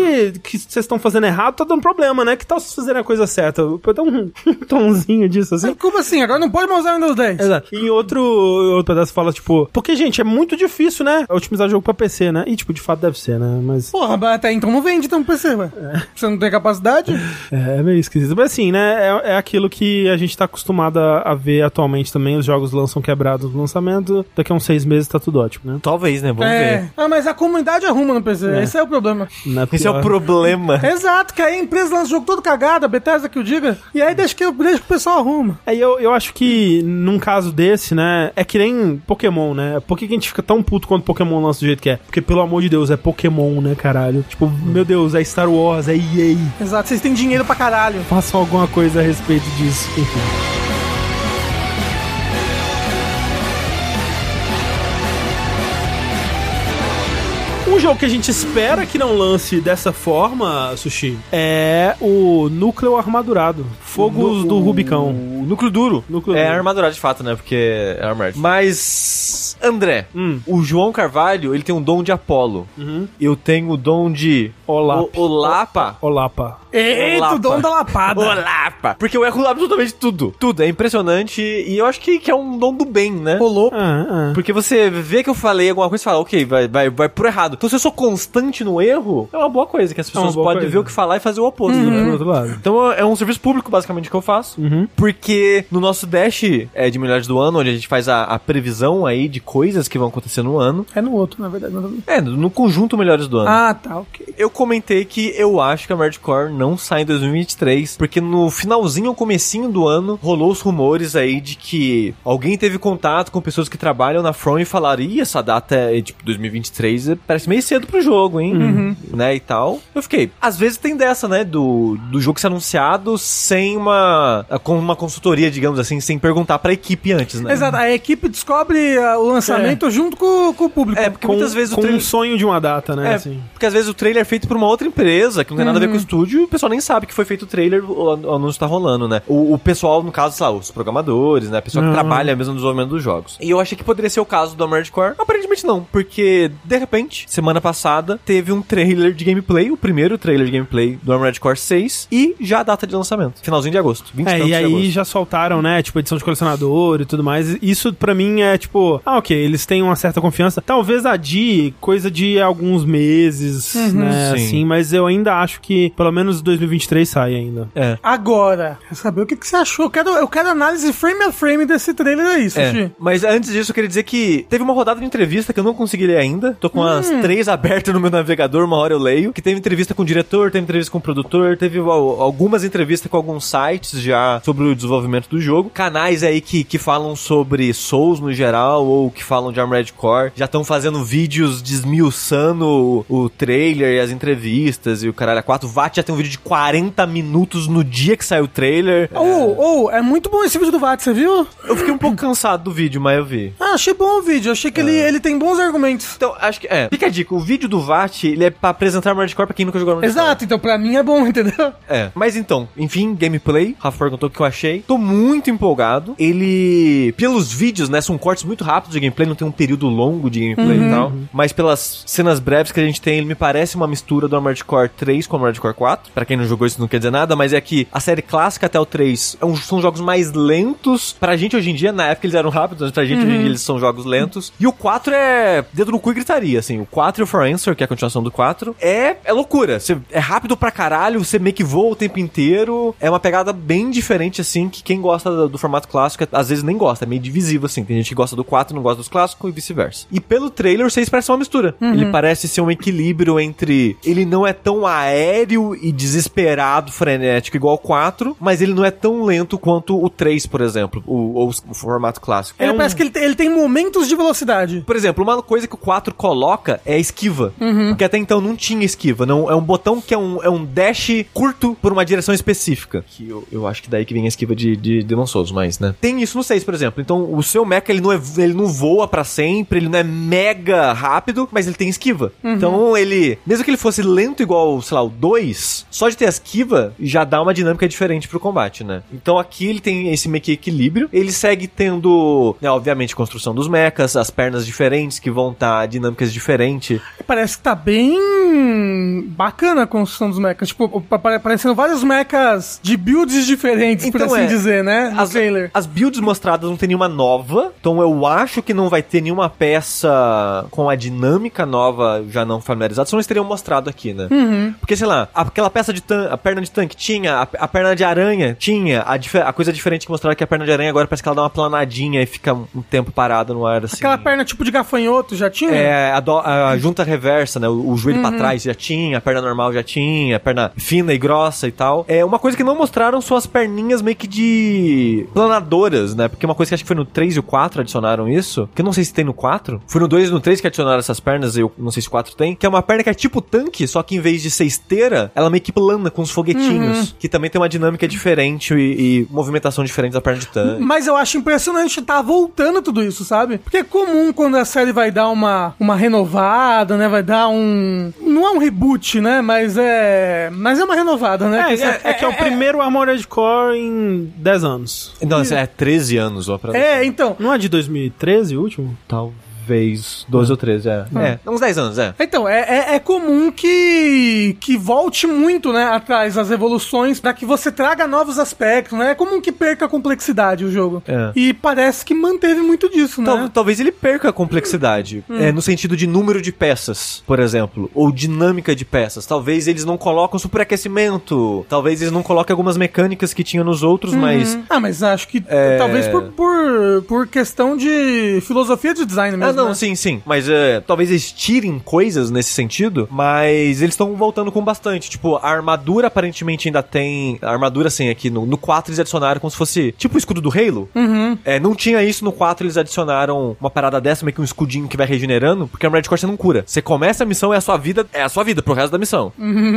Speaker 1: que vocês estão fazendo errado tá dando problema, né? Que tal vocês fazerem a coisa certa? Pô, Dá um tomzinho disso, assim.
Speaker 2: Como assim? Agora não pode mais usar o Windows 10.
Speaker 1: Exato. E outro, outro pedaço fala, tipo, porque, gente, é muito difícil, né? Otimizar jogo pra PC, né? E, tipo, de fato deve ser, né? Mas
Speaker 2: Porra, mas até então não vende, então PC, ué. Você não tem capacidade?
Speaker 1: é, é meio esquisito. Mas assim, né? É, é aquilo que a gente tá acostumado a, a ver atualmente também. Os jogos lançam quebrados no lançamento. Daqui a uns seis meses tá tudo ótimo, né?
Speaker 3: Talvez, né? Vamos
Speaker 2: é.
Speaker 3: ver.
Speaker 2: Ah, mas a comunidade arruma no PC. Esse é o problema.
Speaker 1: Não
Speaker 3: Esse é o
Speaker 1: pior.
Speaker 3: problema.
Speaker 2: Exato, que aí a empresa lança o jogo todo cagado, a Bethesda que o diga, e aí deixa que, deixa que o pessoal arruma.
Speaker 1: É, e eu, eu acho que num caso desse, né, é que nem Pokémon, né? Por que, que a gente fica tão puto quando Pokémon lança do jeito que é? Porque, pelo amor de Deus, é Pokémon, né, caralho? Tipo, meu Deus, é Star Wars, é EA.
Speaker 2: Exato, vocês têm dinheiro pra caralho.
Speaker 1: Façam alguma coisa a respeito disso. Enfim. Um jogo que a gente espera que não lance dessa forma, Sushi, é o Núcleo Armadurado. Fogos
Speaker 3: Nu-
Speaker 1: do Rubicão.
Speaker 3: O núcleo duro.
Speaker 1: Núcleo
Speaker 3: é
Speaker 1: duro.
Speaker 3: armadurado de fato, né? Porque é armado. Mas, André,
Speaker 1: Hum.
Speaker 3: o João Carvalho, ele tem um dom de Apolo.
Speaker 1: Uhum.
Speaker 3: Eu tenho o dom de...
Speaker 1: Olá.
Speaker 3: O- Olapa.
Speaker 1: Olapa.
Speaker 2: Eita,
Speaker 3: Lapa.
Speaker 2: o dono da lapada.
Speaker 3: Olapa. Porque eu erro absolutamente tudo. Tudo. É impressionante e eu acho que, que é um dom do bem, né?
Speaker 2: Rolou.
Speaker 1: Ah, ah.
Speaker 3: Porque você vê que eu falei alguma coisa e fala, ok, vai, vai, vai por errado. Então se eu sou constante no erro, é uma boa coisa, que as
Speaker 1: uma
Speaker 3: pessoas
Speaker 1: boa
Speaker 3: podem
Speaker 1: coisa.
Speaker 3: ver o que falar e fazer o oposto,
Speaker 1: Por
Speaker 3: né?
Speaker 1: outro lado.
Speaker 3: Então é um serviço público, basicamente, que eu faço.
Speaker 1: Uhum.
Speaker 3: Porque no nosso Dash é, de melhores do ano, onde a gente faz a, a previsão aí de coisas que vão acontecer no ano.
Speaker 2: É no outro, na verdade. não-
Speaker 3: É, no conjunto melhores do ano.
Speaker 2: Ah, tá, ok.
Speaker 3: Eu comentei que eu acho que a Merdcore não sai em 2023, porque no finalzinho, ou comecinho do ano, rolou os rumores aí de que alguém teve contato com pessoas que trabalham na From e falaram, ih, essa data é tipo 2023, é- parece meio cedo pro jogo, hein? Né, e tal. Eu fiquei, às vezes tem dessa, né, do, do jogo ser anunciado sem uma, com uma consultoria, digamos assim, sem perguntar pra equipe antes, né?
Speaker 2: Exato, a equipe descobre ah, o lançamento junto com, com o público.
Speaker 3: É, porque
Speaker 1: Com,
Speaker 3: muitas vezes o
Speaker 1: com
Speaker 3: trailer...
Speaker 1: um sonho de uma data, né?
Speaker 3: É,
Speaker 1: assim.
Speaker 3: porque às vezes o trailer é feito por uma outra empresa, que não tem nada a ver
Speaker 1: Uhum.
Speaker 3: com o estúdio, e o pessoal nem sabe que foi feito o trailer, o an- o anúncio tá rolando, né? O, o pessoal, no caso, sei lá, os programadores, né? A pessoa
Speaker 1: Uhum.
Speaker 3: que trabalha mesmo no desenvolvimento dos jogos. E eu achei que poderia ser o caso do Armored Core. Aparentemente não, porque, de repente, semana passada, teve um trailer de gameplay, o primeiro trailer de gameplay do Armored Core 6, e já a data de lançamento, finalzinho de agosto, 20
Speaker 1: É,
Speaker 3: tantos
Speaker 1: e
Speaker 3: de agosto.
Speaker 1: aí já soltaram, né? Tipo, edição de colecionador e tudo mais. Isso pra mim é tipo, ah, ok, eles têm uma certa confiança. Talvez adie coisa de alguns meses,
Speaker 3: Uhum.
Speaker 1: né?
Speaker 3: Sim.
Speaker 1: Assim, mas eu ainda acho que pelo menos 2023 sai ainda.
Speaker 3: É.
Speaker 2: Agora, quero saber o que, que você achou. Eu quero, eu quero análise frame a frame desse trailer aí, Sushi.
Speaker 3: É, mas antes disso, eu queria dizer que teve uma rodada de entrevista que eu não consegui ler ainda. Tô com as três abertas no meu navegador, uma hora eu leio. Que teve entrevista com o diretor, teve entrevista com o produtor, teve al- algumas entrevistas com alguns sites já sobre o desenvolvimento do jogo. Canais aí que, que falam sobre Souls no geral, ou que falam de Armored Core, já estão fazendo vídeos desmiuçando o, o trailer e as entrevistas e o caralho a 4. O Vat já tem um vídeo de 40 minutos no dia que saiu o trailer.
Speaker 2: Ou, ou, é muito bom esse vídeo do VAT, você viu?
Speaker 3: Eu fiquei um pouco cansado do vídeo, mas eu vi.
Speaker 2: Ah, achei bom o vídeo, achei que ele, ele tem bons argumentos.
Speaker 3: Então, acho que. É. Fica a dica: o vídeo do VAT ele é pra apresentar Armored Core pra quem nunca jogou Armored Core.
Speaker 2: Exato, então pra mim é bom, entendeu?
Speaker 3: É. Mas então, enfim, gameplay. Rafa perguntou o que eu achei. Tô muito empolgado. Ele. Pelos vídeos, né? São cortes muito rápidos de gameplay, não tem um período longo de gameplay e tal. Mas pelas cenas breves que a gente tem, ele me parece uma mistura do Armored Core 3 com o Armored Core 4. Pra quem não jogou isso não quer dizer nada, mas é que a série clássica até o 3 é um- são jogos mais lentos. Pra gente hoje em dia, na época eles eram rápidos, mas pra gente hoje em dia eles são jogos lentos. E o 4 é dedo no cu e gritaria, assim. O 4 e o For Answer, que é a continuação do 4, é, é loucura. Você, é rápido pra caralho, você meio que voa o tempo inteiro. É uma pegada bem diferente, assim, que quem gosta do, do formato clássico às vezes nem gosta. É meio divisivo, assim. Tem gente que gosta do 4 e não gosta dos clássicos e vice-versa. E pelo trailer, vocês parecem uma mistura.
Speaker 2: Uhum.
Speaker 3: Ele parece ser um equilíbrio entre. Ele não é tão aéreo e desesperado, frenético, igual o 4, mas ele não é tão lento quanto o 3, por exemplo, o, ou o formato clássico.
Speaker 2: Ele
Speaker 3: é um-
Speaker 2: parece que ele, tem- ele tem momentos de velocidade.
Speaker 3: por exemplo, uma coisa que o 4 coloca é a esquiva. Porque até então não tinha esquiva. Não, é um botão que é um, é um dash curto por uma direção específica. Que eu, eu acho que daí que vem a esquiva de, de Demon Souls, mas, né? Tem isso no 6, por exemplo. Então, o seu mecha, ele não, é, ele não voa pra sempre, ele não é mega rápido, mas ele tem esquiva. Então, ele... Mesmo que ele fosse lento igual, sei lá, o 2, só de ter a esquiva já dá uma dinâmica diferente pro combate, né? Então, aqui ele tem esse meio que equilíbrio. Ele segue tendo, né, obviamente, construção dos mechas, as pernas diferentes que vão estar dinâmicas diferentes.
Speaker 2: Parece que tá bem bacana a construção dos mechas. Tipo, pa- pa- aparecendo vários mechas de builds diferentes, por
Speaker 3: Então
Speaker 2: assim
Speaker 3: é,
Speaker 2: dizer, né? No
Speaker 3: As,
Speaker 2: trailer.
Speaker 3: as builds mostradas não tem nenhuma nova, então eu acho que não vai ter nenhuma peça com a dinâmica nova já não familiarizada, senão eles teriam mostrado aqui, né?
Speaker 2: Uhum.
Speaker 3: Porque, sei lá, aquela peça de tan a perna de tanque tinha, a, a perna de aranha tinha, a, dife- a coisa diferente que mostraram é que a perna de aranha agora parece que ela dá uma planadinha e fica um um tempo parada no ar, assim.
Speaker 2: Aquela perna tipo de gafanhoto já tinha?
Speaker 3: É, a, do- a junta reversa, né? O, o joelho pra trás já tinha, a perna normal já tinha, a perna fina e grossa e tal. É, uma coisa que não mostraram são as perninhas meio que de planadoras, né? Porque uma coisa que acho que foi no 3 e o 4 adicionaram isso, que eu não sei se tem no 4. Foi no 2 e no 3 que adicionaram essas pernas, eu não sei se o 4 tem, que é uma perna que é tipo tanque, só que em vez de ser esteira, ela meio que plana com os foguetinhos. Que também tem uma dinâmica diferente e, e movimentação diferente da perna de tanque.
Speaker 2: Mas eu acho impressionante, tá voltando tudo isso, sabe? Porque é comum quando a série vai dar uma, uma renovada, né? Vai dar um. Não é um reboot, né? Mas é. Mas é uma renovada, né?
Speaker 1: É,
Speaker 2: Porque
Speaker 1: é, é que é o primeiro Armored Core em 10 anos.
Speaker 3: Não, é 13 anos, ó, pra
Speaker 2: é, então.
Speaker 1: Não é de 2013 o último?
Speaker 3: Talvez 12 ou 13, é. É, uns 10 anos, é.
Speaker 2: Então, é, é, é comum que, que volte muito, né, atrás das evoluções pra que você traga novos aspectos, né? É comum que perca a complexidade o jogo.
Speaker 3: É.
Speaker 2: E parece que manteve muito disso,
Speaker 3: Tal-
Speaker 2: né?
Speaker 3: Talvez ele perca a complexidade. É, no sentido de número de peças, por exemplo. Ou dinâmica de peças. Talvez eles não colocam superaquecimento. Talvez eles não coloquem algumas mecânicas que tinha nos outros, mas.
Speaker 2: Ah, mas acho que
Speaker 3: É.
Speaker 2: talvez por, por, por questão de filosofia de design mesmo.
Speaker 3: Ah, não,
Speaker 2: né?
Speaker 3: sim, sim. Mas é, talvez eles tirem coisas nesse sentido, mas eles estão voltando com bastante. Tipo, a armadura aparentemente ainda tem. A armadura, assim, aqui no, no 4 eles adicionaram como se fosse. Tipo o escudo do Halo.
Speaker 2: Uhum.
Speaker 3: É, não tinha isso no 4, eles adicionaram uma parada dessa, meio que um escudinho que vai regenerando, porque a Red Core você não cura. Você começa a missão, é a sua vida, é a sua vida pro resto da missão.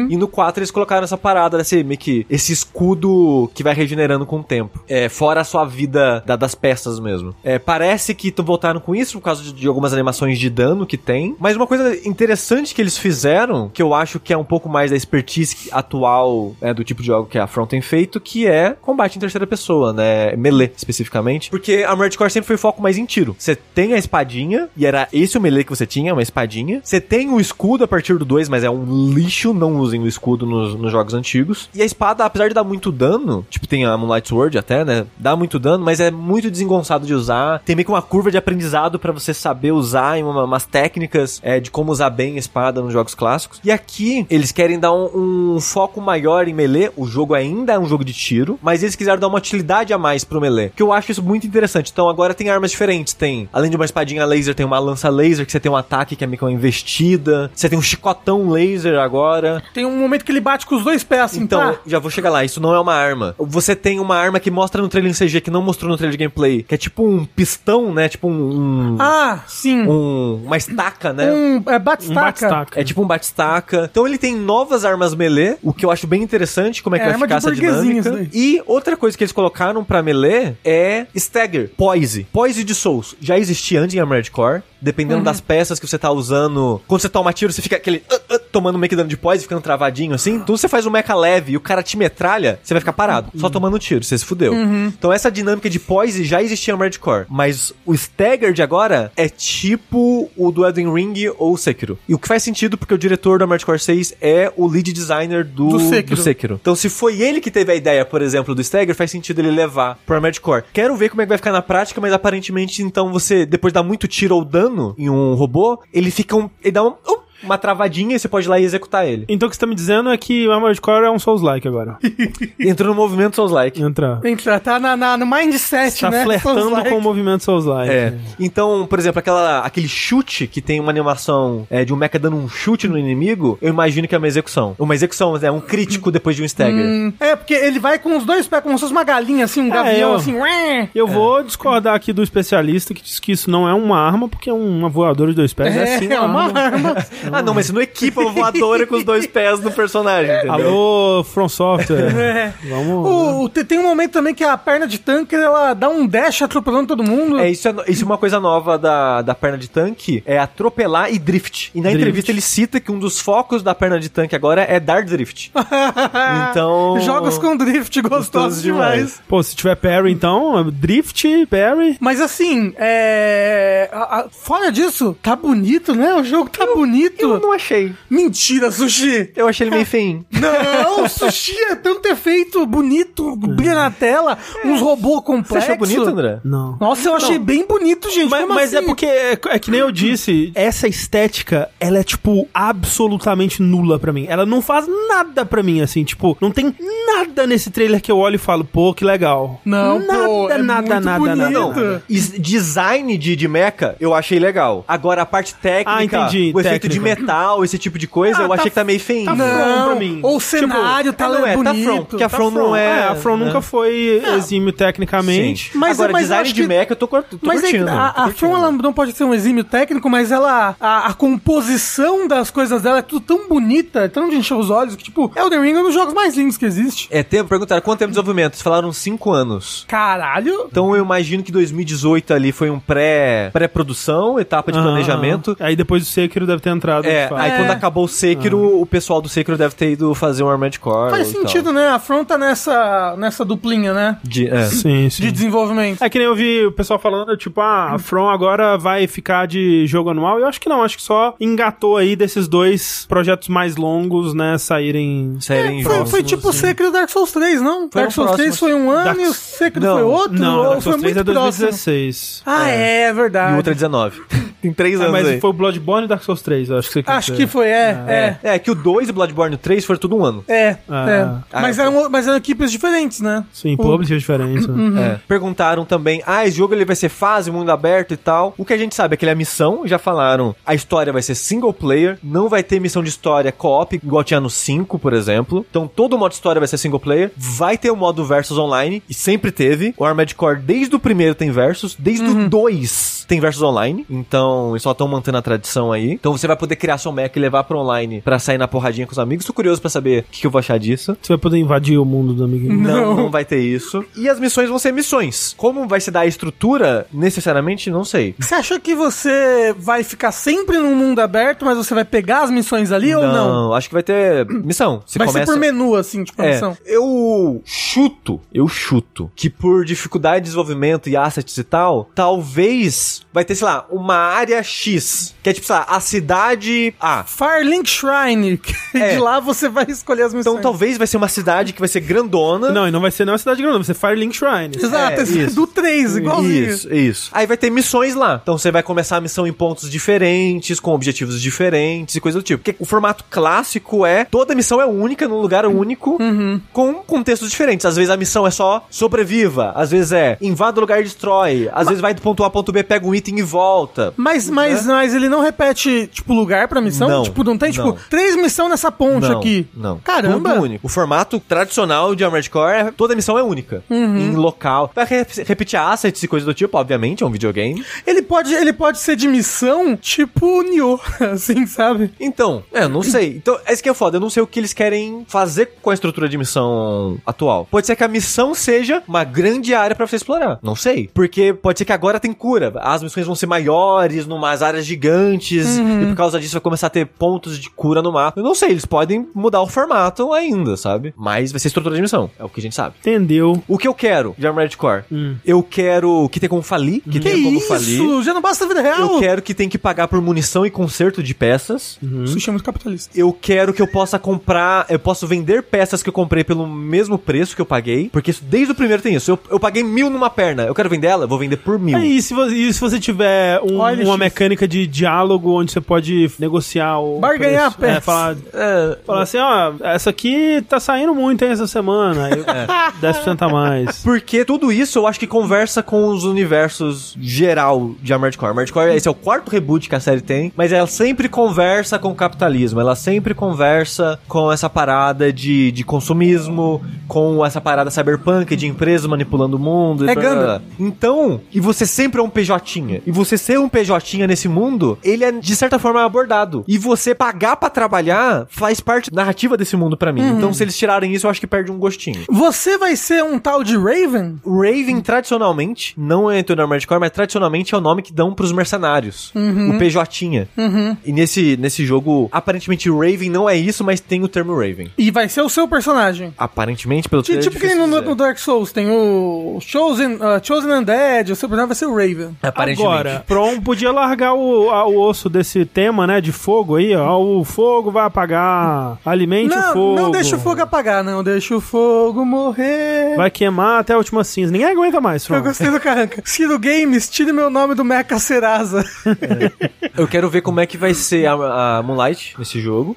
Speaker 3: E no 4 eles colocaram essa parada, esse, meio que esse escudo que vai regenerando com o tempo. É, fora a sua vida da- das peças mesmo. É, parece que t- voltaram com isso por causa de, de algumas animações de dano que tem, mas uma coisa interessante que eles fizeram, que eu acho que é um pouco mais da expertise atual né, do tipo de jogo que a Front tem feito, que é combate em terceira pessoa, né? Melee, especificamente. Porque a Armored Core sempre foi foco mais em tiro. Você tem a espadinha, e era esse o melee que você tinha, uma espadinha. Você tem o escudo a partir do 2, mas é um lixo, não usem o escudo nos, nos jogos antigos. E a espada, apesar de dar muito dano, tipo, tem a Moonlight Sword até, né? Dá muito dano, mas é muito desengonçado de usar. Tem meio que uma curva de aprendizado pra você saber usar em uma- umas técnicas é, de como usar bem a espada nos jogos clássicos. E aqui, eles querem dar um, um foco maior em melee. O jogo ainda é um jogo de tiro, mas eles quiseram dar uma utilidade a mais pro melee, que eu acho isso muito interessante. Então agora tem armas diferentes. Tem, além de uma espadinha laser, tem uma lança laser, que você tem um ataque que é meio que uma investida. Você tem um chicotão laser agora.
Speaker 2: Tem um momento que ele bate com os dois pés, assim,
Speaker 3: Então,
Speaker 2: pá.
Speaker 3: já vou chegar lá, isso não é uma arma. Você tem uma arma que mostra no trailer em CG, que não mostrou no trailer de gameplay, que é tipo um pistão, né? Tipo um. um-
Speaker 2: Ah, sim.
Speaker 3: um- uma estaca, né?
Speaker 2: Um, é
Speaker 1: Um
Speaker 2: batistaca.
Speaker 1: batistaca.
Speaker 3: É tipo um batistaca. Então ele tem novas armas melee, o que eu acho bem interessante, como é que
Speaker 2: É,
Speaker 3: vai
Speaker 2: arma
Speaker 3: ficar
Speaker 2: de
Speaker 3: essa
Speaker 2: burguesinha
Speaker 3: dinâmica.
Speaker 2: isso
Speaker 3: E outra coisa que eles colocaram pra melee é stagger, poise. Poise de souls. Já existia antes em Armored Core. Dependendo das peças que você tá usando. Quando você toma tiro, você fica aquele... uh, uh, tomando meio que dano de poise, ficando travadinho assim. Então você faz um mecha leve e o cara te metralha, você vai ficar parado. Só tomando tiro, você se fudeu. Então essa dinâmica de poise já existia em Armored Core. Mas o stagger de agora é tipo o do Elden Ring ou Sekiro. E o que faz sentido porque o diretor do Armored Core 6 é o lead designer do,
Speaker 2: Do Sekiro.
Speaker 3: do Sekiro. Então, se foi ele que teve a ideia, por exemplo, do Stagger, faz sentido ele levar pro Armored Core. Quero ver como é que vai ficar na prática, mas aparentemente, então, você, depois de dar muito tiro ou dano em um robô, ele fica um. Ele dá um- um- uma travadinha e você pode ir lá e executar ele.
Speaker 1: Então o que você tá me dizendo é que o Armored Core é um Souls-like agora.
Speaker 3: Entrou no movimento Souls-like.
Speaker 1: Entra.
Speaker 2: Entra, tá na, na- no mindset,
Speaker 1: Tá
Speaker 2: né?
Speaker 1: flertando
Speaker 2: Sounds like.
Speaker 1: com o movimento Souls-like.
Speaker 3: É. Então, por exemplo, aquela, aquele chute que tem uma animação é, de um mecha dando um chute no inimigo, eu imagino que é uma execução. Uma execução, é um crítico depois de um stagger.
Speaker 2: Hum, É, porque ele vai com os dois pés, como se fosse uma galinha, assim, um
Speaker 1: É,
Speaker 2: gavião,
Speaker 1: eu-
Speaker 2: assim. ué.
Speaker 1: Eu vou discordar aqui do especialista que diz que isso não é uma arma, porque é uma voadora de dois pés. É, sim
Speaker 2: é uma arma.
Speaker 3: Ah, não, mas você não equipa uma voadora com os dois pés do personagem, entendeu?
Speaker 1: Alô, From Software.
Speaker 2: É.
Speaker 1: Vamos.
Speaker 2: O, o- te- tem um momento também que a perna de tanque ela dá um dash atropelando todo mundo.
Speaker 3: É, isso é, no- isso é uma coisa nova da, da perna de tanque, é atropelar e drift. E na
Speaker 1: Drift.
Speaker 3: entrevista ele cita que um dos focos da perna de tanque agora é dar drift. então...
Speaker 2: Jogos com drift gostosos
Speaker 3: Gostoso
Speaker 2: demais.
Speaker 3: demais.
Speaker 1: Pô, se tiver parry, então, drift, parry.
Speaker 2: Mas assim, é. a- a- fora disso, tá bonito, né? O jogo tá bonito.
Speaker 3: Eu não achei.
Speaker 2: Mentira, sushi!
Speaker 3: Eu achei ele meio feinho.
Speaker 2: Não, sushi é tanto efeito bonito, brilha na tela, uns robôs
Speaker 3: Você
Speaker 2: complexos.
Speaker 3: achou bonito, André?
Speaker 1: Não.
Speaker 2: Nossa, eu achei bem bonito, gente.
Speaker 1: Mas,
Speaker 2: Como
Speaker 1: mas é
Speaker 2: assim?
Speaker 1: porque, é, é que nem eu disse, essa estética, ela é, tipo, absolutamente nula pra mim. Ela não faz nada pra mim, assim, tipo, não tem nada nesse trailer que eu olho e falo, pô, que legal.
Speaker 2: Não,
Speaker 1: nada,
Speaker 2: pô, é
Speaker 1: nada,
Speaker 2: muito
Speaker 1: nada,
Speaker 2: bonito.
Speaker 1: nada,
Speaker 3: Não,
Speaker 1: nada.
Speaker 3: is- design de, de mecha eu achei legal. Agora a parte técnica,
Speaker 1: Ah, entendi,
Speaker 3: o efeito de
Speaker 1: técnica.
Speaker 3: metal, esse tipo de coisa,
Speaker 2: Ah,
Speaker 3: eu
Speaker 2: tá-
Speaker 3: achei que tá meio feinho.
Speaker 1: tá
Speaker 3: É,
Speaker 1: From
Speaker 2: Não,
Speaker 1: pra mim.
Speaker 2: ou o cenário tá
Speaker 3: não é, tá
Speaker 2: bonito.
Speaker 3: From, porque a
Speaker 1: Tá
Speaker 3: From, não é...
Speaker 1: a From
Speaker 3: né?
Speaker 1: nunca foi exímio tecnicamente.
Speaker 2: Mas-
Speaker 3: Agora,
Speaker 2: mas eu
Speaker 3: design
Speaker 2: acho
Speaker 3: de
Speaker 2: que-
Speaker 3: Mac eu tô, cur- tô
Speaker 2: Mas aí,
Speaker 3: curtindo.
Speaker 2: a,
Speaker 3: tô
Speaker 2: a
Speaker 3: curtindo.
Speaker 2: From ela não pode ser um exímio técnico, mas ela. A, a composição das coisas dela é tudo tão bonita, é tão de encher os olhos, que, tipo, Elden Ring é um dos jogos mais lindos que existe.
Speaker 3: É, tempo, perguntaram quanto tempo de desenvolvimento? Eles falaram 5 anos.
Speaker 2: Caralho!
Speaker 3: Então eu imagino que 2018 ali foi um pré, pré-produção, etapa de
Speaker 1: Aham.
Speaker 3: planejamento.
Speaker 1: Aí depois o Sekiro deve ter entrado.
Speaker 3: É,
Speaker 1: de fato.
Speaker 3: aí
Speaker 2: É. Ah.
Speaker 3: quando acabou o Sekiro, o pessoal do Sekiro deve ter ido fazer um Armored Core.
Speaker 2: Faz
Speaker 3: e tal.
Speaker 2: sentido, né? A From tá nessa, nessa duplinha, né?
Speaker 3: De- é.
Speaker 1: Sim, sim.
Speaker 2: De desenvolvimento.
Speaker 1: É que nem eu vi o pessoal falando, tipo, ah, a From agora vai ficar de jogo anual. Eu acho que não, acho que só engatou aí desses dois projetos mais longos, né, saírem.
Speaker 3: Série em
Speaker 2: Foi,
Speaker 3: jogos.
Speaker 2: foi tipo o Secret e Dark Souls 3, não?
Speaker 3: Foram
Speaker 2: Dark Souls 3
Speaker 3: próximos.
Speaker 2: foi um ano
Speaker 1: Dark-
Speaker 2: e o Secret
Speaker 3: Não,
Speaker 2: foi outro?
Speaker 1: não,
Speaker 2: ou
Speaker 1: Dark
Speaker 2: foi
Speaker 1: Souls 3
Speaker 2: muito
Speaker 1: é
Speaker 2: próximo?
Speaker 1: 2016.
Speaker 2: Ah, é, é
Speaker 3: E
Speaker 2: verdade.
Speaker 3: outra é 19. Tem 3
Speaker 1: Ah,
Speaker 3: anos
Speaker 1: mas
Speaker 3: aí.
Speaker 1: foi o Bloodborne e Dark Souls 3, eu acho que você quis
Speaker 2: Acho
Speaker 1: dizer.
Speaker 2: que foi, é, é.
Speaker 3: É, que o 2 e Bloodborne 3 foram tudo um ano.
Speaker 2: É, é.
Speaker 1: Ah.
Speaker 2: mas,
Speaker 3: Ah, é.
Speaker 2: eram, mas eram equipes diferentes, né?
Speaker 1: Sim, por objetivos diferentes. né?
Speaker 3: É. Perguntaram também, ah, esse jogo ele vai ser fase, mundo aberto e tal. O que a gente sabe é que ele é missão, já falaram, a história vai ser single player, não vai ter missão de história co-op, igual tinha no 5, por exemplo. Então todo o modo história vai ser single player, vai ter o modo versus online, e sempre teve. O Armored Core desde o primeiro tem versus, desde o 2 tem versus online, então eles só estão mantendo a tradição aí. Então você vai poder criar seu mech e levar pro online pra sair na porradinha com os amigos. Tô curioso pra saber o que que eu vou achar disso.
Speaker 1: Você vai poder invadir o mundo do amiguinho.
Speaker 3: Não, não vai ter isso. E as missões vão ser missões. Como vai se dar a estrutura, necessariamente, não sei.
Speaker 2: Você achou que você vai ficar sempre num mundo aberto, mas você vai pegar as missões ali ou não?
Speaker 3: acho que vai ter missão. Você
Speaker 2: vai
Speaker 3: começa...
Speaker 2: ser por menu, assim, tipo, a
Speaker 3: É,
Speaker 2: missão.
Speaker 3: eu chuto, eu chuto, que por dificuldade de desenvolvimento e assets e tal, talvez vai ter, sei lá, uma área X, que é tipo, sei lá, a cidade A.
Speaker 2: Firelink Shrine, que
Speaker 3: É.
Speaker 2: de lá você vai escolher as missões.
Speaker 3: Então talvez vai ser uma cidade que vai ser grandona.
Speaker 1: Não, e não vai ser não a cidade grande, vai ser Firelink Shrine.
Speaker 2: Exato,
Speaker 3: É,
Speaker 2: esse
Speaker 3: isso.
Speaker 2: do 3, igualzinho.
Speaker 3: Isso, isso. Aí vai ter missões lá. Então você vai começar a missão em pontos diferentes, com objetivos diferentes e coisa do tipo. Porque o formato clássico é toda missão é única, num lugar único,
Speaker 2: Uhum.
Speaker 3: com contextos diferentes. Às vezes a missão é só sobreviva, às vezes é invada o lugar e destrói, às vezes vai do ponto A ao ponto B, pega um item e volta.
Speaker 2: Mas, mas, mas ele não repete, tipo, lugar pra missão?
Speaker 3: Não,
Speaker 2: tipo, não tem, tipo,
Speaker 3: não.
Speaker 2: três missões nessa ponte aqui.
Speaker 3: Não.
Speaker 2: Caramba.
Speaker 3: Tudo único. O formato tradicional de Armored Core é toda missão é única.
Speaker 2: Uhum.
Speaker 3: Em local. Vai re- repetir assets e coisa do tipo, obviamente, é um videogame.
Speaker 2: Ele pode, ele pode ser de missão, tipo, Nioh, assim, sabe?
Speaker 3: Então, é, eu não sei. Então, é isso que é foda. Eu não sei o que eles querem fazer com a estrutura de missão atual. Pode ser que a missão seja uma grande área pra você explorar. Não sei. Porque pode ser que agora tem cura. As missões vão ser maiores, numas áreas gigantes.
Speaker 2: Uhum.
Speaker 3: E por causa disso vai começar a ter pontos de cura no mapa. Eu não sei. Eles podem mudar o formato ainda, sabe? Mas vai ser estrutura de missão. É o que a gente sabe.
Speaker 1: Entendeu?
Speaker 3: O que eu quero de Armored Core?
Speaker 1: Hum.
Speaker 3: Eu quero que tenha como falir. Que,
Speaker 2: Que
Speaker 3: tenha como
Speaker 2: Hum. isso?
Speaker 3: falir.
Speaker 2: Já não basta a vida
Speaker 3: Eu
Speaker 2: real?
Speaker 3: quero que tenha que pagar por munição e conserto de peças
Speaker 2: Sushi é muito capitalista.
Speaker 3: eu quero que eu possa comprar, eu posso vender peças que eu comprei pelo mesmo preço que eu paguei, porque isso, desde o primeiro tem isso. Eu, eu paguei mil numa perna, eu quero vender ela, eu vou vender por mil.
Speaker 1: Aí, e se você, e se você tiver um-
Speaker 2: Olha,
Speaker 1: uma
Speaker 2: X.
Speaker 1: mecânica de diálogo onde você pode negociar o.
Speaker 2: Barganhar
Speaker 1: preço? É,
Speaker 2: peças.
Speaker 1: falar,
Speaker 2: É.
Speaker 1: falar assim, ó, essa aqui tá saindo muito hein, essa semana. Aí,
Speaker 2: É.
Speaker 1: 10% a mais.
Speaker 3: Porque tudo isso eu acho que conversa com os universos geral de Armored Core. Armored Core, esse é o quarto reboot que a série tem, mas ela sempre conversa com o capitalismo, ela sempre conversa com essa parada de, de consumismo, com essa parada cyberpunk de empresas manipulando o mundo. e
Speaker 2: É
Speaker 3: blá, blá,
Speaker 2: Gundam.
Speaker 3: blá. Então, e você sempre é um PJ. E você ser um PJ nesse mundo, ele é de certa forma abordado. E você pagar pra trabalhar faz parte da narrativa desse mundo pra mim.
Speaker 2: Uhum.
Speaker 3: Então, se eles tirarem isso, eu acho que perde um gostinho.
Speaker 2: Você vai ser um tal de Raven?
Speaker 3: O Raven, tradicionalmente, não é entrou no Armored Core, mas tradicionalmente é o nome que dão pros mercenários.
Speaker 2: Uhum.
Speaker 3: O PJ. E nesse, nesse jogo, aparentemente, o Raven não é isso, mas tem o termo Raven.
Speaker 2: E vai ser o seu personagem.
Speaker 3: Aparentemente, pelo
Speaker 2: Ti-
Speaker 3: trailer,
Speaker 2: tipo
Speaker 3: é
Speaker 2: que nem
Speaker 3: difícil
Speaker 2: no,
Speaker 3: dizer.
Speaker 2: no Dark Souls tem o Chosen, ah, Chosen Undead, o seu personagem vai ser o Raven.
Speaker 3: Aparentemente.
Speaker 1: Agora, Prom podia largar o, a- o osso desse tema, né? De fogo aí, ó. O fogo vai apagar. Alimente o
Speaker 2: Não,
Speaker 1: fogo.
Speaker 2: não deixa o fogo apagar, não. Deixa o fogo morrer.
Speaker 1: Vai queimar até a última cinza. Ninguém aguenta mais, Prom.
Speaker 2: Eu gostei do Carranca. Ciro Games, tire meu nome do Mecha Serasa.
Speaker 3: Eu quero ver como é que vai ser a, a Moonlight nesse jogo.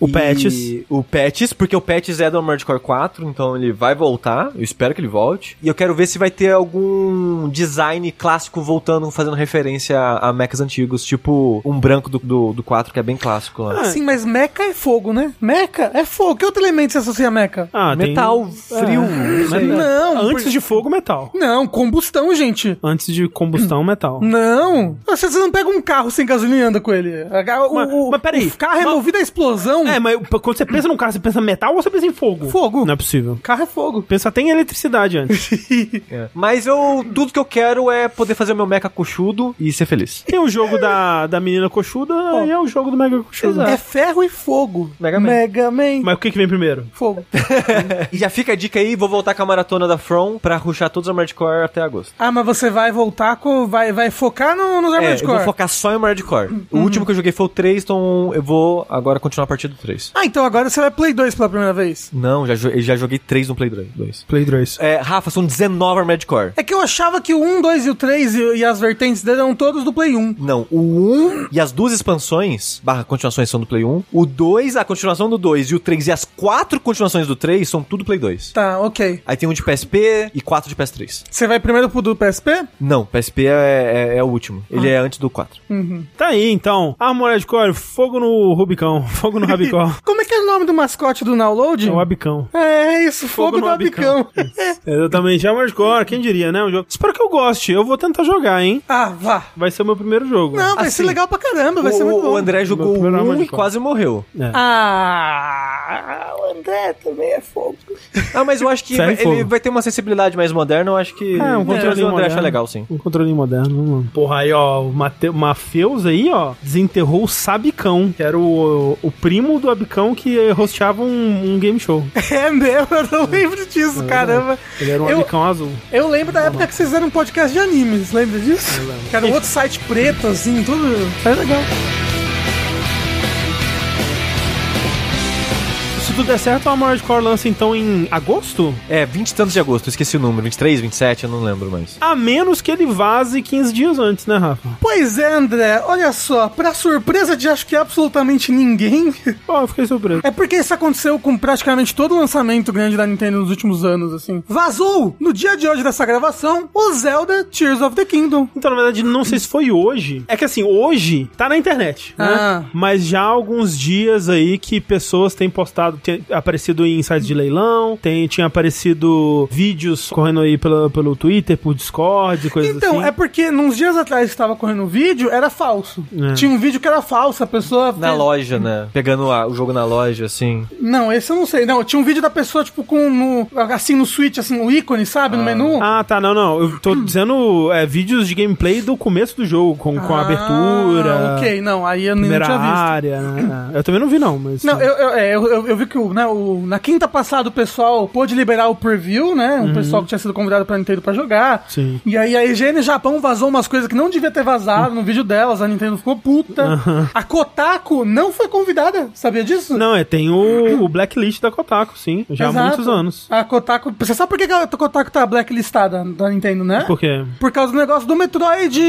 Speaker 1: O
Speaker 3: E
Speaker 1: Patches.
Speaker 3: O Patches, porque o Patches é do Armored Core 4, então ele vai voltar. Eu espero que ele volte. E eu quero ver se vai ter algum design clássico voltando, fazendo referência a mechas antigos, tipo um branco do, do, do 4, que é bem clássico lá.
Speaker 1: Ah,
Speaker 2: Sim, mas meca é fogo, né? Meca é fogo. Que outro elemento você associa a meca?
Speaker 1: Ah, tem- é,
Speaker 3: Metal frio. não sei.
Speaker 2: Não,
Speaker 1: Antes
Speaker 2: por-
Speaker 1: de fogo, metal.
Speaker 2: Não, combustão, gente.
Speaker 1: Antes de combustão, metal.
Speaker 2: Não. Você você não pega um carro sem gasolina e anda com ele. A- O,
Speaker 1: Mas-
Speaker 2: o-
Speaker 1: mas peraí.
Speaker 2: O carro é
Speaker 1: Mas-
Speaker 2: movido a explosão.
Speaker 1: É, mas p- quando você pensa num carro, você pensa metal ou você pensa em fogo?
Speaker 2: Fogo.
Speaker 1: Não é possível.
Speaker 2: Carro é fogo.
Speaker 1: Pensa até em eletricidade antes.
Speaker 3: É. Mas eu, tudo que eu quero é poder fazer o meu mecha coxudo e ser feliz.
Speaker 1: Tem o jogo da, da menina coxuda e é o jogo do mega coxuda.
Speaker 2: É ferro e fogo.
Speaker 3: Mega Man.
Speaker 2: Mega Man.
Speaker 1: Mas o que que vem primeiro?
Speaker 2: Fogo.
Speaker 3: E já fica a dica aí, vou voltar com a maratona da From pra ruxar todos os Armored Core até agosto.
Speaker 2: Ah, mas você vai voltar com. Vai, vai focar no, nos
Speaker 3: É,
Speaker 2: Armored
Speaker 3: eu
Speaker 2: Core.
Speaker 3: vou focar só em Armored Core. O último que eu joguei foi o 3, então eu vou agora continuar a partir do 3.
Speaker 2: Ah, então agora você vai Play 2 pela primeira vez.
Speaker 3: Não, já, jo- eu já joguei 3 no Play 2.
Speaker 1: Play 2.
Speaker 3: É, Rafa, são 19 Armored Core.
Speaker 2: É que eu achava que o 1, 2 e o 3 e, e as vertentes dele eram todos do Play 1.
Speaker 3: Não, o 1 e as duas expansões, barra continuações são do Play 1. O 2, a continuação do 2 e o 3 e as quatro continuações do 3 são tudo Play 2.
Speaker 2: Tá, ok.
Speaker 3: Aí tem um de PSP e quatro de PS3.
Speaker 2: Você vai primeiro pro do PSP?
Speaker 3: Não, PSP é, é- é o último. Ele
Speaker 1: Ah.
Speaker 3: é antes do 4.
Speaker 1: Tá aí, então. Armored Core, fogo no Rubicão. Fogo no Rabicó.
Speaker 2: Como é que é o nome do mascote do Download?
Speaker 3: um
Speaker 1: É o Rabicão.
Speaker 2: É isso, fogo,
Speaker 1: Fogo
Speaker 2: do
Speaker 1: no
Speaker 2: abicão. É.
Speaker 1: Exatamente. Armored Core, quem diria, né? Um jogo. Espero que eu goste. Eu vou tentar jogar, hein?
Speaker 2: ah, vá.
Speaker 1: Vai ser o meu primeiro jogo.
Speaker 2: Não, vai ser
Speaker 3: Assim,
Speaker 2: legal pra caramba, vai
Speaker 3: o,
Speaker 2: ser muito bom.
Speaker 3: o André jogou
Speaker 1: primeiro
Speaker 3: um
Speaker 1: Armored
Speaker 3: e
Speaker 1: Core.
Speaker 3: quase morreu.
Speaker 1: É.
Speaker 2: Ah, o André também é fogo.
Speaker 3: Ah, mas eu acho que
Speaker 1: Ferro e
Speaker 3: vai-
Speaker 1: é fogo.
Speaker 3: ele vai ter uma sensibilidade mais moderna. Eu acho que.
Speaker 1: É, um
Speaker 3: Mas
Speaker 1: controle
Speaker 3: o André
Speaker 1: moderno.
Speaker 3: acha legal, sim.
Speaker 1: Um controle moderno, mano. Porra, aí, ó, o Mate- Mafeus aí, ó, desenterrou o Sabicão, que era o, o primo do Abicão que hosteava um, um game show.
Speaker 2: É mesmo, eu não lembro disso, caramba.
Speaker 1: Ele era um
Speaker 2: Eu-
Speaker 1: Abicão azul.
Speaker 2: Eu lembro da época que vocês fizeram um podcast de animes, lembra disso? Que era um outro site preto, assim, tudo.
Speaker 1: É
Speaker 2: Era legal.
Speaker 1: Se tudo der certo, a Armored Core lança então em agosto?
Speaker 3: É, 20 e tantos de agosto, eu esqueci o número. 23, 27, eu não lembro mais.
Speaker 1: A menos que ele vaze 15 dias antes, né, Rafa?
Speaker 2: Pois é, André, olha só, pra surpresa de acho que absolutamente ninguém,
Speaker 1: Ó, eu fiquei surpreso.
Speaker 2: é porque isso aconteceu com praticamente todo o lançamento grande da Nintendo nos últimos anos, assim. Vazou, no dia de hoje dessa gravação, o Zelda Tears of the Kingdom.
Speaker 1: Então, na verdade, não sei se foi hoje. É que assim, hoje tá na internet, né?
Speaker 2: Ah.
Speaker 1: Mas já há alguns dias aí que pessoas têm postado, tem aparecido em sites de leilão, tem, tinha aparecido vídeos correndo aí pela, pelo Twitter, por Discord, coisas
Speaker 2: Então,
Speaker 1: assim.
Speaker 2: é porque nos dias atrás que estava correndo o vídeo, era falso.
Speaker 1: É.
Speaker 2: Tinha um vídeo que era falso, a pessoa.
Speaker 3: Na
Speaker 2: fez-
Speaker 3: loja, né? Pegando a- o jogo na loja, assim.
Speaker 2: Não, esse eu não sei. Não, tinha um vídeo da pessoa, tipo, com. No, assim, no Switch, assim, no ícone, sabe? No menu.
Speaker 1: Ah, tá, não, não. Eu tô dizendo é, vídeos de gameplay do começo do jogo, com, com a abertura,
Speaker 2: Ah, Ok, não, aí eu nem
Speaker 1: primeira
Speaker 2: tinha visto.
Speaker 1: área. né? Eu também não vi, não, mas.
Speaker 2: Não, eu, eu, é, eu, eu- eu vi que o, né, o- na quinta passada o pessoal pôde liberar o preview, né? O pessoal que tinha sido convidado pra Nintendo pra
Speaker 1: Uhum.
Speaker 2: jogar.
Speaker 1: Sim.
Speaker 2: E aí a IGN Japão vazou umas coisas que não devia ter vazado no vídeo delas, a Nintendo ficou puta. A Kotaku não foi convidada, sabia disso?
Speaker 1: Não, é, tem o, o Blacklist da Kotaku, sim. Já há
Speaker 2: Exato.
Speaker 1: muitos anos.
Speaker 2: A Kotaku. Você sabe por que que a Kotaku tá blacklistada da Nintendo, né?
Speaker 1: Por quê?
Speaker 2: Por causa do negócio do Metroid.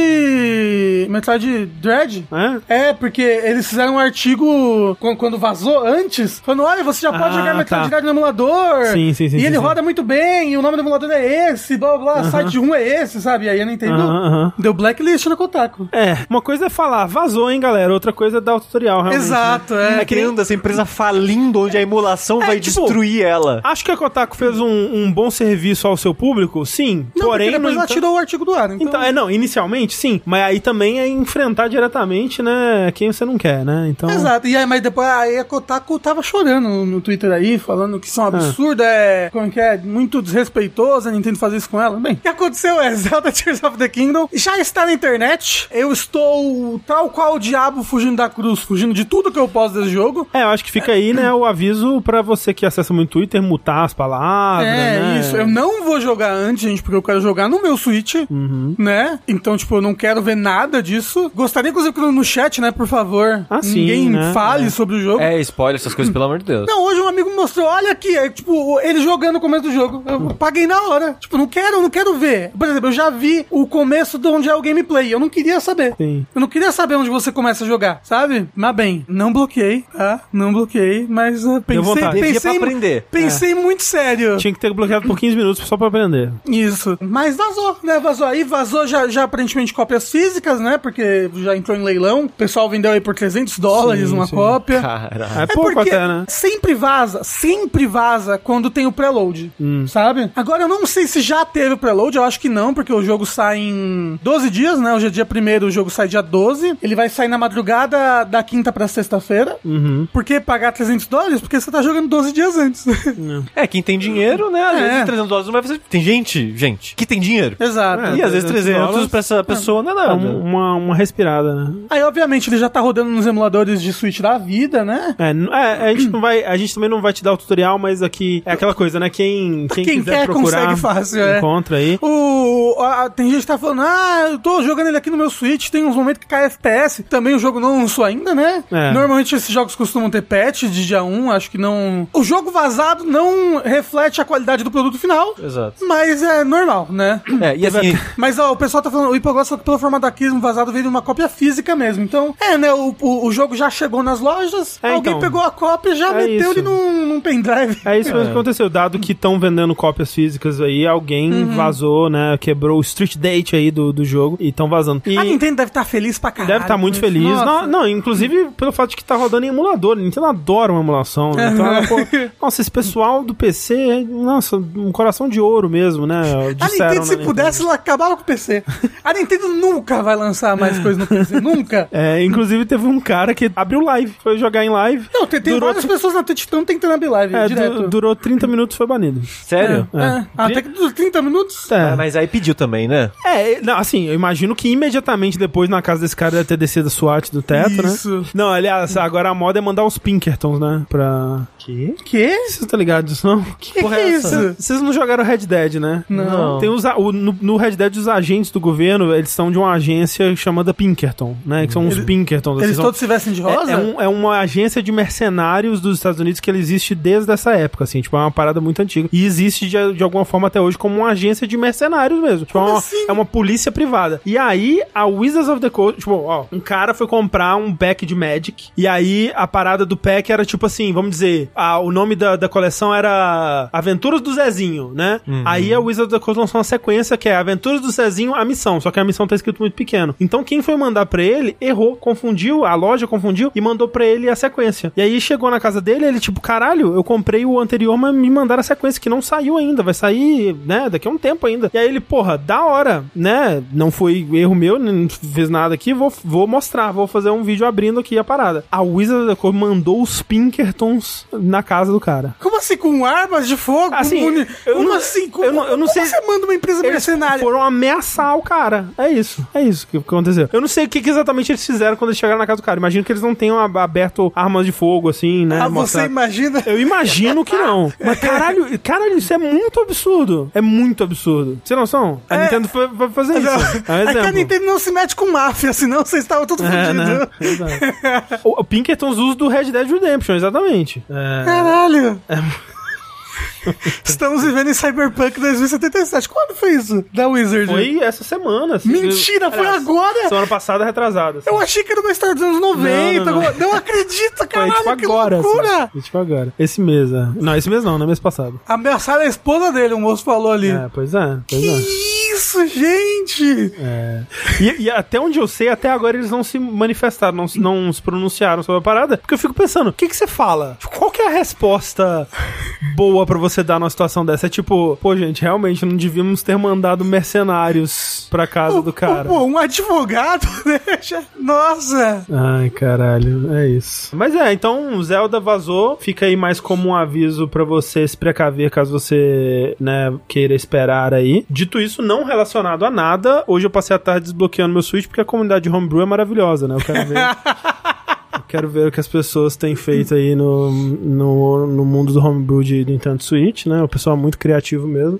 Speaker 2: Metroid Dread?
Speaker 1: É?
Speaker 2: É, porque eles fizeram um artigo quan- quando vazou antes, falando: olha, você já pode
Speaker 1: Ah,
Speaker 2: jogar Metroid
Speaker 1: tá.
Speaker 2: Dread no emulador.
Speaker 1: Sim, sim, sim,
Speaker 2: E
Speaker 1: sim,
Speaker 2: ele
Speaker 1: sim.
Speaker 2: roda muito bem, e o nome do emulador é esse, blá blá, blá site 1 é esse, sabe? E aí a Nintendo
Speaker 1: Aham, aham.
Speaker 2: deu blacklist na Kotaku.
Speaker 1: É, uma coisa é falar, vazou, hein, galera. Outra coisa é dar o tutorial, realmente. né?
Speaker 2: Exato,
Speaker 3: É,
Speaker 2: é.
Speaker 3: criando essa empresa falindo, onde a emulação vai
Speaker 1: tipo,
Speaker 3: destruir ela.
Speaker 1: Acho que a Kotaku fez um, um bom serviço ao seu público, sim.
Speaker 2: Não, porque
Speaker 1: porém,
Speaker 2: depois
Speaker 1: no
Speaker 2: ela
Speaker 1: entanto-
Speaker 2: tirou o artigo do ar. Então,
Speaker 1: Então, é, não, inicialmente sim, mas aí também é enfrentar diretamente, né, quem você não quer, né? Então,
Speaker 2: Exato, e aí, mas depois aí a Kotaku tava chorando no Twitter aí, falando que
Speaker 1: Ah.
Speaker 2: isso é um absurdo, é. Como que é? Muito desrespeitoso a Nintendo fazer isso com ela. Bem, o que aconteceu é Zelda Tears of the Kingdom já está na internet. Eu estou tal qual o diabo fugindo da cruz, fugindo de tudo que eu posso desse jogo.
Speaker 1: é, eu acho que fica aí, né, o aviso pra você que acessa muito Twitter mutar as palavras,
Speaker 2: É,
Speaker 1: né?
Speaker 2: isso. Eu não vou jogar antes, gente, porque eu quero jogar no meu Switch,
Speaker 1: Uhum.
Speaker 2: né? Então, tipo, eu não quero ver nada disso. Gostaria, inclusive, que no no chat, né, por favor,
Speaker 1: Ah, sim,
Speaker 2: ninguém
Speaker 1: né?
Speaker 2: fale
Speaker 1: É.
Speaker 2: sobre o jogo.
Speaker 3: É, spoiler, essas coisas, pelo amor de Deus.
Speaker 2: Não, hoje um amigo me mostrou, olha aqui, é, tipo, ele jogando no começo do jogo.
Speaker 1: Uhum.
Speaker 2: Eu paguei na hora. Tipo, não quero, não quero ver. Por exemplo, eu já vi o começo de onde é o gameplay. Eu não queria saber.
Speaker 1: Sim.
Speaker 2: Eu não queria saber onde você começa a jogar, sabe? Mas bem, não bloqueei, tá? Não bloqueei, mas eh, pensei,
Speaker 1: vontade.
Speaker 3: Devia
Speaker 2: pensei,
Speaker 3: pra aprender.
Speaker 2: pensei muito sério.
Speaker 1: É. Tinha que ter bloqueado por 15 minutos só pra aprender.
Speaker 2: Isso. Mas vazou, né? Vazou aí, vazou já, já aparentemente cópias físicas, né? Porque já entrou em leilão. O pessoal vendeu aí por 300 dólares
Speaker 1: Sim,
Speaker 2: uma
Speaker 1: sim.
Speaker 2: cópia.
Speaker 3: Caralho.
Speaker 1: É, pouco até, né?
Speaker 2: sempre vaza, sempre vaza quando tem o preload, sabe? Agora eu não sei se já teve o preload, eu acho que não, porque o jogo sai em 12 dias, né? Hoje é dia 1 o jogo sai dia 12. Ele vai sair na madrugada da quinta pra sexta-feira. Por que pagar 300 dólares? Porque você tá jogando 12 dias antes.
Speaker 3: É, quem tem dinheiro, né? Às
Speaker 2: É.
Speaker 3: vezes 300 dólares não vai fazer. Tem gente, gente, que tem dinheiro.
Speaker 2: Exato.
Speaker 1: É,
Speaker 3: e às vezes
Speaker 1: 300
Speaker 3: 300
Speaker 1: dólares,
Speaker 3: pra essa pessoa não é
Speaker 1: É
Speaker 3: nada.
Speaker 1: um- uma, uma respirada, né?
Speaker 2: Aí, obviamente, ele já tá rodando nos emuladores de Switch da vida, né?
Speaker 1: É, n- é, a gente não vai, a gente também não vai te dar o tutorial, mas aqui é aquela coisa, né? Quem quem,
Speaker 2: Quem
Speaker 1: quiser
Speaker 2: quer,
Speaker 1: procurar,
Speaker 2: consegue fácil, é.
Speaker 1: encontra aí.
Speaker 2: O, a- tem gente que tá falando, ah, eu tô jogando ele aqui no meu Switch, tem uns momentos que cai FPS. Também o jogo não lançou ainda, né?
Speaker 1: É.
Speaker 2: Normalmente esses jogos costumam ter patch de dia 1, acho que não. O jogo vazado não reflete a qualidade do produto final.
Speaker 3: Exato.
Speaker 2: Mas é normal, né?
Speaker 3: É, e assim,
Speaker 2: Mas ó, o pessoal tá falando, o Hipogloss falou que pelo formataquismo vazado veio de uma cópia física mesmo. Então, é, né? O, o, o jogo já chegou nas lojas,
Speaker 1: É,
Speaker 2: alguém
Speaker 1: então.
Speaker 2: pegou a cópia e já
Speaker 1: É
Speaker 2: meteu
Speaker 1: isso.
Speaker 2: ele num, num pendrive.
Speaker 1: É isso mesmo que aconteceu. Dado que estão vendendo cópias físicas aí, alguém
Speaker 2: Uhum.
Speaker 1: vazou, né? Quebrou o street date aí do, do jogo e estão vazando. E
Speaker 2: A Nintendo deve estar feliz pra Ah, caralho.
Speaker 1: deve estar muito
Speaker 2: com isso.
Speaker 1: feliz.
Speaker 2: Nossa.
Speaker 1: Não, não, inclusive pelo fato de que tá rodando em emulador. A Nintendo adora uma emulação. Né? Então ela, pô, nossa, esse pessoal do PC, é, nossa, um coração de ouro mesmo, né?
Speaker 2: A
Speaker 1: Disseram
Speaker 2: Nintendo,
Speaker 1: na
Speaker 2: se pudesse, ela acabava com o PC. A Nintendo nunca vai lançar mais coisa no PC. nunca.
Speaker 1: É, inclusive teve um cara que abriu live, foi jogar em live.
Speaker 2: Não, tem, tem
Speaker 1: Durou tipo-
Speaker 2: várias pessoas na Twitch que estão tentando abrir live
Speaker 1: É,
Speaker 2: direto.
Speaker 1: du- durou 30 minutos foi banido.
Speaker 3: sério?
Speaker 2: É, Até que dos 30 minutos.
Speaker 3: Ah,
Speaker 1: É.
Speaker 3: mas aí pediu também, né?
Speaker 1: É, não, assim, eu imagino que imediatamente depois na casa desse cara deve ter descido a SWAT do teto,
Speaker 2: Isso.
Speaker 1: né? Não, aliás, agora a moda é mandar os Pinkertons, né? Pra. Que?
Speaker 2: Que?
Speaker 1: Vocês estão ligados disso, não?
Speaker 2: Que que
Speaker 3: Porra,
Speaker 2: é
Speaker 3: essa?
Speaker 2: isso?
Speaker 1: Vocês não jogaram Red Dead, né?
Speaker 3: Não.
Speaker 1: Tem os, a- o- no, no Red Dead, os agentes do governo, eles são de uma agência chamada Pinkerton, né? Que são uns Pinkertons. assim,
Speaker 2: Eles
Speaker 1: são-
Speaker 2: todos se vestem de
Speaker 1: É-
Speaker 2: rosa?
Speaker 1: É, um- é uma agência de mercenários dos Estados Unidos que ela existe desde essa época, assim, tipo, é uma parada muito antiga. E existe de, de alguma forma até hoje como uma agência de mercenários mesmo. Tipo, é uma,
Speaker 2: assim?
Speaker 1: é uma polícia privada. E aí, a Wizards of the Coast, tipo, ó, um cara foi comprar um pack de Magic, e aí a parada do pack era tipo assim, vamos dizer, a- o nome da, da coleção era Aventuras do Zezinho, né? Aí a Wizards of the Coast lançou uma sequência que é Aventuras do Zezinho, a missão, só que a missão tá escrito muito pequeno. Então quem foi mandar pra ele errou, confundiu, a loja confundiu e mandou pra ele a sequência. E aí chegou na casa dele, ele tipo, caralho, eu comprei o anterior, mas me mandaram a sequência que não saiu ainda, vai sair, né, daqui a um tempo ainda. E aí ele, porra, da hora, né? Não foi erro meu, não fez nada aqui, vou, vou mostrar, vou fazer um vídeo abrindo aqui a parada. A Wizard of the Coast mandou os Pinkertons na casa do cara.
Speaker 2: Como assim? Com armas de fogo?
Speaker 1: Assim,
Speaker 2: com muni...
Speaker 1: eu
Speaker 2: Como
Speaker 1: não-
Speaker 2: assim? Com...
Speaker 1: eu não- eu não
Speaker 2: Como
Speaker 1: sei-
Speaker 2: você manda uma empresa
Speaker 1: Eles
Speaker 2: mercenária?
Speaker 1: foram ameaçar o cara. É isso. É isso que que aconteceu. Eu não sei o que, que exatamente eles fizeram quando eles chegaram na casa do cara. Imagino que eles não tenham ab- aberto armas de fogo, assim, né?
Speaker 2: Ah, você
Speaker 1: mostrado.
Speaker 2: imagina?
Speaker 1: Eu imagino que não. Mas caralho, caralho, isso é muito absurdo. É muito absurdo. Você não são? A
Speaker 2: É.
Speaker 1: Nintendo foi, vai fazer isso. É um
Speaker 2: É que a
Speaker 1: exemplo.
Speaker 2: Nintendo não se mete com máfia, senão vocês estavam todos
Speaker 1: É,
Speaker 2: fodidos.
Speaker 1: né? Exato. o, o Pinkertons usa do Red Dead Redemption, exatamente. É.
Speaker 2: Caralho! Estamos vivendo em Cyberpunk 2077. Quando foi isso? Da Wizard?
Speaker 1: Foi essa semana. assim.
Speaker 2: Mentira, foi
Speaker 1: Aliás,
Speaker 2: agora?
Speaker 1: Semana passada, retrasada. assim.
Speaker 2: Eu achei que era uma história dos anos 90.
Speaker 1: Não, não, não.
Speaker 2: alguma- Não acredito,
Speaker 1: Foi
Speaker 2: caralho,
Speaker 1: tipo
Speaker 2: que
Speaker 1: agora. assim.
Speaker 2: loucura!
Speaker 1: Foi tipo agora. Esse mês, é. Não, esse mês não, não é mês passado.
Speaker 2: Ameaçaram a esposa dele, o moço falou ali.
Speaker 1: É, pois é, pois é.
Speaker 2: Que isso, gente!
Speaker 1: É. E, e até onde eu sei, até agora eles não se manifestaram, não, se- não se pronunciaram sobre a parada. Porque eu fico pensando, o que, que você fala? Qual que é a resposta boa pra você dar numa situação dessa? É tipo, pô, gente, realmente não devíamos ter mandado mercenários pra casa do cara.
Speaker 2: Pô, um advogado, né? Já- Nossa!
Speaker 1: Ai, caralho, é isso. Mas é, então o Zelda vazou. Fica aí mais como um aviso pra você se precaver caso você, né, queira esperar aí. Dito isso, não relacionado a nada, hoje eu passei a tarde desbloqueando meu Switch porque a comunidade de homebrew é maravilhosa, né? Eu quero ver. Eu Quero ver o que as pessoas têm feito aí no, no, no mundo do homebrew de Nintendo Switch, né? O pessoal é muito criativo mesmo.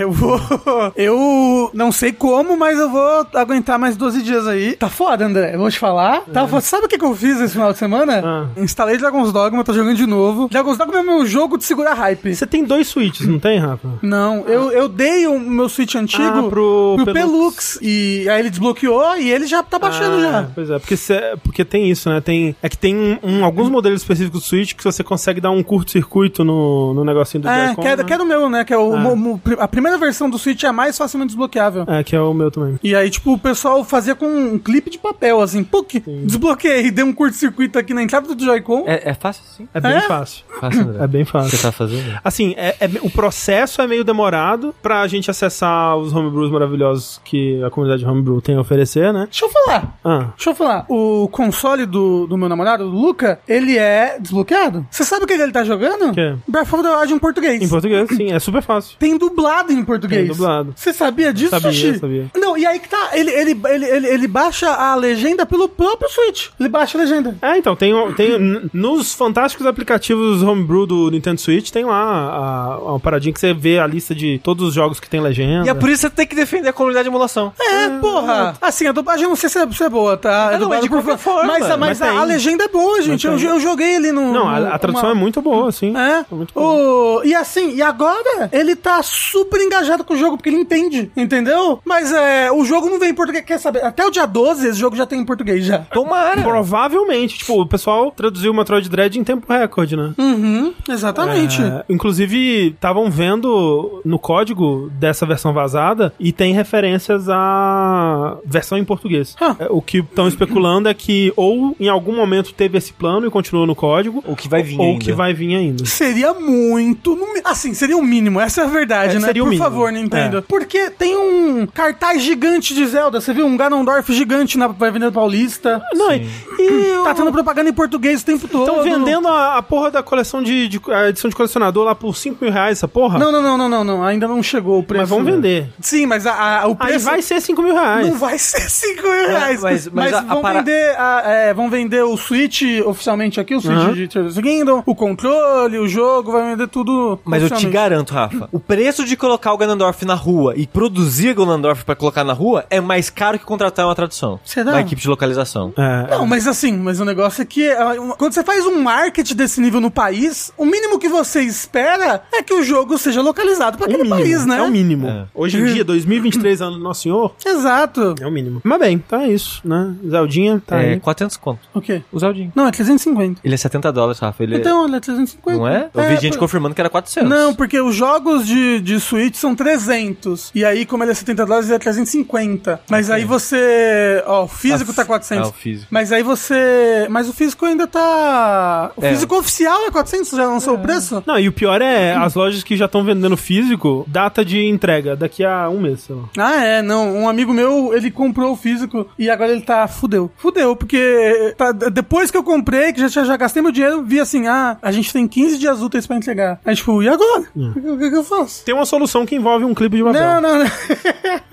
Speaker 2: Eu vou. Eu não sei como, mas eu vou aguentar mais 12 dias aí. Tá foda, André. Eu vou te falar. Tá foda. Sabe o que, que eu fiz esse final de semana?
Speaker 1: É. Ah.
Speaker 2: Instalei Dragon's Dogma, tô jogando de novo. Dragon's Dogma é meu jogo de segurar hype.
Speaker 1: Você tem dois Switches, não tem, Rafa?
Speaker 2: Não, eu, eu dei o meu Switch antigo
Speaker 1: Ah, pro
Speaker 2: Pelux. E aí ele desbloqueou e ele já tá baixando
Speaker 1: Ah,
Speaker 2: já.
Speaker 1: Pois é, porque, cê- porque tem isso, né? Tem, é que tem um- um- alguns modelos específicos do Switch que você consegue dar um curto-circuito no, no negocinho do
Speaker 2: É,
Speaker 1: Joy-Con,
Speaker 2: que é,
Speaker 1: né?
Speaker 2: que é do meu, né? Que é o, mo- mo- a primeira versão do Switch é a mais facilmente desbloqueável.
Speaker 1: É, que é o meu também.
Speaker 2: E aí, tipo, o pessoal fazia com um clipe de papel, assim, PUC, desbloqueei, dei um curto-circuito aqui na entrada do Joy-Con.
Speaker 3: É, é fácil sim?
Speaker 1: É bem
Speaker 2: É?
Speaker 1: fácil.
Speaker 3: Fácil, André.
Speaker 1: É bem fácil.
Speaker 3: Você tá fazendo?
Speaker 1: Assim, é, é- o processo é meio demorado pra gente acessar os homebrews maravilhosos que a comunidade homebrew tem a oferecer, né?
Speaker 2: Deixa eu falar.
Speaker 1: Ah,
Speaker 2: Deixa eu falar. O console do, do meu namorado, do Luca, ele é desbloqueado. Você sabe o que ele tá jogando?
Speaker 1: Que?
Speaker 2: Breath of the Wild em português.
Speaker 1: em português, sim, é super fácil.
Speaker 2: Tem dublado em português.
Speaker 1: Tem dublado.
Speaker 2: Você sabia disso,
Speaker 1: Sabia,
Speaker 2: Sushi?
Speaker 1: sabia.
Speaker 2: Não, e aí que tá. Ele, ele, ele, ele, ele baixa a legenda pelo próprio Switch. Ele baixa a legenda.
Speaker 1: É, então, tem, o- tem n- nos fantásticos aplicativos homebrew do Nintendo Switch, tem lá a, a- uma paradinha que você vê a lista de todos os jogos que tem legenda.
Speaker 3: E é por isso que você tem que defender a comunidade de emulação.
Speaker 2: É, porra. Assim, a dublagem eu não sei se é, se é boa, tá? É
Speaker 3: Ah, não,
Speaker 2: dublada
Speaker 3: mas de
Speaker 2: por-
Speaker 3: qualquer forma.
Speaker 2: Mas, a-
Speaker 1: Mas
Speaker 2: mas
Speaker 1: tem.
Speaker 2: a, a legenda é boa, gente. Eu,
Speaker 1: tem.
Speaker 2: eu joguei ele no.
Speaker 1: Não,
Speaker 2: no-
Speaker 1: a, a tradução é
Speaker 2: uma-
Speaker 1: muito boa, assim.
Speaker 2: É.
Speaker 1: muito
Speaker 2: o, e assim, e agora ele tá super engajado com o jogo, porque ele entende, entendeu? Mas é, o jogo não vem em português, quer saber? Até o dia 12 esse jogo já tem em português já.
Speaker 3: Tomara!
Speaker 1: Provavelmente, tipo, o pessoal traduziu o Metroid Dread em tempo recorde, né?
Speaker 2: Uhum, exatamente.
Speaker 1: É, inclusive, estavam vendo no código dessa versão vazada e tem referências à versão em português.
Speaker 2: Ah.
Speaker 1: É, O que estão especulando é que ou em algum momento teve esse plano e continuou no código,
Speaker 3: O que vai vir
Speaker 1: ou
Speaker 3: ainda.
Speaker 1: que vai vir ainda.
Speaker 2: Seria muito. no mi- Assim, seria o mínimo, essa é a verdverdade,
Speaker 1: É,
Speaker 2: né?
Speaker 1: seria o
Speaker 2: Por
Speaker 1: mínimo.
Speaker 2: favor, Nintendo. Porque tem um cartaz gigante de Zelda, você viu? Um Ganondorf gigante na Avenida Paulista.
Speaker 1: Não, e, e
Speaker 2: Tá tendo propaganda em português o tempo todo.
Speaker 1: estão vendendo a, a porra da coleção de, de- a edição de colecionador lá por 5 mil reais, essa porra?
Speaker 2: Não, não, não, não, não, não. Ainda não chegou o preço.
Speaker 1: mas vão vender.
Speaker 2: Sim, mas a, a- o
Speaker 1: Aí
Speaker 2: preço.
Speaker 1: vai ser 5 mil reais.
Speaker 2: Não vai ser 5 mil reais.
Speaker 3: mas-
Speaker 2: mas
Speaker 3: mas a- a
Speaker 2: vão,
Speaker 3: para-
Speaker 2: vender a- é, vão vender o Switch oficialmente aqui, o Switch
Speaker 1: Aham.
Speaker 2: de Tears of the Kingdom, o controle, o jogo, vai vender tudo.
Speaker 3: Mas eu te
Speaker 2: oficialmente.
Speaker 3: garanto, Rafa, o preço de colocar o Ganondorf na rua e produzir Ganondorf pra colocar na rua é mais caro que contratar uma tradução.
Speaker 2: Será?
Speaker 3: Uma equipe de localização.
Speaker 1: É,
Speaker 2: Não, mas assim, mas o negócio é que ah, um- quando você faz um market desse nível no país, o mínimo que você espera é que o jogo seja localizado pra
Speaker 1: é o
Speaker 2: aquele
Speaker 1: mínimo,
Speaker 2: país, né?
Speaker 1: É o mínimo.
Speaker 3: É.
Speaker 1: Hoje em dia, 2023, ano do Nosso Senhor,
Speaker 2: Exato.
Speaker 1: é o mínimo. Mas bem, então é isso, né? Zeldinha, tá
Speaker 3: é
Speaker 1: aí.
Speaker 3: 400 conto.
Speaker 2: O quê?
Speaker 3: O Zeldinho.
Speaker 2: Não, é 350.
Speaker 3: Ele é 70 dólares, Rafa. Ele
Speaker 2: Então, olha, é 350.
Speaker 3: Não é? Eu vi gente
Speaker 2: por-
Speaker 3: confirmando que era 400.
Speaker 2: Não, porque os jogos de, de Switch são 300. E aí, como ele é 70 dólares, ele é 350. Mas aí você. Ó, o físico
Speaker 3: Ah,
Speaker 2: tá 400.
Speaker 3: ah, o físico.
Speaker 2: Mas aí você. Mas o físico ainda tá. O
Speaker 3: É.
Speaker 2: físico oficial é 400? Já lançou o preço?
Speaker 1: Não, e o pior é as lojas que já estão vendendo físico, data de entrega, daqui a um mês, sei lá.
Speaker 2: Ah, é, não. Um amigo meu, ele comprou o físico e agora ele tá fudeu. Fudeu, porque tá- depois que eu comprei, que já, tinha- já gastei meu dinheiro, vi assim, ah, a gente tem 15 dias úteis pra entregar. Aí, tipo, e agora?
Speaker 3: Hum.
Speaker 2: O que, o que que eu faço?
Speaker 1: Tem uma solução que envolve um
Speaker 3: Tá
Speaker 1: clipe de papel,
Speaker 2: Não, não, não.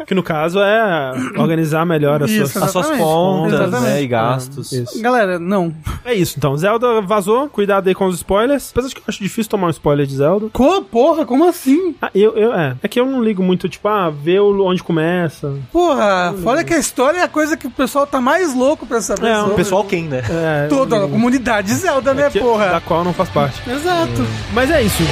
Speaker 1: que no caso é organizar melhor as
Speaker 2: Isso,
Speaker 1: suas...
Speaker 3: As suas
Speaker 2: Exatamente.
Speaker 3: contas,
Speaker 2: Exatamente.
Speaker 3: né? E gastos.
Speaker 1: Isso.
Speaker 2: Galera, não.
Speaker 1: É isso, então. Zelda vazou, cuidado aí com os spoilers. Apesar de que eu acho difícil tomar um spoiler de Zelda.
Speaker 2: Co, porra, como assim?
Speaker 1: Ah, eu, eu, é. É que eu não ligo muito, tipo, ah, ver o- onde começa.
Speaker 2: Porra, fora que a história é a coisa que o pessoal tá mais louco pra saber.
Speaker 1: É, o
Speaker 2: sobre.
Speaker 3: O pessoal quem, né?
Speaker 1: É,
Speaker 2: Toda a comunidade Zelda, né,
Speaker 1: que- é Da
Speaker 2: porra?
Speaker 1: qual eu não faz parte.
Speaker 2: Exato.
Speaker 1: Mas é isso.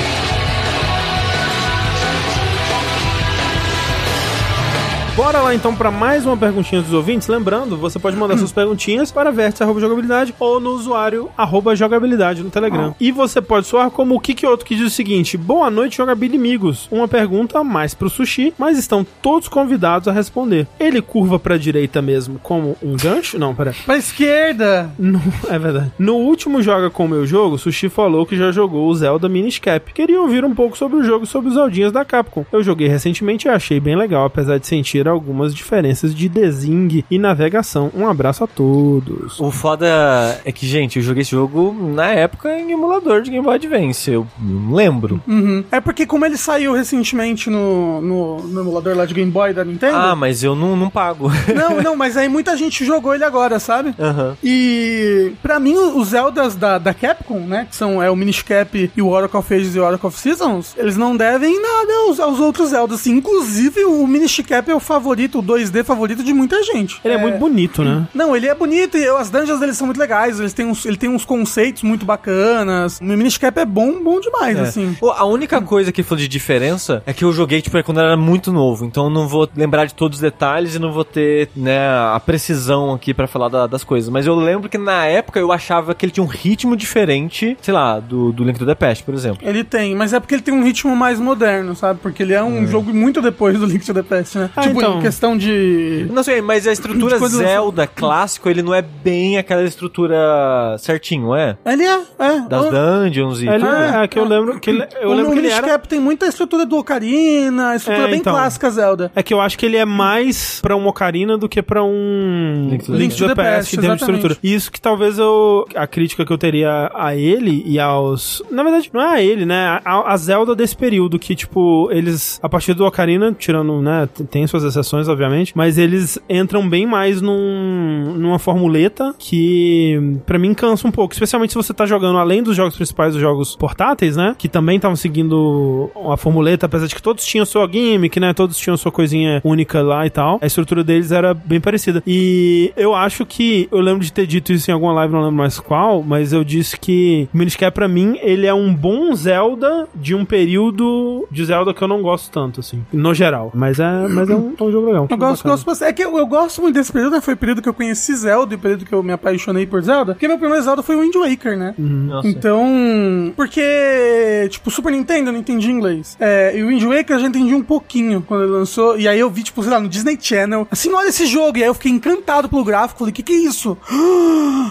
Speaker 1: Bora lá então para mais uma perguntinha dos ouvintes. Lembrando, você pode mandar suas perguntinhas para vértice.jogabilidade ou no usuário arroba jogabilidade no Telegram. E você pode soar como o Kiki Outro que diz o seguinte: Boa noite, jogabilimigos. Uma pergunta a mais pro sushi, mas estão todos convidados a responder. Ele curva pra direita mesmo como um gancho? Não, pera.
Speaker 2: Pra esquerda.
Speaker 1: No, é verdade. No último Joga Com o Meu Jogo, Sushi falou que já jogou o Zelda Miniscap. Queria ouvir um pouco sobre o jogo e sobre os Zeldinhas da Capcom. Eu joguei recentemente e achei bem legal, apesar de sentir algumas diferenças de desenho e navegação. Um abraço a todos.
Speaker 3: O foda é que, gente, eu joguei esse jogo na época em emulador de Game Boy Advance. Eu não lembro.
Speaker 2: Uhum. É porque como ele saiu recentemente no, no, no emulador lá de Game Boy da Nintendo...
Speaker 3: Ah, mas eu não, não pago.
Speaker 2: Não, não, mas aí muita gente jogou ele agora, sabe?
Speaker 3: Aham.
Speaker 2: E pra mim, os Zeldas da, da Capcom, né? Que são é, o Minish Cap e o Oracle of Ages e o Oracle of Seasons, eles não devem nada aos, aos outros Zeldas. assim. Inclusive, o Minish Cap é o favorito, o 2D favorito de muita gente.
Speaker 1: Ele é, muito bonito, né?
Speaker 2: Não, ele é bonito e eu- as dungeons deles são muito legais. Eles têm uns, ele tem uns conceitos muito bacanas. O Minish Cap é bom, bom demais, assim.
Speaker 3: Pô, A única coisa que falou de diferença é que eu joguei, tipo, quando eu era muito novo. Então eu não vou lembrar de todos os detalhes e não vou ter, né, a precisão aqui pra falar da- das coisas. Mas eu lembro que na época eu achava que ele tinha um ritmo diferente, sei lá, do, do Link to the Past, por exemplo.
Speaker 2: Ele tem, mas é porque ele tem um ritmo mais moderno, sabe? Porque ele é um jogo muito depois do Link to the Past, né?
Speaker 1: Ah,
Speaker 2: tipo,
Speaker 1: então.
Speaker 2: em questão de.
Speaker 3: Não sei, mas a estrutura
Speaker 2: De quando lançou-
Speaker 3: Zelda clássico, ele não é bem aquela estrutura certinho, é?
Speaker 2: Ele é, é.
Speaker 3: Das
Speaker 2: O-
Speaker 3: dungeons e
Speaker 1: Ele
Speaker 3: tudo.
Speaker 1: é, é que eu lembro que ele, eu
Speaker 2: o
Speaker 1: lembro que ele
Speaker 2: Minish
Speaker 1: era
Speaker 2: Cap tem muita estrutura do Ocarina, estrutura
Speaker 1: É,
Speaker 2: bem
Speaker 1: então.
Speaker 2: clássica Zelda.
Speaker 1: É que eu acho que ele é mais pra um Ocarina do que pra um
Speaker 3: Link to the
Speaker 1: Link to the Past, em termos de
Speaker 2: exatamente.
Speaker 1: estrutura. E isso que talvez eu... A crítica que eu teria a ele e aos... Na verdade, não é a ele, né? A, a Zelda desse período, que, tipo, eles... A partir do Ocarina, tirando, né? t- Tem suas exceções, obviamente, mas eles entram bem mais num, numa formuleta que, pra mim, cansa um pouco. Especialmente se você tá jogando, além dos jogos principais, os jogos portáteis, né? Que também estavam seguindo a formuleta, apesar de que todos tinham sua gimmick, né? Todos tinham sua coisinha única lá e tal. A estrutura deles era bem parecida. E eu acho que. Eu lembro de ter dito isso em alguma live, não lembro mais qual, mas eu disse que Minish Cap, pra mim, ele é um bom Zelda de um período de Zelda que eu não gosto tanto, assim. No geral. Mas é, mas é, um, é um jogo legal.
Speaker 2: Eu gosto, gosto bastante. É que eu, eu gosto muito desse período, né? Foi o período que eu conheci Zelda e o período que eu me apaixonei por Zelda. Porque meu primeiro Zelda foi o Wind Waker, né?
Speaker 3: Nossa.
Speaker 2: Então, porque, tipo, Super Nintendo eu não entendi inglês. É, e o Wind Waker eu já entendi um pouquinho quando ele lançou. E aí eu vi, tipo, sei lá, no Disney Channel. Assim, olha esse jogo. E aí eu fiquei encantado pelo gráfico. Falei, que que é isso?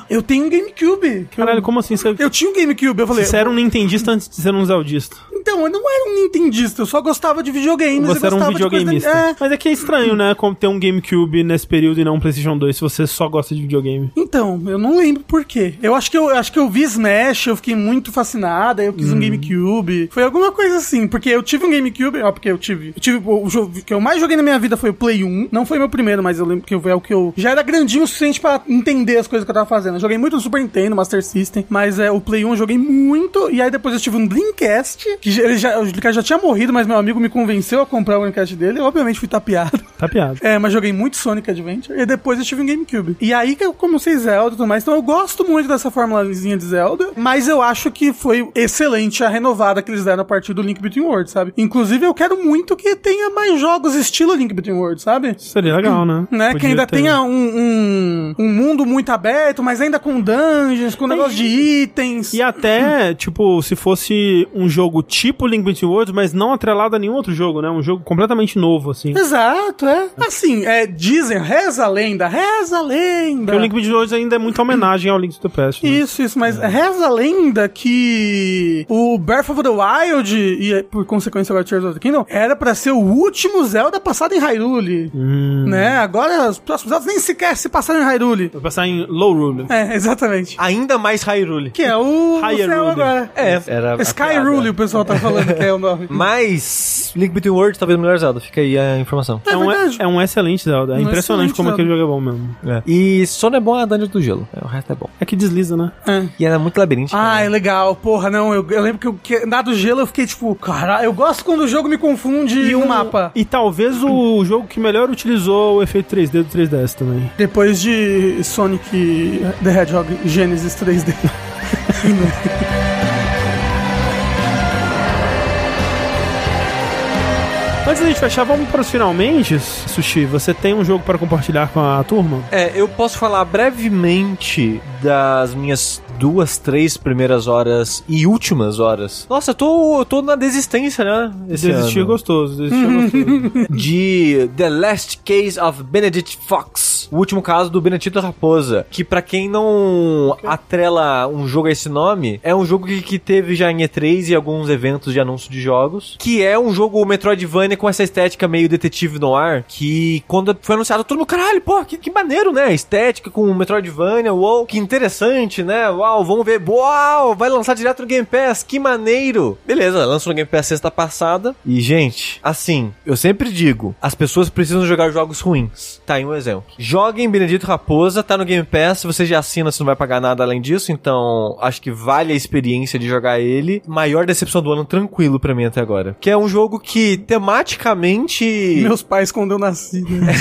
Speaker 2: Eu tenho um GameCube.
Speaker 1: Caralho, como assim? Você,
Speaker 2: Eu tinha um GameCube. Eu falei,
Speaker 1: você era um Nintendista antes de ser um Zeldista?
Speaker 2: então, eu não era um nintendista. Eu só gostava de videogames. eu
Speaker 1: Você era um
Speaker 2: gostava de coisa da-
Speaker 1: videogameista.
Speaker 2: É,
Speaker 1: Mas é que é estranho, né? Como ter um GameCube nesse período e não um PlayStation 2 se você só gosta de videogame.
Speaker 2: Então, eu não lembro por quê. Eu acho que eu, eu acho que eu vi Smash, eu fiquei muito fascinada, eu quis um GameCube. Foi alguma coisa assim, porque eu tive um GameCube, ó, porque eu tive. Eu tive o jogo que eu mais joguei na minha vida foi o Play 1. Não foi meu primeiro, mas eu lembro que eu- é o que eu já era grandinho o suficiente pra entender as coisas que eu tava fazendo. Eu joguei muito no Super Nintendo, Master System, mas é o Play 1 eu joguei muito e aí depois eu tive um Dreamcast, que já- ele já, o Dreamcast já tinha morrido, mas meu amigo me convenceu a comprar o Dreamcast dele. Eu obviamente fui tapeado.
Speaker 1: Tá piada.
Speaker 2: É, mas joguei muito Sonic Adventure e depois eu tive um GameCube. E aí que eu comecei Zelda e tudo mais. Então eu gosto muito dessa formulazinha de Zelda, mas eu acho que foi excelente a renovada que eles deram a partir do Link Between Worlds, sabe? Inclusive eu quero muito que tenha mais jogos estilo Link Between Worlds, sabe?
Speaker 1: Seria legal, né?
Speaker 2: Né? Que
Speaker 1: Podia
Speaker 2: ainda
Speaker 1: ter.
Speaker 2: tenha um, um, um mundo muito aberto, mas ainda com dungeons, com negócio de itens.
Speaker 1: E até, tipo, se fosse um jogo tipo Link Between Worlds, mas não atrelado a nenhum outro jogo, né? Um jogo completamente novo, assim.
Speaker 2: Exato, é. Assim, é, dizem, reza a lenda, reza a lenda.
Speaker 1: Porque o Link Between Worlds ainda é muita homenagem ao Link to the Past. né?
Speaker 2: Isso, isso, mas reza a lenda que o Breath of the Wild, e por consequência agora Tears of the Kingdom, era pra ser o último Zelda passado em Hyrule. Né? Agora os próximos Zeldas nem sequer se passaram em Hyrule.
Speaker 1: Hum. Vou passar em Low Rule.
Speaker 2: É, exatamente.
Speaker 3: Ainda mais Hyrule.
Speaker 2: Que é o o
Speaker 1: Hyrule.
Speaker 2: céu agora.
Speaker 3: É, era a
Speaker 2: Skyrule
Speaker 3: piada.
Speaker 2: o pessoal tá falando que é o nome.
Speaker 3: Mas Link Between Worlds talvez o melhor Zelda, fica aí a informação.
Speaker 2: É
Speaker 1: um,
Speaker 2: verdade.
Speaker 1: é um excelente Zelda. É
Speaker 2: Um
Speaker 1: impressionante
Speaker 2: excelente
Speaker 1: como
Speaker 2: Zelda.
Speaker 1: aquele jogo é bom mesmo.
Speaker 3: E só não é bom a Dungeon do Gelo, é, o resto é bom.
Speaker 1: É que desliza, né?
Speaker 2: É.
Speaker 3: E ela é muito labiríntica.
Speaker 2: Ah,
Speaker 3: né?
Speaker 2: é legal, porra, não, eu, eu lembro que, eu, que na do gelo eu fiquei tipo, caralho, eu gosto quando o jogo me confunde e o mapa.
Speaker 1: E um talvez o jogo que melhor utilizou o efeito 3D do 3DS também.
Speaker 2: Depois de Sonic the Hedgehog Genesis 3D.
Speaker 1: Antes da gente fechar, vamos para os finalmente. Sushi, você tem um
Speaker 3: né?
Speaker 1: jogo para compartilhar com a turma?
Speaker 3: É, eu posso falar brevemente das minhas duas, três primeiras horas e últimas horas. Nossa, eu tô, eu tô na desistência, né? Esse
Speaker 1: Desistir é
Speaker 3: ano.
Speaker 1: gostoso, desistir é gostoso.
Speaker 3: De The Last Case of Benedict Fox. O último caso do Benedito Raposa. Que pra quem não atrela um jogo a esse nome, é um jogo que, que teve já em E3 e alguns eventos de anúncio de jogos. Que é um jogo Metroidvania com essa estética meio detetive no ar. Que quando foi anunciado, todo mundo, caralho, pô, que, que maneiro, né? Estética com Metroidvania, uou, que interessante, né? Uau, vamos ver. Uau, vai lançar direto no Game Pass, que maneiro. Beleza, lançou no Game Pass sexta passada. E, gente, assim, eu sempre digo, as pessoas precisam jogar jogos ruins. Tá aí um exemplo. Joguem Benedito Raposa, tá no Game Pass, você já assina, você não vai pagar nada além disso, então acho que vale a experiência de jogar ele. Maior decepção do ano, tranquilo pra mim até agora. Que é um jogo que, tematicamente...
Speaker 2: Meus pais quando eu nasci. né?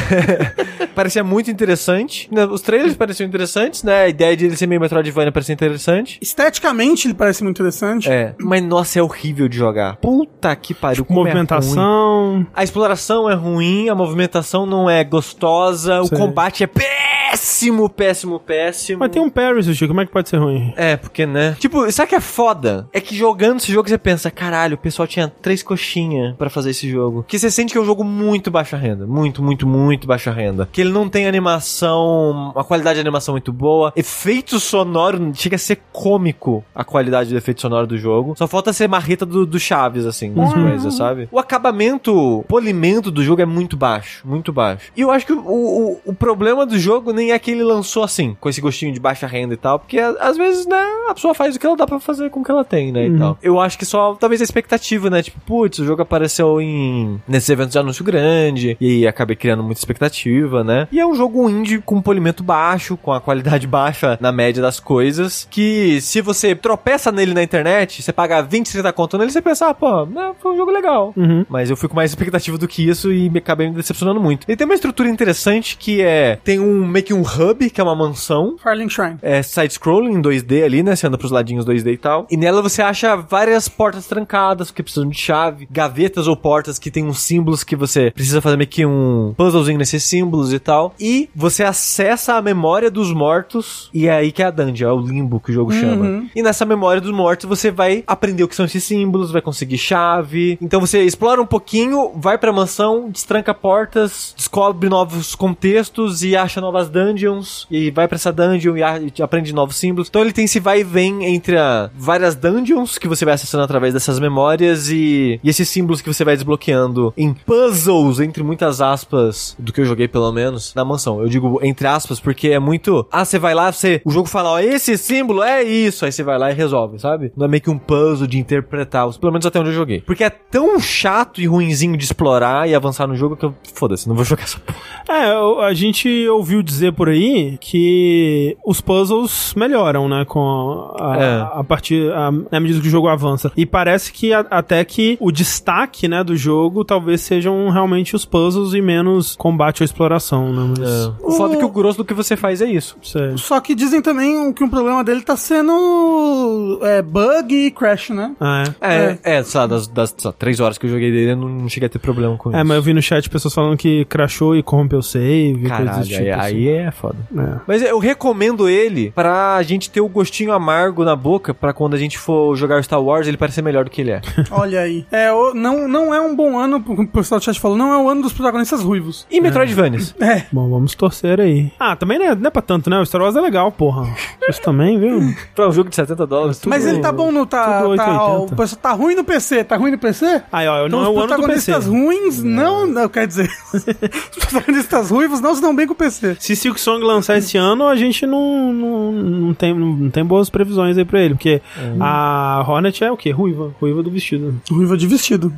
Speaker 3: parecia muito interessante. né? Os trailers pareciam interessantes, né? A ideia de ele ser meio Metroidvania parecia interessante.
Speaker 2: Esteticamente ele parece muito interessante.
Speaker 3: É, mas nossa, é horrível de jogar. Puta que pariu, como é ruim.
Speaker 1: Tipo, Movimentação.
Speaker 3: A exploração é ruim, a movimentação não é gostosa,
Speaker 1: Sei.
Speaker 3: o combate é péssimo, péssimo, péssimo.
Speaker 1: Mas tem um Paris, Chico, como é que pode ser ruim?
Speaker 3: É, porque, né? Tipo, sabe o que é foda? É que jogando esse jogo você pensa, caralho, o pessoal tinha três coxinhas pra fazer esse jogo. Que você sente que é um jogo muito baixa renda. Muito, muito, muito baixa renda. Que ele não tem animação, uma qualidade de animação muito boa. Efeito sonoro, chega a ser cômico a qualidade do efeito sonoro do jogo. Só falta ser marreta do, do Chaves, assim, das coisas, sabe? O acabamento, polimento do jogo é muito baixo, muito baixo. E eu acho que o, o, o problema do jogo nem é que ele lançou assim, com esse gostinho de baixa renda e tal, porque a- às vezes, né, a pessoa faz o que ela dá pra fazer com o que ela tem, né, e tal. Eu acho que só, talvez a expectativa, né, tipo, putz, o jogo apareceu em, nesses eventos de anúncio grande, e aí acabei criando muita expectativa, né. E é um jogo indie com polimento baixo, com a qualidade baixa na média das coisas, que se você tropeça nele na internet, você paga 20, 30 conto nele, você pensa, ah, pô, né, foi um jogo legal.
Speaker 1: Uhum.
Speaker 3: Mas eu fui com mais expectativa do que isso e me acabei me decepcionando muito. Ele tem uma estrutura interessante que é. Tem um meio que um hub, que é uma mansão.
Speaker 2: Farling Shrine.
Speaker 3: É side-scrolling em 2D ali, né? Você anda pros ladinhos 2D e tal. E nela você acha várias portas trancadas que precisam de chave, gavetas ou portas que tem uns símbolos que você precisa fazer meio que um puzzlezinho nesses símbolos e tal. E você acessa a memória dos mortos. E é aí que é a dungeon, é o limbo que o jogo chama. E nessa memória dos mortos você vai aprender o que são esses símbolos, vai conseguir chave. Então você explora um pouquinho, vai pra mansão, destranca portas, descobre novos contextos e acha novas dungeons. E vai pra essa dungeon e a- e aprende novos símbolos. Então ele tem esse vai e vem entre a- várias dungeons que você vai acessando através dessas memórias e, e esses símbolos que você vai desbloqueando em puzzles, entre muitas aspas, do que eu joguei pelo menos, na mansão. Eu digo entre aspas porque é muito. Ah, você vai lá, você. O jogo fala, ó, esse símbolo é isso. Aí você vai lá e resolve, sabe? Não é meio que um puzzle de interpretar, os- pelo menos até onde eu joguei. Porque é tão chato e ruinzinho de explorar e avançar no jogo que eu. Foda-se, não vou jogar essa porra.
Speaker 1: É, o- a gente ouviu dizer por aí que os puzzles melhoram, né? Com a,
Speaker 3: É.
Speaker 1: a partir a, na medida que o jogo avança. E parece que a- até que o destaque, né, do jogo talvez sejam realmente os puzzles e menos combate ou exploração, né? Mas,
Speaker 3: O foda é que o grosso do que você faz é isso.
Speaker 1: não sei.
Speaker 2: Só que dizem também que um problema dele tá sendo é, bug e crash, né?
Speaker 1: Ah, é.
Speaker 3: É, é, só das, das só três horas que eu joguei dele, eu não, não cheguei a ter problema com isso.
Speaker 1: É, mas eu vi no chat pessoas falando que crashou e corrompeu o save, coisas
Speaker 3: Caralho,
Speaker 1: desse tipo.
Speaker 3: aí,
Speaker 1: assim.
Speaker 3: aí é foda.
Speaker 1: É.
Speaker 3: Mas eu recomendo ele pra gente ter o gostinho amargo na boca pra quando a gente for jogar Star Wars ele parecer melhor do que ele é.
Speaker 2: Olha aí. É, o- não, não é um bom ano, como o pessoal do chat falou, não é o ano dos protagonistas ruivos.
Speaker 3: E Metroidvanias.
Speaker 2: É.
Speaker 1: Bom, vamos torcer aí. Ah, também não é, não é pra tanto, né? O Star Wars é legal, porra. Vocês também, viu?
Speaker 3: Pra um jogo de 70 dólares. tudo
Speaker 2: Mas ele tá bom no. Tá,
Speaker 1: tudo
Speaker 2: tá, ó,
Speaker 1: 880.
Speaker 2: o pessoal tá ruim no PC, tá ruim no PC?
Speaker 1: Aí, ó, não
Speaker 2: Então os
Speaker 1: é o ano do PC.
Speaker 2: protagonistas ruins não, não, quer dizer, os protagonistas ruivos não se dão bem com o PC.
Speaker 1: Se Silk Song lançar esse ano, a gente não, não, não tem, não tem boas previsões aí pra ele, porque a Hornet é o quê? Ruiva. Ruiva do vestido.
Speaker 2: Ruiva de vestido.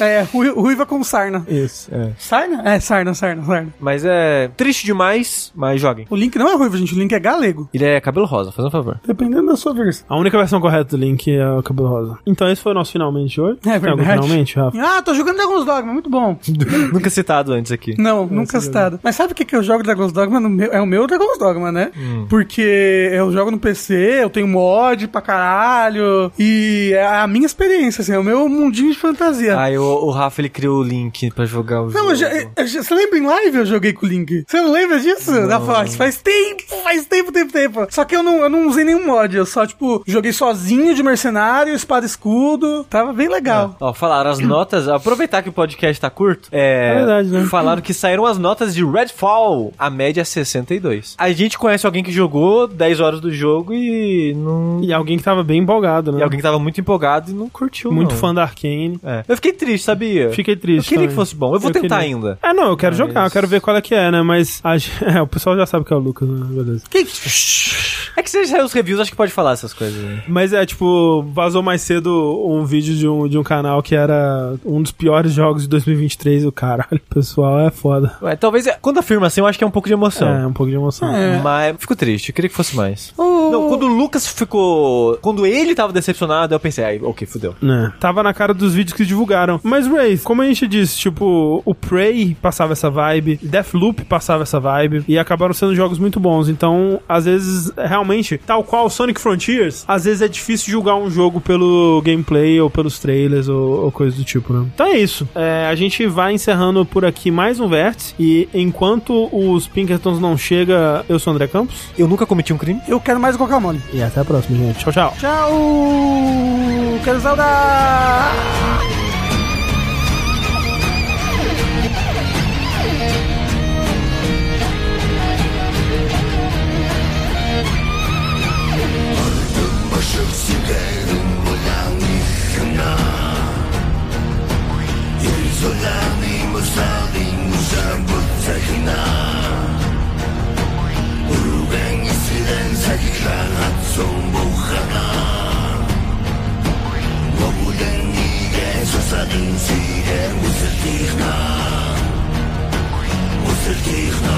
Speaker 2: É, rui- ruiva com sarna.
Speaker 1: Isso.
Speaker 2: Sarna? É, sarna, sarna, sarna.
Speaker 3: Mas é triste demais, mas joguem.
Speaker 2: O Link não é ruivo, gente, o Link é galego.
Speaker 3: Ele é cabelo rosa, faz um favor.
Speaker 2: Dependendo da sua versão.
Speaker 1: A única versão correta do Link é o cabelo rosa. Então esse foi o nosso finalmente de hoje.
Speaker 2: É
Speaker 1: Tem algum
Speaker 2: verdade.
Speaker 1: Finalmente, Rafa.
Speaker 2: Ah, tô jogando Dragon's Dogma, muito bom.
Speaker 3: Nunca citado antes aqui.
Speaker 2: é Não, nunca citado. Mas sabe o que, que eu jogo Dragon's Dogma? Dogma no meu- é o meu Dragon's Dogma, né? Porque eu jogo no PC, eu tenho mod pra caralho. E é a minha experiência, assim, é o meu mundinho de fantasia.
Speaker 3: Aí o, o Rafa ele criou o link pra jogar o
Speaker 2: É. Não,
Speaker 3: jogo.
Speaker 2: eu já- eu já- você lembra em live eu joguei com o Link? Você não lembra disso? Da Fox? Faz tempo, faz tempo, tempo, tempo. Só que eu não, eu não usei nenhum mod, eu só, tipo, joguei sozinho de mercenário, espada e escudo. Tava bem legal.
Speaker 3: Ó, falaram as notas. Aproveitar que o podcast tá curto. É,
Speaker 1: É verdade, né?
Speaker 3: Falaram que saíram as notas de Redfall. A média é 62. A gente conhece alguém que jogou 10 horas do jogo e não.
Speaker 1: E alguém que tava bem empolgado, né?
Speaker 3: E alguém que tava muito empolgado e não curtiu.
Speaker 1: Muito
Speaker 3: não.
Speaker 1: fã da Arkane.
Speaker 3: É. Eu fiquei triste, sabia?
Speaker 1: Fiquei
Speaker 3: Eu
Speaker 1: triste.
Speaker 3: queria
Speaker 1: também.
Speaker 3: que fosse bom. Eu vou
Speaker 1: Eu
Speaker 3: tentar
Speaker 1: queria.
Speaker 3: ainda.
Speaker 1: Ah, não, eu quero
Speaker 3: Mas-
Speaker 1: jogar, eu quero ver qual é que é, né? Mas a gen- é, o pessoal já sabe que é o Lucas, né? Beleza.
Speaker 2: Que
Speaker 3: É que se saiu os reviews, acho que pode falar essas coisas. né?
Speaker 1: Mas é, tipo, vazou mais cedo um vídeo de um, de um canal que era um dos piores jogos de 2023, o caralho. O pessoal é foda.
Speaker 3: Ué, talvez, é- quando afirma assim, eu acho que é um pouco de emoção.
Speaker 1: É, um pouco de emoção.
Speaker 3: Mas fico triste, eu queria que fosse mais. Não, quando o Lucas ficou. Quando ele tava decepcionado, eu pensei, ai, ok, fudeu.
Speaker 1: Né. Tava na cara dos vídeos que divulgaram. Mas, Ray, como a gente disse, tipo, o Prey passava essa vibe, Deathloop passava essa vibe, e acabaram sendo jogos muito bons. Então, às vezes, realmente, tal qual Sonic Frontiers, às vezes é difícil julgar um jogo pelo gameplay ou pelos trailers ou, ou coisa do tipo, né? Então é isso. É, a gente vai encerrando por aqui mais um vértice, e enquanto os Pinkertons não chega, eu sou o André Campos.
Speaker 3: Eu nunca cometi um crime.
Speaker 2: Eu quero mais guacamole.
Speaker 1: E até a próxima, gente. Tchau, tchau.
Speaker 2: Tchau! Quero saudar!
Speaker 4: Садын сүйген, үсір тихна, үсір тихна.